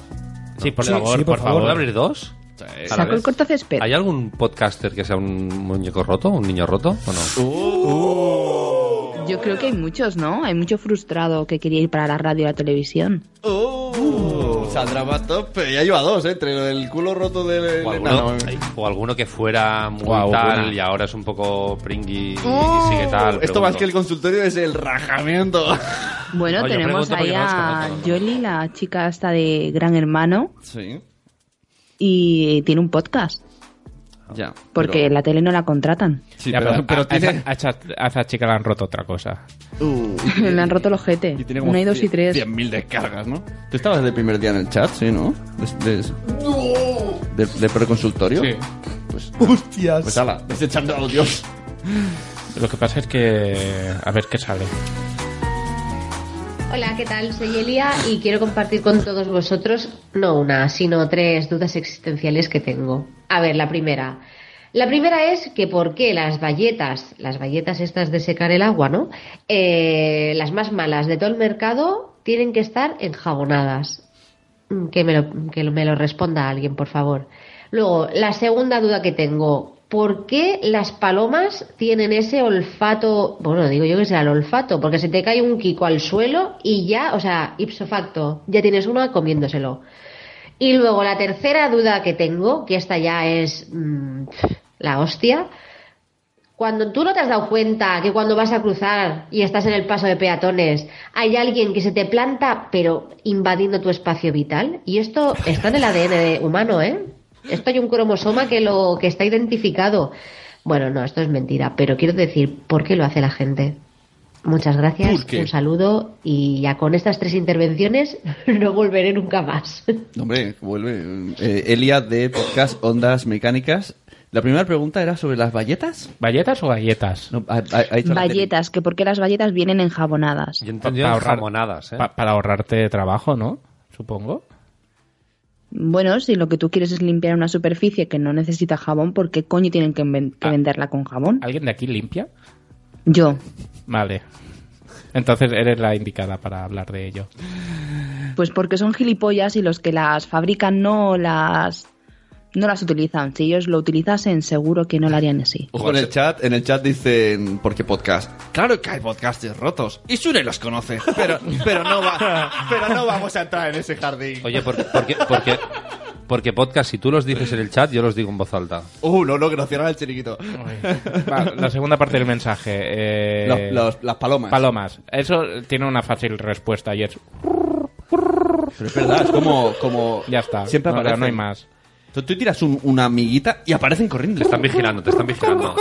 Speaker 9: Sí, por
Speaker 1: Sí,
Speaker 9: favor,
Speaker 1: sí,
Speaker 9: por, favor.
Speaker 1: ¿Puedo abrir dos? A la
Speaker 6: Saco el
Speaker 1: vez.
Speaker 6: cortacésped.
Speaker 1: ¿Hay algún podcaster que sea un muñeco roto, un niño roto o no?
Speaker 9: Uh.
Speaker 8: Uh.
Speaker 6: Yo creo que hay muchos, ¿no? Hay mucho frustrado que quería ir para la radio o la televisión.
Speaker 8: Uh, Saldrá más tope. Ya lleva dos, ¿eh? entre el culo roto del
Speaker 1: O
Speaker 8: enano. ¿eh?
Speaker 1: alguno, o alguno que fuera muy
Speaker 8: Guau,
Speaker 1: tal
Speaker 8: buena.
Speaker 1: y ahora es un poco pringui y
Speaker 8: Oh,
Speaker 1: sigue tal.
Speaker 8: Esto más
Speaker 1: pregunto.
Speaker 8: que el consultorio es el rajamiento.
Speaker 6: Bueno,
Speaker 1: No, yo
Speaker 6: tenemos
Speaker 1: pregunto porque
Speaker 6: ahí
Speaker 1: no los
Speaker 6: a
Speaker 1: conozco,
Speaker 6: Jolie, la chica esta de Gran Hermano,
Speaker 8: Sí.
Speaker 6: y tiene un podcast,
Speaker 8: Ya.
Speaker 6: porque la tele no la contratan.
Speaker 8: Sí,
Speaker 9: Ya,
Speaker 8: pero,
Speaker 9: pero,
Speaker 8: pero
Speaker 9: a, a
Speaker 8: tiene.
Speaker 9: esa- a esa- a esa chica le han roto otra cosa.
Speaker 6: Le han roto el ojete.
Speaker 8: tiene como
Speaker 6: Una y Uh, dos y
Speaker 8: 100
Speaker 6: tres.
Speaker 8: 100.000 descargas, ¿no? Tú estabas desde el primer día en el chat, ¿sí, no? Desde de preconsultorio.
Speaker 9: Sí.
Speaker 8: Pues,
Speaker 14: ¡Hostias!
Speaker 8: pues ala, desechando audios.
Speaker 9: Lo que pasa es que... A ver qué sale.
Speaker 19: Hola, ¿qué tal? Soy Elia y quiero compartir con todos vosotros no una, sino tres dudas existenciales que tengo. A ver, la primera. La primera es que por qué las bayetas, las bayetas estas de secar el agua, ¿no? Eh, las más malas de todo el mercado tienen que estar enjabonadas. Mm, Que me lo, que lo- me lo responda alguien, por favor. Luego, la segunda duda que tengo. ¿Por qué las palomas tienen ese olfato? Bueno, digo yo que sea el olfato, porque se te cae un kiko al suelo y ya, o sea, ipso facto, ya tienes uno comiéndoselo. Y luego la tercera duda que tengo, que esta ya es mm, la hostia. Cuando tú no te has dado cuenta que cuando vas a cruzar y estás en el paso de peatones, hay alguien que se te planta, pero invadiendo tu espacio vital. Y esto está en el ADN de- humano, ¿eh? Esto hay un cromosoma que lo que está identificado. Bueno, no, esto es mentira, pero quiero decir, ¿por qué lo hace la gente? Muchas gracias,
Speaker 8: ¿Por qué?
Speaker 19: un saludo y ya con estas tres intervenciones no volveré nunca más.
Speaker 8: Hombre, vuelve. eh, Elia de Podcast Ondas Mecánicas
Speaker 20: La primera pregunta era sobre las valletas.
Speaker 9: ¿Valletas o galletas?
Speaker 20: No, ha- ha- ha dicho la tele.
Speaker 6: Valletas, que por qué las valletas vienen enjabonadas.
Speaker 9: Pa-
Speaker 1: en jamonadas, ¿eh?
Speaker 9: pa- para ahorrarte trabajo, ¿no? Supongo.
Speaker 6: Bueno, si lo que tú quieres es limpiar una superficie que no necesita jabón, ¿por qué coño tienen que, ven- que venderla con jabón?
Speaker 9: ¿Alguien de aquí limpia?
Speaker 6: Yo.
Speaker 9: Vale. Entonces eres la indicada para hablar de ello.
Speaker 6: Pues porque son gilipollas y los que las fabrican no las no las utilizan. Si ellos lo utilizasen, seguro que no lo harían así.
Speaker 8: Ojo, en el chat, en el chat dicen, ¿por qué podcast? Claro que hay podcasters rotos. Y Sune los conoce. Pero, pero, no, va, pero no vamos a entrar en ese jardín.
Speaker 1: Oye, porque, porque, porque, porque podcast, si tú los dices en el chat, yo los digo en voz alta.
Speaker 8: Uh, no, no, que nos cierran el chiringuito.
Speaker 9: Va, la segunda parte del mensaje. eh,
Speaker 8: Los- los- las palomas.
Speaker 9: Palomas. Eso tiene una fácil respuesta y es...
Speaker 8: Pero es verdad, es como. como
Speaker 9: Ya está.
Speaker 8: Siempre
Speaker 9: No,
Speaker 8: aparecen.
Speaker 9: no hay más.
Speaker 8: Tú, tú tiras un- una amiguita y aparecen corriendo. Te
Speaker 1: están vigilando, te están vigilando.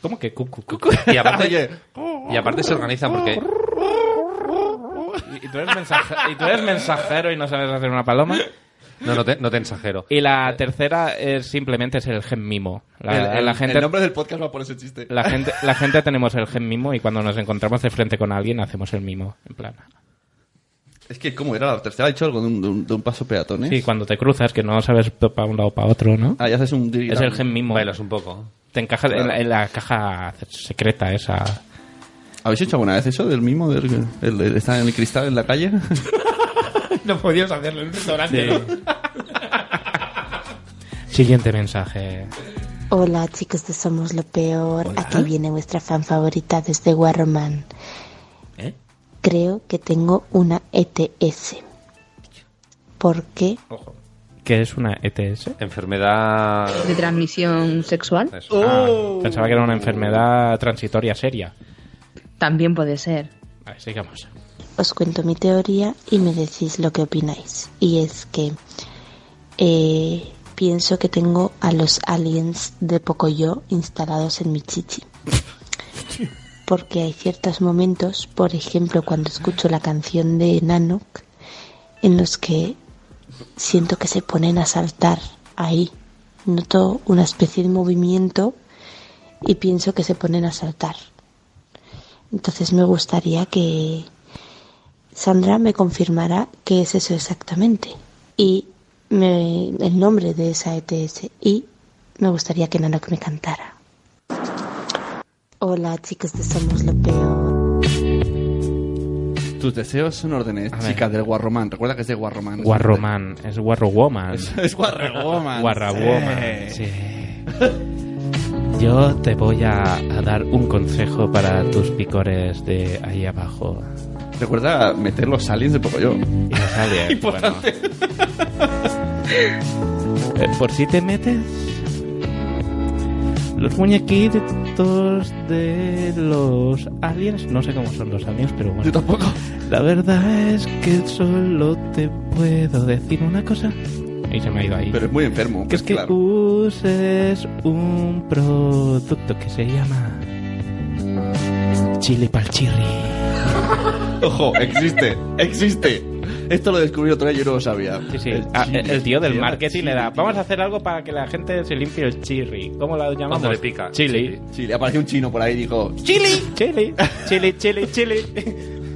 Speaker 9: ¿Cómo que cucu?
Speaker 1: Y aparte,
Speaker 8: Oye.
Speaker 1: y aparte se organizan porque
Speaker 9: ¿Y tú, eres mensaje- ¿Y tú eres mensajero y no sabes hacer una paloma?
Speaker 1: No, no te, no te ensajero.
Speaker 9: Y la tercera es simplemente es el gen mimo. La,
Speaker 8: el, el-
Speaker 9: la gente,
Speaker 8: el nombre del podcast va por ese chiste.
Speaker 9: la gente, la gente tenemos el gen mimo y cuando nos encontramos de frente con alguien hacemos el mimo. En plan.
Speaker 8: Es que, ¿cómo era la tercera? Ha dicho algo de un, de un- de un paso peatones.
Speaker 9: Sí, cuando te cruzas que no sabes para un lado para otro, ¿no?
Speaker 8: Ah, y haces un
Speaker 9: Es el gen mimo.
Speaker 1: Bailas un poco.
Speaker 9: Te encajas en,
Speaker 8: Claro.
Speaker 9: la, en la caja secreta esa.
Speaker 8: ¿Habéis hecho alguna vez eso del mimo? Del, el- el- ¿Está en el cristal en la calle?
Speaker 9: No podías hacerlo en un restaurante, Siguiente mensaje.
Speaker 17: Hola chicos de Somos lo Peor, aquí viene vuestra fan favorita desde Guarroman.
Speaker 9: ¿Eh?
Speaker 17: Creo que tengo una ETS. ¿Por qué?
Speaker 9: ¿Qué es una E ETS?
Speaker 1: Enfermedad.
Speaker 6: ¿De transmisión sexual?
Speaker 9: Ah,
Speaker 8: Oh.
Speaker 9: Pensaba que era una enfermedad transitoria seria.
Speaker 17: También puede ser.
Speaker 9: Vale, sigamos.
Speaker 17: Os cuento mi teoría y me decís lo que opináis. Y es que eh, pienso que tengo a los aliens de Pocoyo instalados en mi chichi. Porque hay ciertos momentos, por ejemplo cuando escucho la canción de Nanook, en los que siento que se ponen a saltar ahí. Noto una especie de movimiento y pienso que se ponen a saltar. Entonces me gustaría que, Sandra me confirmará qué es eso exactamente y me- el nombre de esa ETS y me gustaría que Nanok me cantara. Hola chicos de Somos lo Peor.
Speaker 8: Tus deseos son órdenes, chica del Guarromán. Recuerda que es de Guarromán.
Speaker 9: Guarroman. Es Guarrowoman.
Speaker 8: Es Guarromán.
Speaker 9: Guarrawoman. Yo te voy a, a dar un consejo para tus picores de ahí abajo.
Speaker 8: Recuerda meter los aliens de Pocoyo.
Speaker 9: Y los aliens,
Speaker 8: Importante.
Speaker 9: Eh, por si te metes. Los muñequitos de los aliens, no sé cómo son los aliens, pero bueno. Yo
Speaker 8: tampoco.
Speaker 9: La verdad es que solo te puedo decir una cosa. Y se me ha ido ahí.
Speaker 8: Pero es muy enfermo.
Speaker 9: Que es que uses un producto que se llama Chili Palchirri.
Speaker 8: Ojo, existe, existe. Esto lo descubrí otro día, yo no lo sabía. El,
Speaker 9: Ah,
Speaker 8: chile,
Speaker 9: el el tío del
Speaker 8: chile,
Speaker 9: marketing
Speaker 8: chile,
Speaker 9: era, vamos a hacer algo para que la gente se limpie el chirri. ¿Cómo lo llamamos?
Speaker 1: Cuando le pica.
Speaker 9: Chili.
Speaker 8: Chile, apareció un chino por ahí y dijo...
Speaker 9: Chili. Chili. Chili, chili, chili.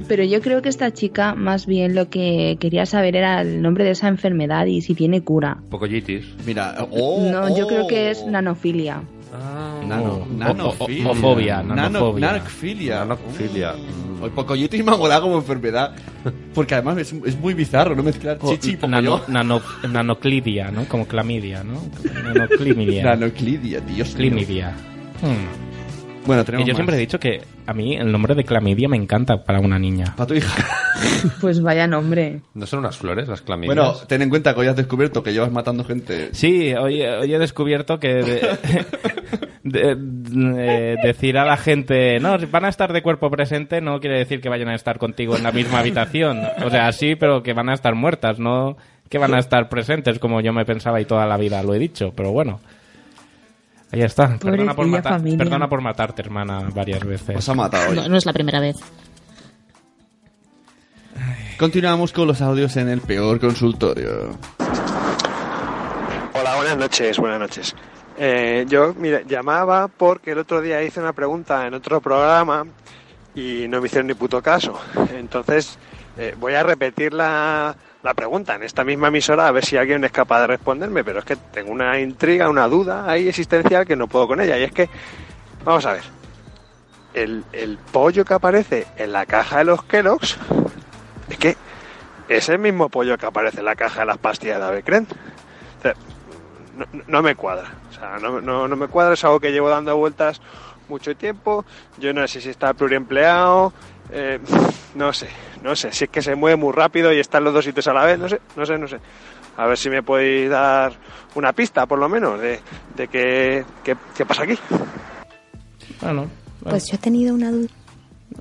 Speaker 6: Pero yo creo que esta chica más bien lo que quería saber era el nombre de esa enfermedad y si tiene cura.
Speaker 1: Pocoyitis.
Speaker 8: Mira,
Speaker 4: Oh,
Speaker 8: oh,
Speaker 6: no, yo creo que es nanofilia.
Speaker 4: Ah.
Speaker 8: Nano, nanofilia.
Speaker 9: Oh, homofobia, nanofobia.
Speaker 8: Nanocfilia. Mm. Hoy Pocoyitis me ha molado como enfermedad. Porque además es, es muy bizarro, ¿no? Mezclar chichi y
Speaker 9: O
Speaker 8: Pocoyo.
Speaker 9: Oh, nano- nano- nanoclidia, ¿no? Como clamidia, ¿no? Nanoclimidia.
Speaker 8: Nanoclidia, Dios mío.
Speaker 9: Climidia. Hmm.
Speaker 8: Bueno, tenemos
Speaker 9: Y yo
Speaker 8: más.
Speaker 9: siempre he dicho que a mí el nombre de clamidia me encanta para una niña.
Speaker 8: Para tu hija.
Speaker 6: Pues vaya nombre.
Speaker 1: ¿No son unas flores las clamidias?
Speaker 8: Bueno, ten en cuenta que hoy has descubierto que llevas matando gente.
Speaker 9: Sí, hoy, hoy he descubierto que de- de- de- decir a la gente, no, si van a estar de cuerpo presente no quiere decir que vayan a estar contigo en la misma habitación. O sea, sí, pero que van a estar muertas, no que van a estar presentes como yo me pensaba y toda la vida lo he dicho, pero bueno. Ahí está. Perdona por,
Speaker 21: Pobrecilla
Speaker 9: matar-
Speaker 21: familia.
Speaker 9: perdona por matarte, hermana, varias veces.
Speaker 8: Os ha matado hoy.
Speaker 21: No, no es la primera vez.
Speaker 8: Continuamos con los audios en el peor consultorio.
Speaker 3: Hola, buenas noches, buenas noches. Eh, yo, mira, llamaba porque el otro día hice una pregunta en otro programa y no me hicieron ni puto caso. Entonces, eh, voy a repetir la, la pregunta en esta misma emisora a ver si alguien es capaz de responderme, pero es que tengo una intriga, una duda ahí existencial que no puedo con ella. Y es que, vamos a ver, el, el pollo que aparece en la caja de los Kellogg's es que es el mismo pollo que aparece en la caja de las pastillas de Ave Crent. O sea, no, no me cuadra. O sea, no, no- no me cuadra, es algo que llevo dando vueltas mucho tiempo. Yo no sé si está pluriempleado, eh, no sé, no sé. Si es que se mueve muy rápido y está en los dos sitios a la vez, no sé, no sé, no sé. A ver si me podéis dar una pista, por lo menos, de, de qué, qué, qué pasa aquí.
Speaker 22: Pues yo he tenido una duda.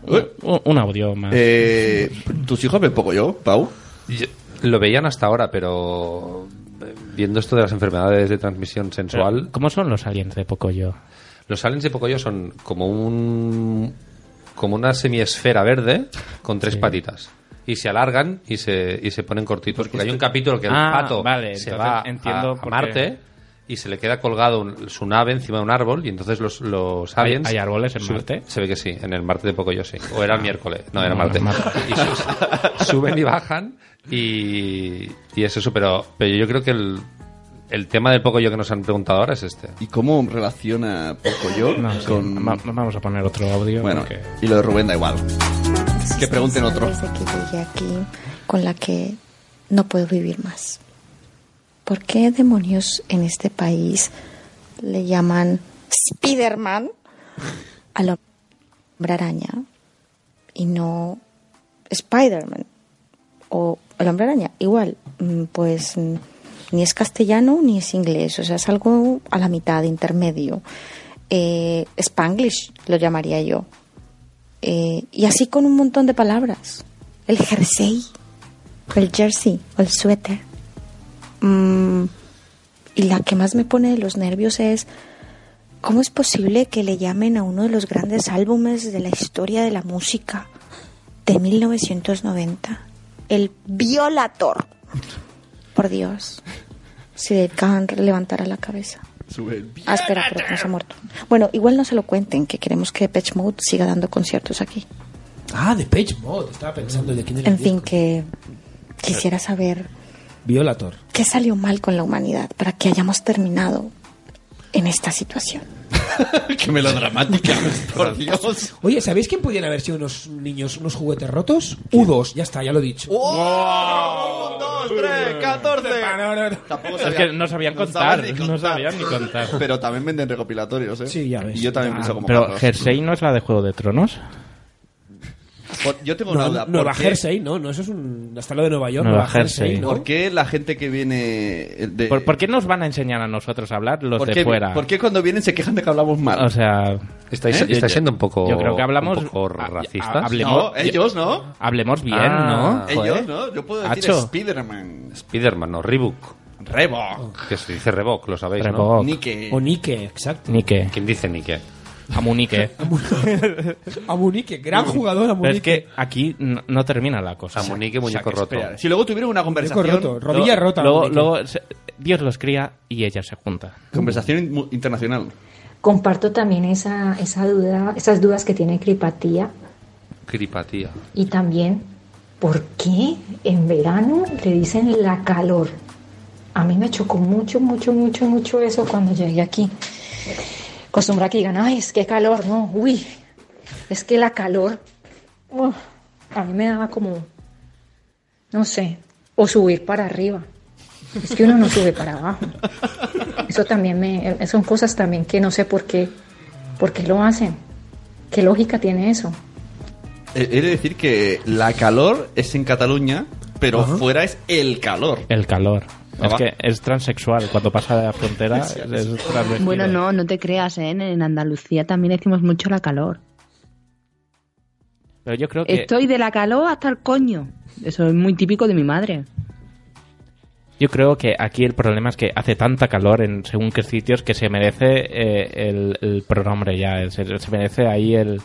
Speaker 9: Eh,
Speaker 1: Un audio más. Eh, ¿Tus hijos ven poco yo, Pau? lo veían hasta ahora, pero eh, viendo esto de las enfermedades de transmisión sensual...
Speaker 9: ¿Cómo son los aliens de Pocoyo?
Speaker 1: Los aliens de Pocoyo son como un como una semiesfera verde con tres patitas. Y se alargan y se, y se ponen cortitos. Porque, hay un capítulo que el
Speaker 9: Ah,
Speaker 1: pato
Speaker 9: vale,
Speaker 1: se
Speaker 9: entonces
Speaker 1: va a-
Speaker 9: entiendo
Speaker 1: a,
Speaker 9: por qué.
Speaker 1: Marte y se le queda colgado un- su nave encima de un árbol. Y entonces los, los
Speaker 9: ¿Hay-
Speaker 1: aliens.
Speaker 9: hay árboles en
Speaker 1: sube-
Speaker 9: Marte?
Speaker 1: Se ve que sí, en el Marte de Pocoyo sí. O era el miércoles. No,
Speaker 9: No,
Speaker 1: era
Speaker 9: no,
Speaker 1: Marte.
Speaker 9: Marte.
Speaker 1: Y su- suben y bajan. Y, y es eso. Pero, pero yo creo que el, el tema del Pocoyo que nos han preguntado ahora es este.
Speaker 4: ¿Y cómo relaciona Pocoyo
Speaker 1: No, sí.
Speaker 4: con...?
Speaker 1: Va-
Speaker 9: vamos a poner otro audio.
Speaker 4: Bueno,
Speaker 1: porque-
Speaker 4: y lo de Rubén da igual. Que pregunten otro.
Speaker 22: Desde que llegué aquí, con la que no puedo vivir más. ¿Por qué demonios en este país le llaman Spiderman al hombre araña y no Spiderman? O el hombre araña, igual, mm, pues mm, ni es castellano ni es inglés, o sea, es algo a la mitad, intermedio. Eh, Spanglish lo llamaría yo. Eh, y así con un montón de palabras. El jersey, o el jersey, o el suéter. Mm, y la que más me pone de los nervios es, ¿cómo es posible que le llamen a uno de los grandes álbumes de la historia de la música de 1990? El Violator. Por Dios. Si Dave Gahan levantara la cabeza. Ah, espera, pero que no se ha muerto. Bueno, igual no se lo cuenten, que queremos que Depeche Mode siga dando conciertos aquí.
Speaker 14: Ah, de Page Mode. Estaba pensando de quién era.
Speaker 22: En fin, que quisiera saber
Speaker 14: Violator.
Speaker 22: qué salió mal con la humanidad para que hayamos terminado en esta situación.
Speaker 4: Qué melodramática, por Dios.
Speaker 14: Oye, ¿sabéis quién podían haber sido unos niños, unos juguetes rotos? U2, ya está, ya lo he dicho.
Speaker 1: Oh.
Speaker 4: ¡Un, dos, tres, catorce! Tampoco
Speaker 9: Es que no sabían contar, no sabían ni contar.
Speaker 4: Pero también venden recopilatorios, ¿eh? Sí, ya ves. Y yo también pienso como
Speaker 9: Pero
Speaker 4: Carlos.
Speaker 9: Jersey no es la de Juego de Tronos.
Speaker 4: Por- yo tengo una
Speaker 14: No,
Speaker 4: duda. ¿por
Speaker 14: Nueva
Speaker 4: qué-
Speaker 14: Jersey, ¿no? No, eso es un... Hasta lo de Nueva York,
Speaker 9: Nueva
Speaker 14: Nueva, Jersey,
Speaker 9: Jersey.
Speaker 14: ¿no?
Speaker 4: ¿Por qué la gente que viene de...
Speaker 9: ¿Por, por qué nos van a enseñar a nosotros a hablar los
Speaker 4: ¿Por
Speaker 9: de
Speaker 4: qué-
Speaker 9: fuera?
Speaker 4: por qué cuando vienen se quejan de que hablamos mal? ¿Eh?
Speaker 9: O sea, ¿eh?
Speaker 1: Estáis- estáis siendo un poco-
Speaker 9: Yo creo que hablamos.
Speaker 1: un poco racistas.
Speaker 9: Ah, hablemos,
Speaker 4: No, ellos no.
Speaker 9: Hablemos bien,
Speaker 1: Ah,
Speaker 9: ¿no?
Speaker 1: ellos
Speaker 9: Joder.
Speaker 4: no, yo puedo decir
Speaker 9: Acho.
Speaker 4: Spiderman.
Speaker 1: Spiderman, no, Reebok.
Speaker 4: Reebok.
Speaker 1: Que se dice Reebok, lo sabéis, ¿no?
Speaker 9: Reebok.
Speaker 4: Nike.
Speaker 14: O Nike, exacto.
Speaker 9: Nike.
Speaker 1: ¿Quién dice Nike?
Speaker 9: Amunique.
Speaker 14: Amunique, gran jugador
Speaker 9: Pero es
Speaker 14: Amunique.
Speaker 9: que aquí no, no termina la cosa.
Speaker 1: Amunique, muñeco
Speaker 9: O sea, que
Speaker 1: roto.
Speaker 9: espera,
Speaker 4: Si luego tuvieron una conversación...
Speaker 14: roto, rodilla
Speaker 9: Luego-
Speaker 14: rota,
Speaker 9: Luego,
Speaker 14: Amunique.
Speaker 9: luego se- Dios los cría y ella se junta.
Speaker 4: Conversación in- internacional.
Speaker 23: Comparto también esa, esa duda, esas dudas que tiene Cripatía
Speaker 1: Cripatía.
Speaker 23: y también por qué en verano le dicen la calor. A mí me chocó mucho, mucho, mucho, mucho eso cuando llegué aquí. Costumbra que digan, ay, es que calor, no, uy, es que la calor, uf, a mí me daba como, no sé, o subir para arriba. Es que uno no sube para abajo. Eso también me, eh, son cosas también que no sé por qué, por qué lo hacen. ¿Qué lógica tiene eso?
Speaker 4: Eh, He de decir que la calor es en Cataluña, pero
Speaker 9: Ajá.
Speaker 4: fuera es el calor.
Speaker 9: El calor.
Speaker 4: Ah,
Speaker 9: Es
Speaker 4: va.
Speaker 9: que es transexual. Cuando pasa de la frontera es,
Speaker 4: Sí, sí,
Speaker 9: es
Speaker 4: sí.
Speaker 9: transvestido.
Speaker 6: Bueno, no, no te creas, ¿eh? En Andalucía también decimos mucho la calor.
Speaker 9: Pero yo creo que.
Speaker 6: Estoy de la calor hasta el coño. Eso es muy típico de mi madre.
Speaker 9: Yo creo que aquí el problema es que hace tanta calor en según qué sitios que se merece eh, el, el pronombre ya. Se, se merece ahí el.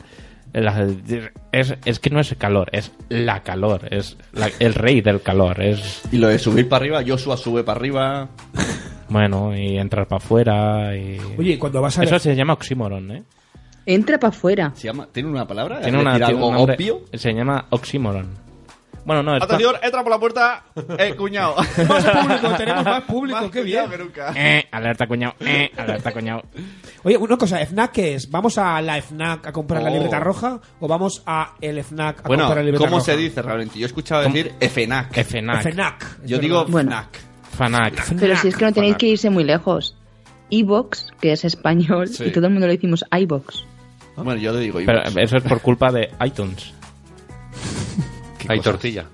Speaker 9: el- es, es que no es calor, es la calor. Es la- el rey del calor. Es.
Speaker 4: Y lo de subir para arriba, Joshua sube para arriba.
Speaker 9: Bueno, y entrar para afuera. Y...
Speaker 10: Oye, cuando vas a-
Speaker 9: Eso se llama oxímoron, ¿eh?
Speaker 6: Entra para afuera.
Speaker 4: Se llama, ¿Tiene una palabra?
Speaker 9: Tiene
Speaker 4: ¿Es
Speaker 9: una,
Speaker 4: decir,
Speaker 9: tiene
Speaker 4: Ah, algo
Speaker 9: un nombre-
Speaker 4: obvio?
Speaker 9: Se llama oxímoron. Bueno, no, está-
Speaker 4: Atención, entra por la puerta, eh, cuñado.
Speaker 14: Más público, tenemos más público, qué bien.
Speaker 9: Eh, alerta, cuñado. Eh, alerta, cuñado.
Speaker 14: Oye, una cosa, ¿FNAC qué es? ¿Vamos a la FNAC a comprar la
Speaker 4: Oh.
Speaker 14: libreta roja o vamos a el FNAC a
Speaker 4: Bueno,
Speaker 14: comprar la libreta
Speaker 4: ¿cómo
Speaker 14: roja?
Speaker 4: se dice realmente? Yo he escuchado decir FNAC.
Speaker 9: FNAC.
Speaker 14: FNAC.
Speaker 4: Yo digo
Speaker 6: Bueno.
Speaker 4: FNAC.
Speaker 9: FNAC.
Speaker 6: Pero si es que no tenéis que irse muy lejos. Evox, que es español,
Speaker 9: Sí.
Speaker 6: y todo el mundo lo decimos iBox.
Speaker 4: Bueno, yo digo
Speaker 9: Pero eso es por culpa de iTunes.
Speaker 1: Hay tortilla.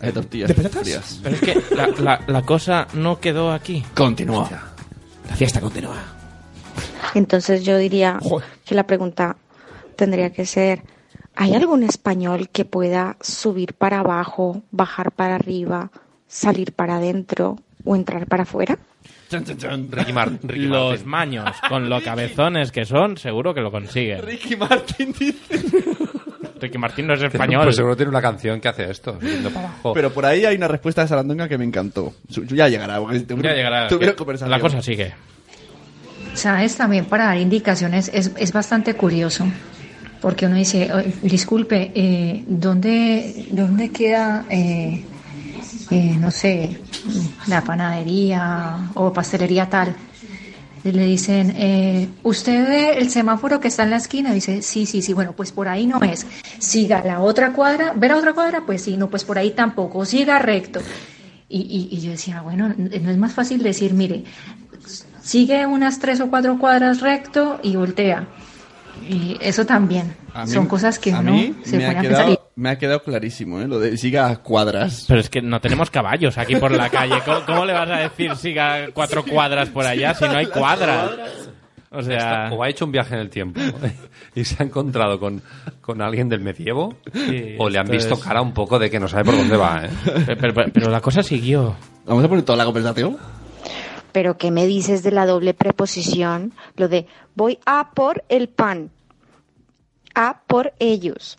Speaker 4: Hay tortillas.
Speaker 9: ¿De patatas? Pero es que la, la- la cosa no quedó aquí.
Speaker 4: Continúa.
Speaker 14: La fiesta continúa.
Speaker 22: Entonces yo diría que la pregunta tendría que ser, ¿hay algún español que pueda subir para abajo, bajar para arriba, salir para adentro o entrar para afuera?
Speaker 1: Ricky Mar- Ricky
Speaker 9: Los
Speaker 1: Martin.
Speaker 9: maños, con lo cabezones que son, seguro que lo consiguen.
Speaker 4: Ricky Martin dice.
Speaker 9: Ricky Martín no es español.
Speaker 1: Pues seguro tiene una canción que hace esto. subiendo para abajo.
Speaker 4: Pero por ahí hay una respuesta de Sarandonga que me encantó. Su- Ya llegará. porque
Speaker 1: Ya
Speaker 4: tuvieron-
Speaker 1: llegará.
Speaker 4: tuvieron
Speaker 1: Que-
Speaker 4: conversación.
Speaker 1: La cosa sigue.
Speaker 23: ¿Sabes? También para dar indicaciones es, es bastante curioso, porque uno dice, "Oye, disculpe, eh, ¿dónde, ¿dónde queda, eh, eh, no sé, la panadería o pastelería tal? Y le dicen, eh, ¿usted ve el semáforo que está en la esquina? Dice, sí, sí, sí, bueno, pues por ahí no es. Siga la otra cuadra, ¿ver a otra cuadra? Pues sí, no, pues por ahí tampoco, siga recto. Y, y- y yo decía, bueno, no es más fácil decir, mire, sigue unas tres o cuatro cuadras recto y voltea. Y eso también.
Speaker 4: A mí-
Speaker 23: Son cosas que
Speaker 4: a
Speaker 23: uno
Speaker 4: mí
Speaker 23: se
Speaker 4: me
Speaker 23: pone
Speaker 4: ha,
Speaker 23: a pensar.
Speaker 4: quedado, me ha quedado clarísimo, ¿eh? Lo de siga a cuadras.
Speaker 9: Pero es que no tenemos caballos aquí por la calle. ¿Cómo, cómo le vas a decir siga cuatro cuadras por allá si no hay cuadras? O sea,
Speaker 1: Está- o ha hecho un viaje en el tiempo y se ha encontrado con, con alguien del medievo
Speaker 9: Sí,
Speaker 1: o le han
Speaker 9: esto
Speaker 1: visto
Speaker 9: es-
Speaker 1: cara un poco de que no sabe por dónde va. ¿eh?
Speaker 9: Pero, la cosa siguió.
Speaker 4: ¿Vamos a poner toda la conversación?
Speaker 22: Pero ¿qué me dices de la doble preposición? Lo de voy a por el pan, a por ellos.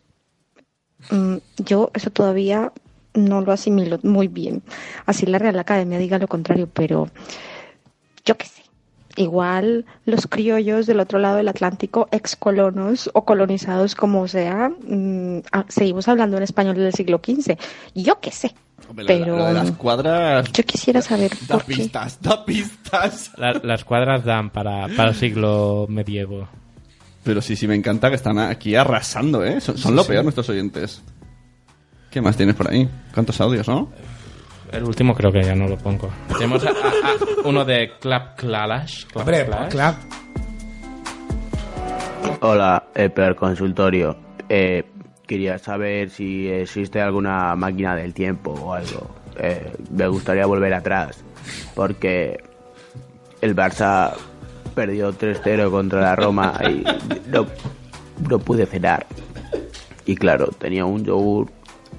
Speaker 22: Mm, yo eso todavía no lo asimilo muy bien. Así la Real Academia diga lo contrario, pero yo qué sé. Igual los criollos del otro lado del Atlántico, ex colonos o colonizados como sea, mm, ah, seguimos hablando en español del siglo XV. Yo qué sé.
Speaker 4: Hombre, lo de la-
Speaker 22: Pero
Speaker 4: lo de las cuadras.
Speaker 22: yo quisiera saber
Speaker 4: Da
Speaker 22: por qué.
Speaker 4: pistas, da pistas.
Speaker 9: la- las cuadras dan para, para el siglo medievo.
Speaker 4: Pero sí, sí, me encanta que están aquí arrasando, ¿eh? Son, son lo
Speaker 9: Sí,
Speaker 4: peor
Speaker 9: sí.
Speaker 4: nuestros oyentes. ¿Qué más tienes por ahí? ¿Cuántos audios, no?
Speaker 9: El último creo que ya no lo pongo. Tenemos a- a- a uno de Clap Clalash. Clap
Speaker 14: Hombre,
Speaker 9: Clalash.
Speaker 14: clap.
Speaker 24: Hola, eh, Consultorio. Eh, quería saber si existe alguna máquina del tiempo o algo. Eh, me gustaría volver atrás, porque el Barça perdió 3-0 contra la Roma y no, no pude cenar. Y claro, tenía un yogur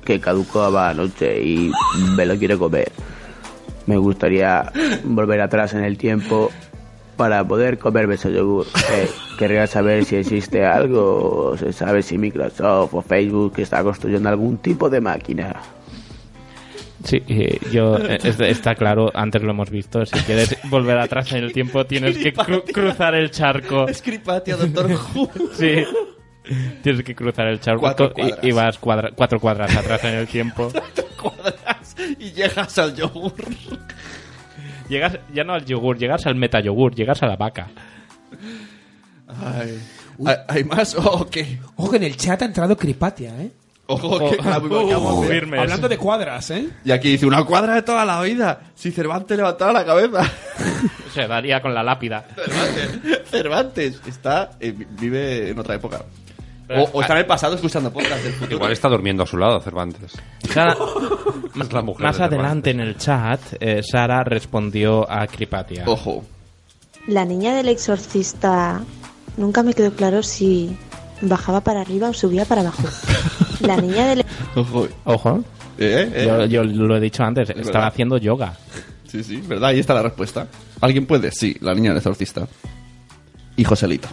Speaker 24: que caducaba anoche y me lo quiero comer. Me gustaría volver atrás en el tiempo para poder comerme ese yogur. Eh, querría saber si existe algo, o se sabe si Microsoft o Facebook está construyendo algún tipo de máquina.
Speaker 9: Sí, eh, yo, eh, es- está claro, antes lo hemos visto. Si quieres volver atrás en el tiempo, tienes que cru- cruzar el charco.
Speaker 4: Scripatia, doctor Who.
Speaker 9: Sí. Tienes que cruzar el charco
Speaker 4: Cuatro
Speaker 9: y- y, vas cuadra- cuatro cuadras atrás en el tiempo.
Speaker 4: y llegas al yogur.
Speaker 9: Llegas ya no al yogur, llegas al metayogur, llegas a la vaca.
Speaker 4: Ay. ¿Hay, hay más Oh, o qué?
Speaker 14: Ojo que en el chat ha entrado Cripatia, ¿eh?
Speaker 4: Ojo, que la
Speaker 9: Uh,
Speaker 14: Ojo,
Speaker 4: ubicamos bien.
Speaker 14: firmes. Hablando de cuadras, ¿eh?
Speaker 4: Y aquí dice una cuadra de toda la vida. Si Cervantes levantaba la cabeza.
Speaker 9: Se daría con la lápida.
Speaker 4: Cervantes está eh, vive en otra época. O, o está en el pasado escuchando podcast del futuro.
Speaker 1: Igual está durmiendo a su lado Cervantes.
Speaker 9: Sara-
Speaker 1: Es la mujer
Speaker 9: más
Speaker 1: de Cervantes.
Speaker 9: adelante en el chat, eh, Sara respondió a Cripatia.
Speaker 4: Ojo.
Speaker 17: La niña del exorcista nunca me quedó claro si bajaba para arriba o subía para abajo. La niña del
Speaker 4: Ojo.
Speaker 9: Ojo.
Speaker 4: Eh, eh.
Speaker 9: Yo, yo lo he dicho antes,
Speaker 4: Es
Speaker 9: estaba
Speaker 4: verdad.
Speaker 9: haciendo yoga.
Speaker 4: Sí, sí, ¿verdad? Ahí está la respuesta. ¿Alguien puede? Sí, la niña del exorcista. Y Joselito.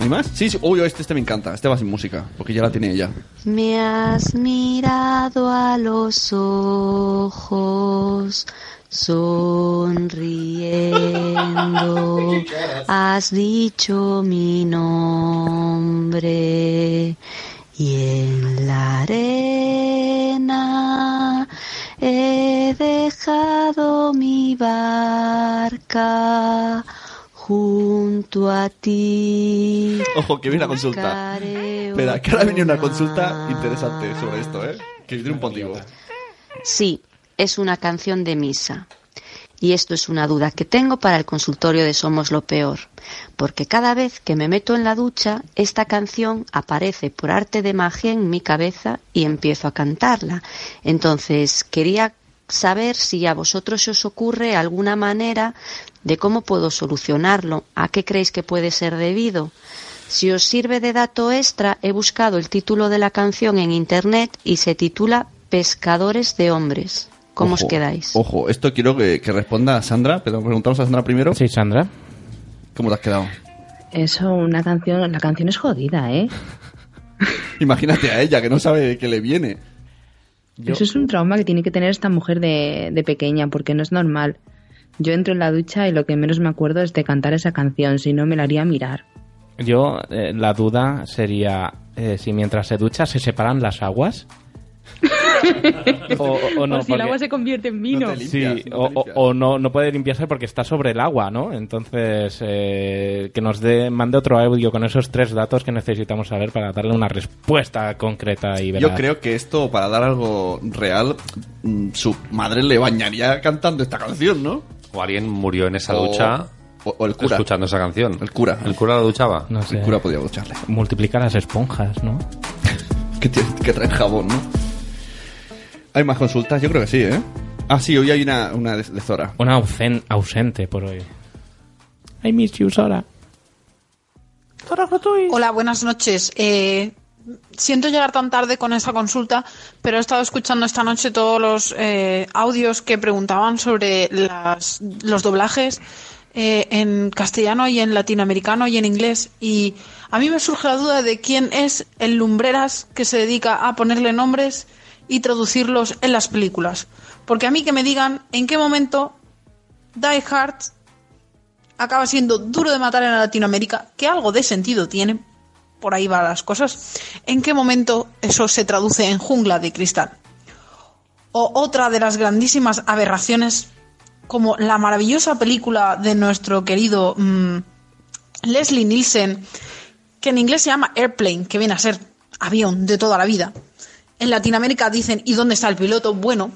Speaker 4: ¿Hay más? Sí, sí. Uy, este, este me encanta. Este va sin música, porque ya la tiene ella.
Speaker 13: Me has mirado a los ojos sonriendo. Has dicho mi nombre y en la arena he dejado mi barca junto a ti.
Speaker 4: Ojo, que viene una consulta. Espera, que ahora viene una consulta interesante sobre esto, ¿eh? Que viene un pontivo.
Speaker 13: Sí, es una canción de misa. Y esto es una duda que tengo para el consultorio de Somos lo Peor, porque cada vez que me meto en la ducha, esta canción aparece por arte de magia en mi cabeza y empiezo a cantarla. Entonces, quería saber si a vosotros se os ocurre alguna manera de cómo puedo solucionarlo, a qué creéis que puede ser debido. Si os sirve de dato extra, he buscado el título de la canción en Internet y se titula Pescadores de Hombres. ¿Cómo os
Speaker 4: Ojo,
Speaker 13: quedáis?
Speaker 4: Ojo, esto quiero que, que responda Sandra. Pero preguntamos a Sandra primero. Sí,
Speaker 9: Sandra.
Speaker 4: ¿Cómo te has quedado?
Speaker 6: Eso, una canción. La canción es jodida, ¿eh?
Speaker 4: Imagínate a ella que no sabe que le viene. Yo-
Speaker 6: Eso es un trauma que tiene que tener esta mujer de, de pequeña, porque no es normal. Yo entro en la ducha y lo que menos me acuerdo es de cantar esa canción, si no me la haría mirar.
Speaker 9: Yo, eh, la duda sería eh, si mientras se ducha se separan las aguas. o, o- o no,
Speaker 6: o si el
Speaker 9: porque-
Speaker 6: agua se convierte en vino.
Speaker 9: sí, o, o- o no, no puede limpiarse porque está sobre el agua, ¿no? Entonces, eh, que nos dé, mande otro audio con esos tres datos que necesitamos saber para darle una respuesta concreta y veraz.
Speaker 4: Yo creo que esto, para dar algo real, mm, su madre le bañaría cantando esta canción, ¿no?
Speaker 1: O alguien murió en esa
Speaker 4: O-
Speaker 1: ducha
Speaker 4: o, el cura.
Speaker 1: escuchando esa canción.
Speaker 4: El cura.
Speaker 1: ¿El cura la duchaba?
Speaker 9: No sé. El cura
Speaker 4: podía ducharle.
Speaker 9: Multiplica las esponjas, ¿no?
Speaker 4: Que, tiene- que trae jabón, ¿no? ¿Hay más consultas? Yo creo que sí, ¿eh? Ah, sí, hoy hay una, una de, de Zora.
Speaker 9: Una ausen- ausente por hoy. I miss you, Sora.
Speaker 25: Hola, buenas noches. Eh, siento llegar tan tarde con esta consulta, pero he estado escuchando esta noche todos los eh, audios que preguntaban sobre las- los doblajes eh, en castellano y en latinoamericano y en inglés. Y a mí me surge la duda de quién es el lumbreras que se dedica a ponerle nombres y traducirlos en las películas. Porque a mí que me digan en qué momento Die Hard acaba siendo duro de matar en Latinoamérica, que algo de sentido tiene, por ahí van las cosas, ¿en qué momento eso se traduce en jungla de cristal? O otra de las grandísimas aberraciones, como la maravillosa película de nuestro querido mm, Leslie Nielsen, que en inglés se llama Airplane, que viene a ser avión de toda la vida. En Latinoamérica dicen, ¿y dónde está el piloto? Bueno,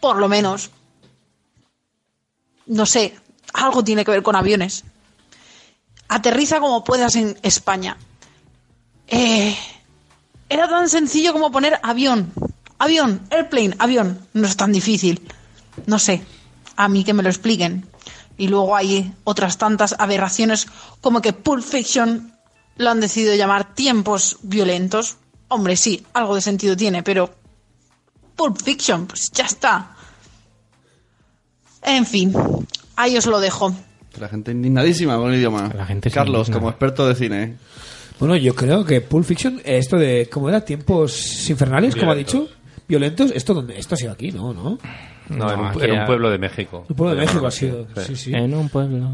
Speaker 25: por lo menos no sé, algo tiene que ver con aviones. Aterriza como puedas en España. Eh, era tan sencillo como poner avión, avión, airplane, avión. No es tan difícil. No sé, a mí que me lo expliquen. Y luego hay otras tantas aberraciones como que Pulp Fiction lo han decidido llamar tiempos violentos. Hombre, sí, algo de sentido tiene, pero Pulp Fiction, pues ya está. En fin, ahí os lo dejo.
Speaker 4: La gente indignadísima con el idioma. Carlos,
Speaker 14: indigna.
Speaker 4: como experto de cine.
Speaker 14: Bueno, yo creo que Pulp Fiction, eh, esto de, ¿cómo era? Tiempos infernales, como ha dicho. Violentos, esto donde esto ha sido aquí, ¿no? No,
Speaker 1: No, en, un,
Speaker 14: aquí
Speaker 1: en un
Speaker 14: ha-
Speaker 1: pueblo de México.
Speaker 14: Un pueblo de
Speaker 1: Lo llaman
Speaker 14: México ha
Speaker 1: así.
Speaker 14: sido. Sí, sí.
Speaker 9: En un pueblo.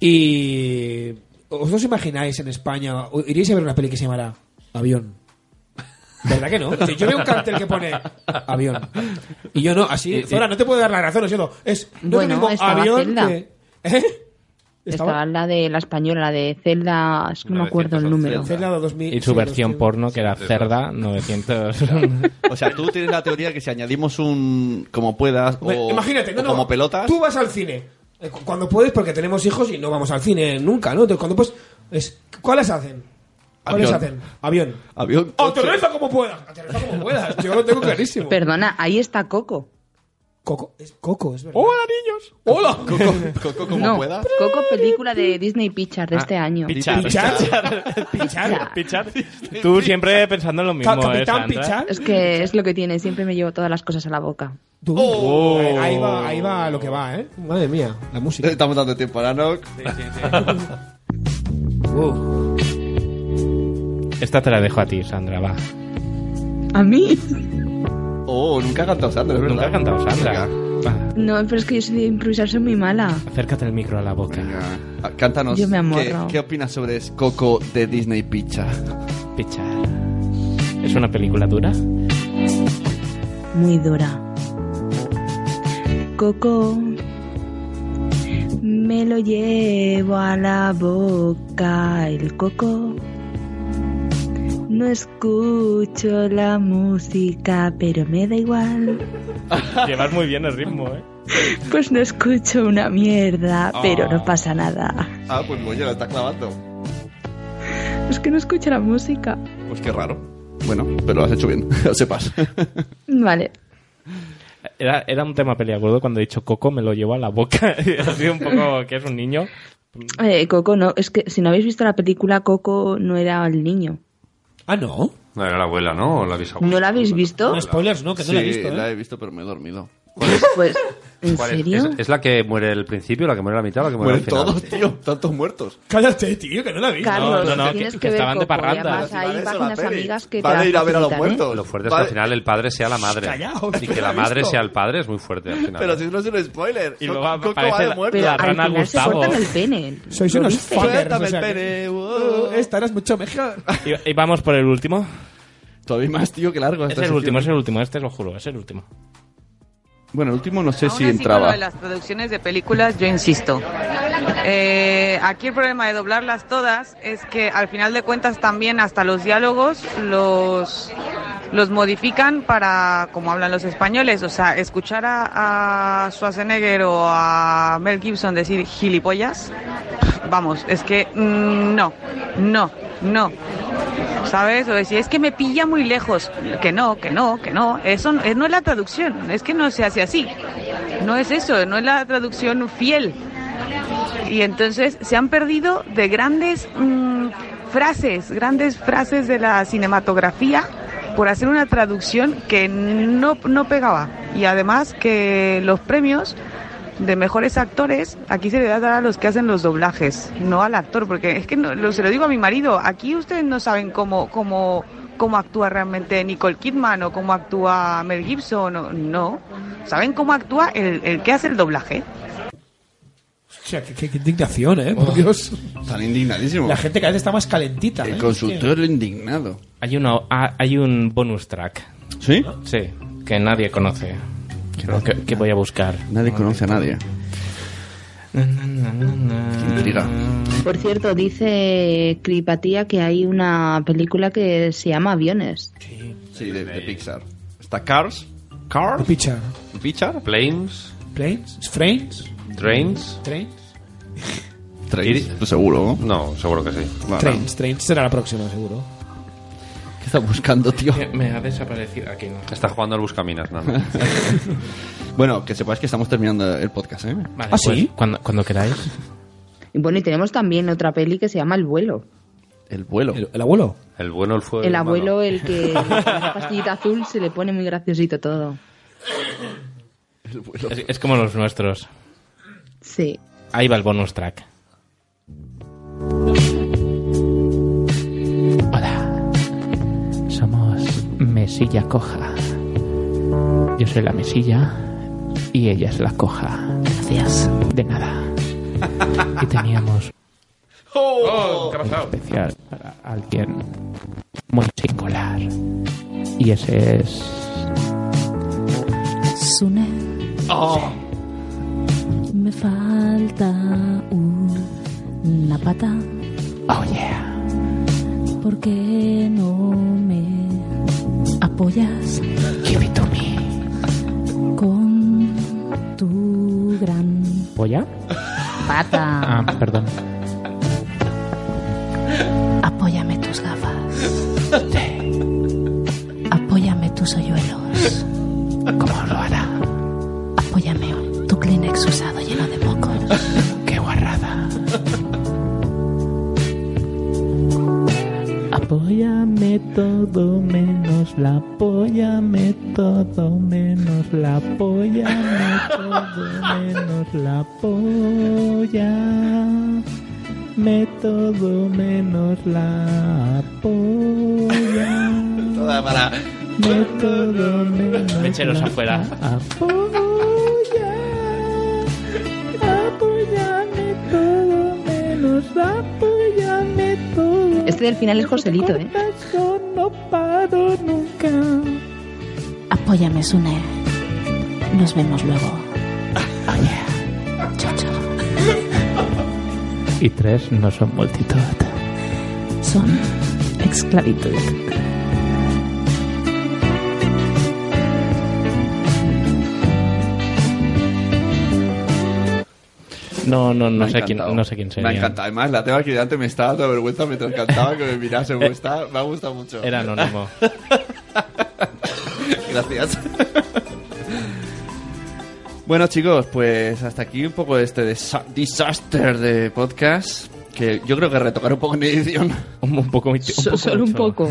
Speaker 14: Y. ¿Vosotros imagináis en España? o ¿Iríais a ver una peli que se llamará Avión? ¿Verdad que no? Si yo veo un cartel que pone Avión. Y yo no, así.
Speaker 9: Eh,
Speaker 6: Y- y-
Speaker 14: Zora, no te puedo dar la razón, lo siento. Es, no es
Speaker 6: Bueno,
Speaker 14: lo mismo
Speaker 6: estaba
Speaker 14: avión
Speaker 6: Zelda.
Speaker 14: que- ¿Eh?
Speaker 6: Estaba,
Speaker 14: Estaba-
Speaker 6: la de la española, la de Zelda, es que no me acuerdo el número.
Speaker 14: Zelda de 2000,
Speaker 9: Y su
Speaker 14: sí,
Speaker 9: versión
Speaker 14: 2000.
Speaker 9: porno, que era Cerda 900.
Speaker 4: O sea, tú tienes la teoría que si añadimos un como puedas o,
Speaker 14: Imagínate, no,
Speaker 4: o
Speaker 14: no.
Speaker 4: como pelotas...
Speaker 14: Tú vas al cine. eh, cu- Cuando puedes, porque tenemos hijos y no vamos al cine nunca, ¿no? Entonces, cuando puedes. Es, ¿Cuáles hacen? ¿Cuáles
Speaker 4: Avión.
Speaker 14: hacen? Avión.
Speaker 4: Avión.
Speaker 14: Oh, Aterriza como puedas. Aterriza como puedas. Yo lo tengo clarísimo.
Speaker 6: Perdona, ahí está Coco.
Speaker 14: Coco, es Coco, es verdad.
Speaker 6: ¡Hola,
Speaker 14: niños! ¡Hola!
Speaker 4: Coco, Coco como
Speaker 6: no,
Speaker 4: puedas.
Speaker 6: Coco, película de Disney Pictures de este año.
Speaker 9: Pichar. Pichar. Pichar. Tú siempre pensando en lo mismo, ¿eh, Sandra?
Speaker 6: Es que es lo que tiene, siempre me llevo todas las cosas a la boca.
Speaker 9: Oh.
Speaker 14: Ahí, ahí va, ahí va lo que va, ¿eh? Madre mía, la música.
Speaker 4: Estamos dando tiempo a Anok.
Speaker 14: Wow.
Speaker 9: Esta te la dejo a ti, Sandra, va.
Speaker 6: ¿A mí?
Speaker 8: Oh, nunca ha cantado Sandra, es verdad.
Speaker 9: Nunca ha cantado Sandra.
Speaker 6: No, pero es que yo soy de improvisar, soy muy mala.
Speaker 9: Acércate el micro a la boca.
Speaker 8: Ah, Cántanos.
Speaker 6: Yo me
Speaker 8: ¿qué,
Speaker 6: amorro.
Speaker 8: ¿Qué opinas sobre Coco de Disney Pizza?
Speaker 9: Pizza. ¿Es una película dura?
Speaker 6: Muy dura. Coco, me lo llevo a la boca el coco. No escucho la música, pero me da igual.
Speaker 9: Llevas muy bien el ritmo, ¿eh?
Speaker 6: Pues no escucho una mierda,
Speaker 14: Ah.
Speaker 6: pero no pasa nada.
Speaker 8: Ah, pues Goya la está clavando.
Speaker 6: Es que no escucho la música.
Speaker 8: Pues qué raro. Bueno, pero lo has hecho bien, lo sepas.
Speaker 6: Vale.
Speaker 9: Era, era un tema peliagudo cuando he dicho Coco, me lo llevo a la boca. ha sido un poco que es un niño.
Speaker 6: Eh, Coco, no, es que si no habéis visto la película, Coco no era el niño.
Speaker 14: Ah, no.
Speaker 1: No era la abuela, ¿no? O la bisabuela.
Speaker 6: ¿No la habéis visto?
Speaker 14: spoilers, no, que no
Speaker 8: sí,
Speaker 14: la he visto, ¿eh?
Speaker 8: la he visto, pero me he dormido.
Speaker 6: Pues, ¿en
Speaker 1: ¿Cuál es?
Speaker 6: serio?
Speaker 1: ¿Es, es la que muere el principio, la que muere la mitad, la que muere
Speaker 8: Mueren
Speaker 1: al final?
Speaker 8: todos, tío. Tantos muertos.
Speaker 14: Cállate, tío, que no la vi.
Speaker 6: Carlos,
Speaker 1: No, no, no,
Speaker 6: tienes
Speaker 1: que-
Speaker 6: que,
Speaker 1: que
Speaker 6: ver
Speaker 1: estaban de
Speaker 6: Coco, y
Speaker 1: parranda.
Speaker 6: además hay páginas amigas que
Speaker 8: Van
Speaker 6: te
Speaker 8: a ir a ver a los
Speaker 6: facilitan, ¿eh?
Speaker 8: muertos.
Speaker 1: Lo fuerte es que
Speaker 8: Vale.
Speaker 1: al final el padre sea la madre.
Speaker 8: Callaos,
Speaker 1: y
Speaker 8: que
Speaker 1: que
Speaker 8: la
Speaker 1: la
Speaker 8: he
Speaker 1: madre
Speaker 8: visto.
Speaker 1: sea el padre es muy fuerte al final.
Speaker 8: Pero si no es un spoiler.
Speaker 9: Y
Speaker 8: Son-
Speaker 9: luego
Speaker 8: Coco
Speaker 9: aparece
Speaker 8: va de
Speaker 9: la-
Speaker 8: muerto.
Speaker 9: la
Speaker 6: Al
Speaker 9: rana
Speaker 6: final se
Speaker 9: Gustavo.
Speaker 6: cortan el pene.
Speaker 14: Sois
Speaker 6: ¿Lo
Speaker 14: unos
Speaker 6: viste?
Speaker 14: fuckers.
Speaker 8: Suéltame
Speaker 14: o sea
Speaker 8: el
Speaker 14: que-
Speaker 8: pene.
Speaker 14: Uh, esta eres mucho mejor.
Speaker 9: Y, y vamos por el último.
Speaker 8: Todavía más, tío, que largo.
Speaker 9: Es
Speaker 8: esta
Speaker 9: el
Speaker 8: sección.
Speaker 9: último, es el último. Este os lo juro, es el último.
Speaker 8: Bueno, el último no sé si
Speaker 21: Aún así, con lo
Speaker 8: entraba.
Speaker 21: de las producciones de películas, yo insisto. Eh, aquí el problema de doblarlas todas es que al final de cuentas también hasta los diálogos los, los modifican para como hablan los españoles. O sea, escuchar a, a Schwarzenegger o a Mel Gibson decir gilipollas, vamos, es que mm, no, no, no. ¿Sabes? O decir, es que me pilla muy lejos. Que no, que no, que no. Eso no, eh, no es la traducción. Es que no se hace así. No es eso, no es la traducción fiel. Y entonces se han perdido de grandes mm, frases, grandes frases de la cinematografía por hacer una traducción que no, no pegaba. Y además que los premios de mejores actores, aquí se le da a dar a los que hacen los doblajes, no al actor, porque es que no- lo- se lo digo a mi marido, aquí ustedes no saben cómo, cómo, cómo actúa realmente Nicole Kidman o cómo actúa Mel Gibson, o- no, saben cómo actúa el, el que hace el doblaje.
Speaker 14: O sea, qué, qué- qué indignación, ¿eh?
Speaker 8: Oh.
Speaker 14: Por Dios.
Speaker 8: Están indignadísimos.
Speaker 14: La gente cada vez está más calentita. ¿eh?
Speaker 8: El consultor indignado.
Speaker 9: Hay, una, ha- hay un bonus track.
Speaker 8: ¿Sí?
Speaker 9: Sí, que nadie conoce. Creo que, que voy a buscar.
Speaker 8: Nadie conoce a nadie. Intriga.
Speaker 6: Por cierto, dice Cripatía que hay una película que se llama Aviones.
Speaker 8: Sí, de, de Pixar. Está Cars. Cars.
Speaker 14: Picha.
Speaker 8: Pixar.
Speaker 1: Planes,
Speaker 14: ¿Planes? ¿Frames?
Speaker 1: trains,
Speaker 14: ¿Trains?
Speaker 8: Trains. Seguro, ¿no?
Speaker 1: No, seguro que sí.
Speaker 8: Vale.
Speaker 14: Trains, Trains será la próxima, seguro.
Speaker 8: ¿Qué está buscando, tío?
Speaker 9: Me, me ha desaparecido aquí, ¿no?
Speaker 1: Está jugando al Buscaminas, nada más.
Speaker 8: Bueno, que sepáis que estamos terminando el podcast, ¿eh?
Speaker 9: Vale,
Speaker 14: ¿Ah, sí?
Speaker 9: pues, cuando, cuando queráis.
Speaker 6: Y bueno, y tenemos también otra peli que se llama El vuelo.
Speaker 8: El vuelo.
Speaker 14: ¿El, el abuelo?
Speaker 1: El Pues, bueno, el fuego.
Speaker 6: El abuelo, el que con la pastillita azul se le pone muy graciosito todo.
Speaker 9: Es, es como los nuestros.
Speaker 6: Sí.
Speaker 9: Ahí va el bonus track. Hola. Somos Mesilla Coja. Yo soy la Mesilla y ella es la Coja. Gracias. De nada. Y teníamos
Speaker 8: ¡Oh!
Speaker 9: especial para alguien muy singular. Y ese es.
Speaker 17: Sune,
Speaker 14: Ah,
Speaker 17: me falta una pata.
Speaker 9: Oh yeah.
Speaker 17: ¿Por qué no me apoyas?
Speaker 9: Give it to me.
Speaker 17: Con tu gran
Speaker 9: ¿Polla?
Speaker 17: pata.
Speaker 9: Ah, perdón.
Speaker 17: Apóyame tus gafas. Apóyame tus hoyuelos.
Speaker 9: ¿Cómo lo hará?
Speaker 17: Apóyame tu Kleenex usado lleno de mocos.
Speaker 9: ¡Qué guarrada! Apóyame todo menos la apóyame todo menos la apóyame todo menos la polla. Me todo menos la polla.
Speaker 8: Toda para.
Speaker 9: Me todo menos
Speaker 8: Mecheros
Speaker 9: la
Speaker 8: afuera.
Speaker 9: Ah, Apoya, apóyame todo menos, apóyame todo.
Speaker 6: Este del final es Joselito, ¿eh?
Speaker 9: Yo no paro nunca.
Speaker 17: Apóyame, Sune. Nos vemos luego.
Speaker 9: Y tres no son multitud.
Speaker 17: Son exclavitud.
Speaker 9: No, no, no
Speaker 8: Me ha
Speaker 9: sé quién,
Speaker 8: encantado.
Speaker 9: no sé quién sería.
Speaker 8: Me ha encantado. Además, la tengo aquí delante, me estaba dando vergüenza mientras cantaba que me mirase. Me, gusta, me ha gustado mucho.
Speaker 9: Era anónimo.
Speaker 8: Gracias. Bueno, chicos, pues hasta aquí un poco este desa- disaster de podcast. Que yo creo que retocar un poco en edición.
Speaker 9: Un poco,
Speaker 6: So- solo un poco.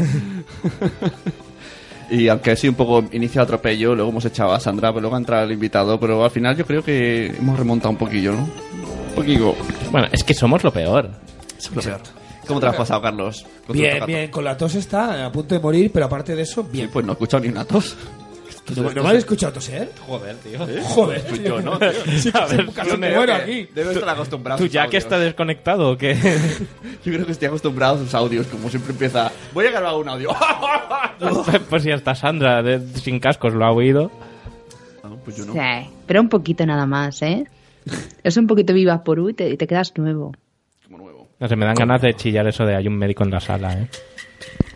Speaker 8: Y aunque ha sido un poco inicio de atropello, luego hemos echado a Sandra, pero luego ha entrado el invitado, pero al final yo creo que hemos remontado un poquillo, ¿no? Un poquillo.
Speaker 9: Bueno, es que somos lo peor.
Speaker 8: Somos lo peor. ¿Cómo te lo has pasado, Carlos? Con tu
Speaker 14: Bien,
Speaker 8: tocato.
Speaker 14: bien, con la tos está a punto de morir, pero aparte de eso, bien.
Speaker 8: pues no he escuchado ni una tos.
Speaker 14: ¿No, no me habéis escuchado toser?
Speaker 8: Joder, tío.
Speaker 14: Joder,
Speaker 8: Pues
Speaker 14: tío.
Speaker 8: yo no, tío.
Speaker 14: Sí, pues,
Speaker 8: A ver,
Speaker 14: casi
Speaker 8: yo
Speaker 14: me
Speaker 8: creo
Speaker 14: muero
Speaker 8: que
Speaker 14: aquí.
Speaker 8: Debes estar acostumbrado.
Speaker 9: ¿Tú
Speaker 8: a sus
Speaker 9: ya que
Speaker 8: audios.
Speaker 9: está desconectado o qué?
Speaker 8: Yo creo que estoy acostumbrado a sus audios, como siempre empieza. Voy a grabar un audio.
Speaker 9: pues si hasta Sandra, de- sin cascos, lo ha oído.
Speaker 8: pues
Speaker 6: Sí, pero un poquito nada más, ¿eh? Es un poquito vivas por U y te, y te quedas nuevo.
Speaker 9: No sé, me dan ganas de chillar eso de hay un médico en la sala, ¿eh?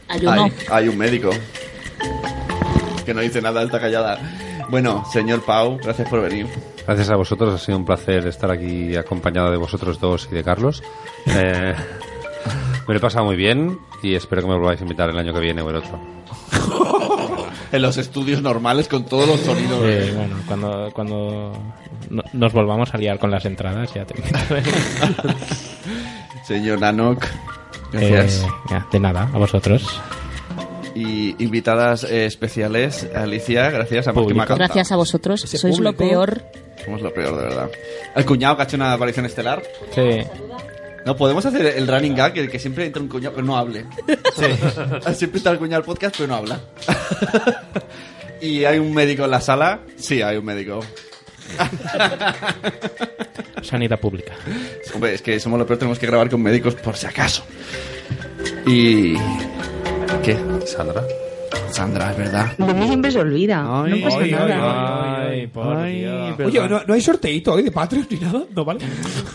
Speaker 8: Hay, hay un médico. Que no dice nada, está callada. Bueno, señor Pau, gracias por venir.
Speaker 1: Gracias a vosotros, ha sido un placer estar aquí acompañado de vosotros dos y de Carlos. Eh, me lo he pasado muy bien y espero que me volváis a invitar el año que viene o el otro.
Speaker 8: En los estudios normales con todos los sonidos.
Speaker 9: Sí, bueno, cuando, cuando no- nos volvamos a liar con las entradas, ya te
Speaker 8: Señor Nanok, gracias.
Speaker 9: Eh, ya, de nada, a vosotros.
Speaker 8: Y invitadas eh, especiales, Alicia, gracias a Martín
Speaker 13: Gracias a vosotros. Sois lo peor.
Speaker 8: Somos lo peor, de verdad. El cuñado que ha hecho una aparición estelar.
Speaker 9: Sí.
Speaker 8: No, podemos hacer el running gag, el que siempre entra un cuñado pero no hable. Siempre está el cuñado al podcast pero no habla. ¿Y hay un médico en la sala? Sí, hay un médico.
Speaker 9: Sanidad pública.
Speaker 8: Hombre, es que somos lo peor, tenemos que grabar con médicos por si acaso. Y... ¿Qué? Sandra. Sandra, es verdad.
Speaker 6: Lo mío siempre se olvida. no pasa
Speaker 8: ay,
Speaker 6: nada.
Speaker 9: Ay, por Dios.
Speaker 14: Oye, ¿no, no hay sorteito hoy de Patreon ni nada? No vale.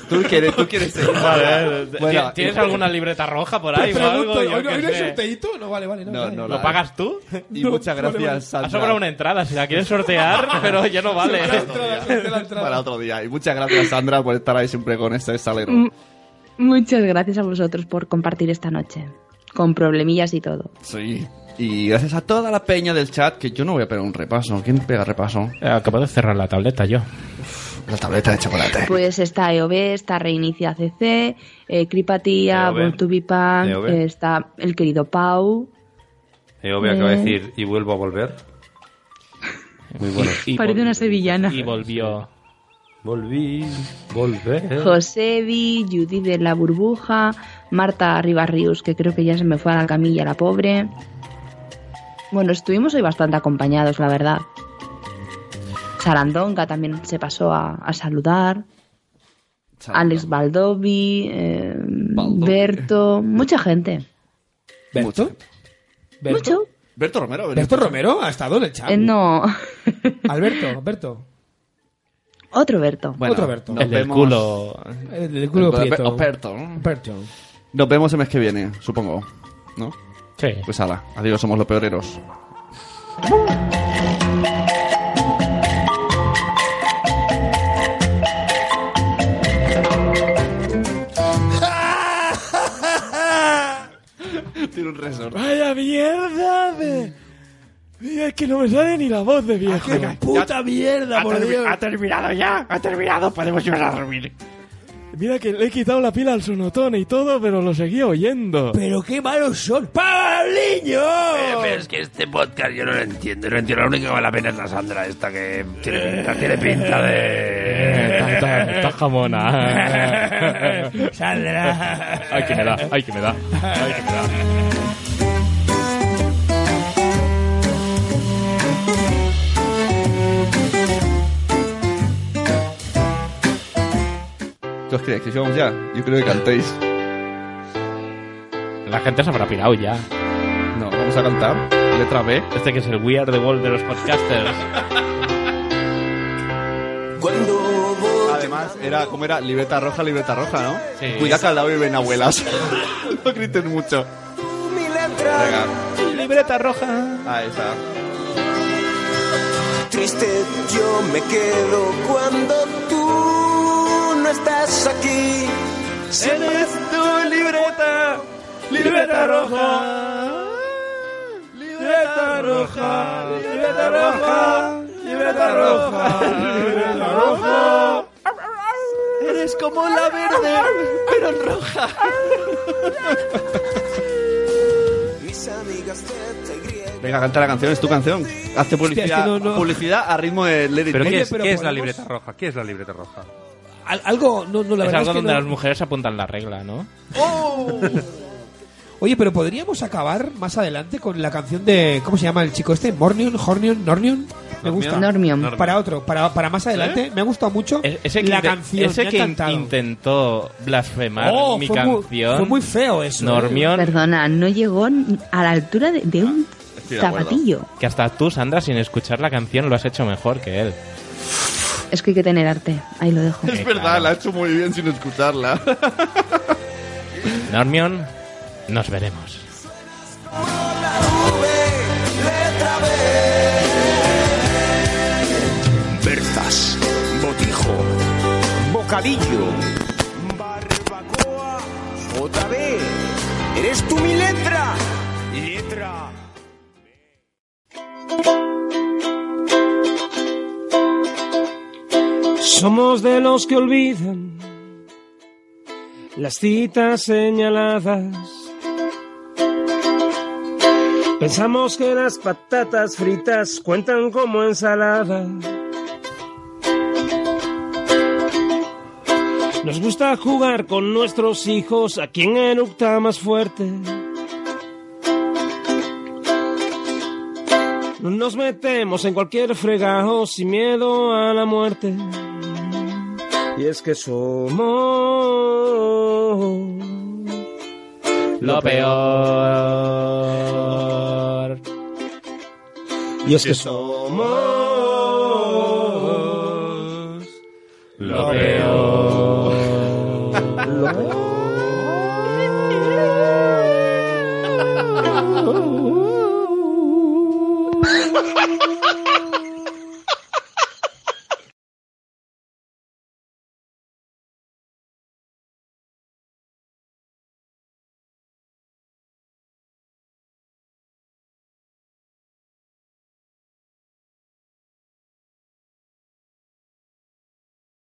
Speaker 8: Tú quieres, tú quieres seguir.
Speaker 9: Vale,
Speaker 8: Bueno,
Speaker 9: ¿Tienes
Speaker 8: y-
Speaker 9: alguna libreta roja por ahí o
Speaker 14: Pregunto,
Speaker 9: algo?
Speaker 14: ¿hoy
Speaker 9: Yo
Speaker 14: no-
Speaker 9: qué
Speaker 14: hoy no hay
Speaker 9: sé.
Speaker 14: sorteito? No vale, vale. No,
Speaker 8: No,
Speaker 14: vale.
Speaker 8: no,
Speaker 9: ¿Lo pagas tú?
Speaker 8: Y muchas
Speaker 9: vale,
Speaker 8: gracias,
Speaker 9: vale.
Speaker 8: Sandra.
Speaker 9: Ha sobrado una entrada, si la quieres sortear, pero ya no vale.
Speaker 8: Para otro día. Y muchas gracias, Sandra, por estar ahí siempre con este salero.
Speaker 14: Mm.
Speaker 6: M- Muchas gracias a vosotros por compartir esta noche. Con problemillas y todo.
Speaker 8: Sí. Y gracias a toda la peña del chat, que yo no voy a pegar un repaso. ¿Quién pega repaso?
Speaker 9: Eh, Acabo de cerrar la tableta yo.
Speaker 8: La tableta de chocolate.
Speaker 6: Pues está EOB, está Reinicia CC, eh, Cripatía,
Speaker 1: EOB.
Speaker 6: Born to be Punk,
Speaker 1: EOB.
Speaker 6: eh, está el querido Pau.
Speaker 1: Eh, obvio que va a decir, y vuelvo a volver. Muy bueno.
Speaker 6: Parece una sevillana.
Speaker 9: Y volvió.
Speaker 1: Volví, volver.
Speaker 6: Josebi, Judy de la Burbuja, Marta Rivas Rius, que creo que ya se me fue a la camilla la pobre. Bueno, estuvimos hoy bastante acompañados, la verdad. Sarandonga también se pasó a, a saludar. Alex Baldovi, eh, Berto, mucha gente.
Speaker 14: ¿Berto?
Speaker 6: Mucho.
Speaker 8: Berto Romero.
Speaker 14: ¿Berto Romero ha estado en el chat?
Speaker 6: Eh, no,
Speaker 14: Alberto, Berto.
Speaker 6: otro Berto.
Speaker 14: Otro Berto.
Speaker 8: nos
Speaker 14: El del
Speaker 8: vemos-
Speaker 14: culo. El del culo
Speaker 8: El de-
Speaker 14: prieto.
Speaker 8: Berto.
Speaker 14: Berto.
Speaker 8: Nos vemos el mes que viene, supongo. ¿No?
Speaker 9: Sí.
Speaker 8: Pues ala. Adiós, somos los peoreros. Tiene un resort.
Speaker 4: Vaya mierda de... Mira, es que no me sale ni la voz de
Speaker 14: Ah,
Speaker 4: viejo.
Speaker 14: puta mierda, por Dios.
Speaker 4: terminado ya, ha terminado, podemos ir a dormir. Mira que le he quitado la pila al sonotone y todo, pero lo seguía oyendo. Eh,
Speaker 14: Pero qué malos son. ¡Pablo!
Speaker 2: Pero
Speaker 4: pues,
Speaker 2: es que este podcast yo no lo entiendo. No entiendo. La única que vale la pena es la Sandra,
Speaker 4: eh,
Speaker 14: Eh,
Speaker 2: esta que tiene pinta, tiene pinta de.
Speaker 9: Esta jamona.
Speaker 14: Saldrá.
Speaker 26: Ay, que me da, ay, que me da. Ay, que me da.
Speaker 8: ¿Qué os creéis? ¿Que sigamos ya? Yo creo que cantéis.
Speaker 9: La gente se habrá pirado ya.
Speaker 8: No, vamos a cantar. Letra B.
Speaker 9: Este que es el We Are the World de los podcasters.
Speaker 8: Además, era, ¿cómo era? Libreta roja, libreta roja, ¿no? Cuidado que al lado viven abuelas. no griten mucho. Venga.
Speaker 14: Libreta roja.
Speaker 8: Ah, esa.
Speaker 4: Triste yo me quedo cuando tú no estás aquí. Eres tu libreta,
Speaker 27: libreta roja. Libreta roja, libreta roja, libreta roja, libreta roja.
Speaker 4: Eres como la verde, pero roja. Mis amigas de
Speaker 8: Venga, canta la canción, es tu canción. Hazte publicidad,
Speaker 4: Hostia, es que no, no.
Speaker 8: publicidad a ritmo de Lady
Speaker 1: ¿Pero qué es, qué es la libreta roja? ¿Qué es la libreta roja?
Speaker 14: Al- algo, no, no, la
Speaker 9: es
Speaker 14: verdad
Speaker 9: algo
Speaker 14: es que
Speaker 9: donde
Speaker 14: no-
Speaker 9: las mujeres apuntan la regla, ¿no?
Speaker 4: Oh.
Speaker 14: Oye, pero podríamos acabar más adelante con la canción de. ¿Cómo se llama el chico este? ¿Mornion? ¿Hornion? ¿Nornion? Me gusta.
Speaker 9: Normion. Normion.
Speaker 14: Para otro, para, para más adelante. Me ha gustado mucho
Speaker 9: Ese que,
Speaker 14: la
Speaker 9: inte-
Speaker 14: canción.
Speaker 9: ese
Speaker 14: me ha
Speaker 9: que in-
Speaker 14: encantado.
Speaker 9: intentó blasfemar
Speaker 14: Oh,
Speaker 9: mi
Speaker 14: fue muy-
Speaker 9: canción.
Speaker 14: fue muy feo eso, ¿eh?
Speaker 9: Normión. Ah,
Speaker 6: Perdona, no llegó ni a la altura de, de un zapatillo.
Speaker 9: Que hasta tú, Sandra, sin escuchar la canción, lo has hecho mejor que él.
Speaker 6: Es que hay que tener arte. Ahí lo dejo.
Speaker 8: Es verdad, la ha hecho muy bien sin escucharla.
Speaker 9: Normión, nos veremos.
Speaker 24: Berzas, botijo, bocadillo, barbacoa, otra vez. Eres tú mi letra, letra.
Speaker 16: Somos de los que olvidan las citas señaladas. Pensamos que las patatas fritas cuentan como ensalada. Nos gusta jugar con nuestros hijos a quien eructa más fuerte. Nos metemos en cualquier fregajo sin miedo a la muerte. Y es que somos
Speaker 9: Lo peor.
Speaker 16: Y es que somos
Speaker 9: lo peor.
Speaker 16: Lo peor.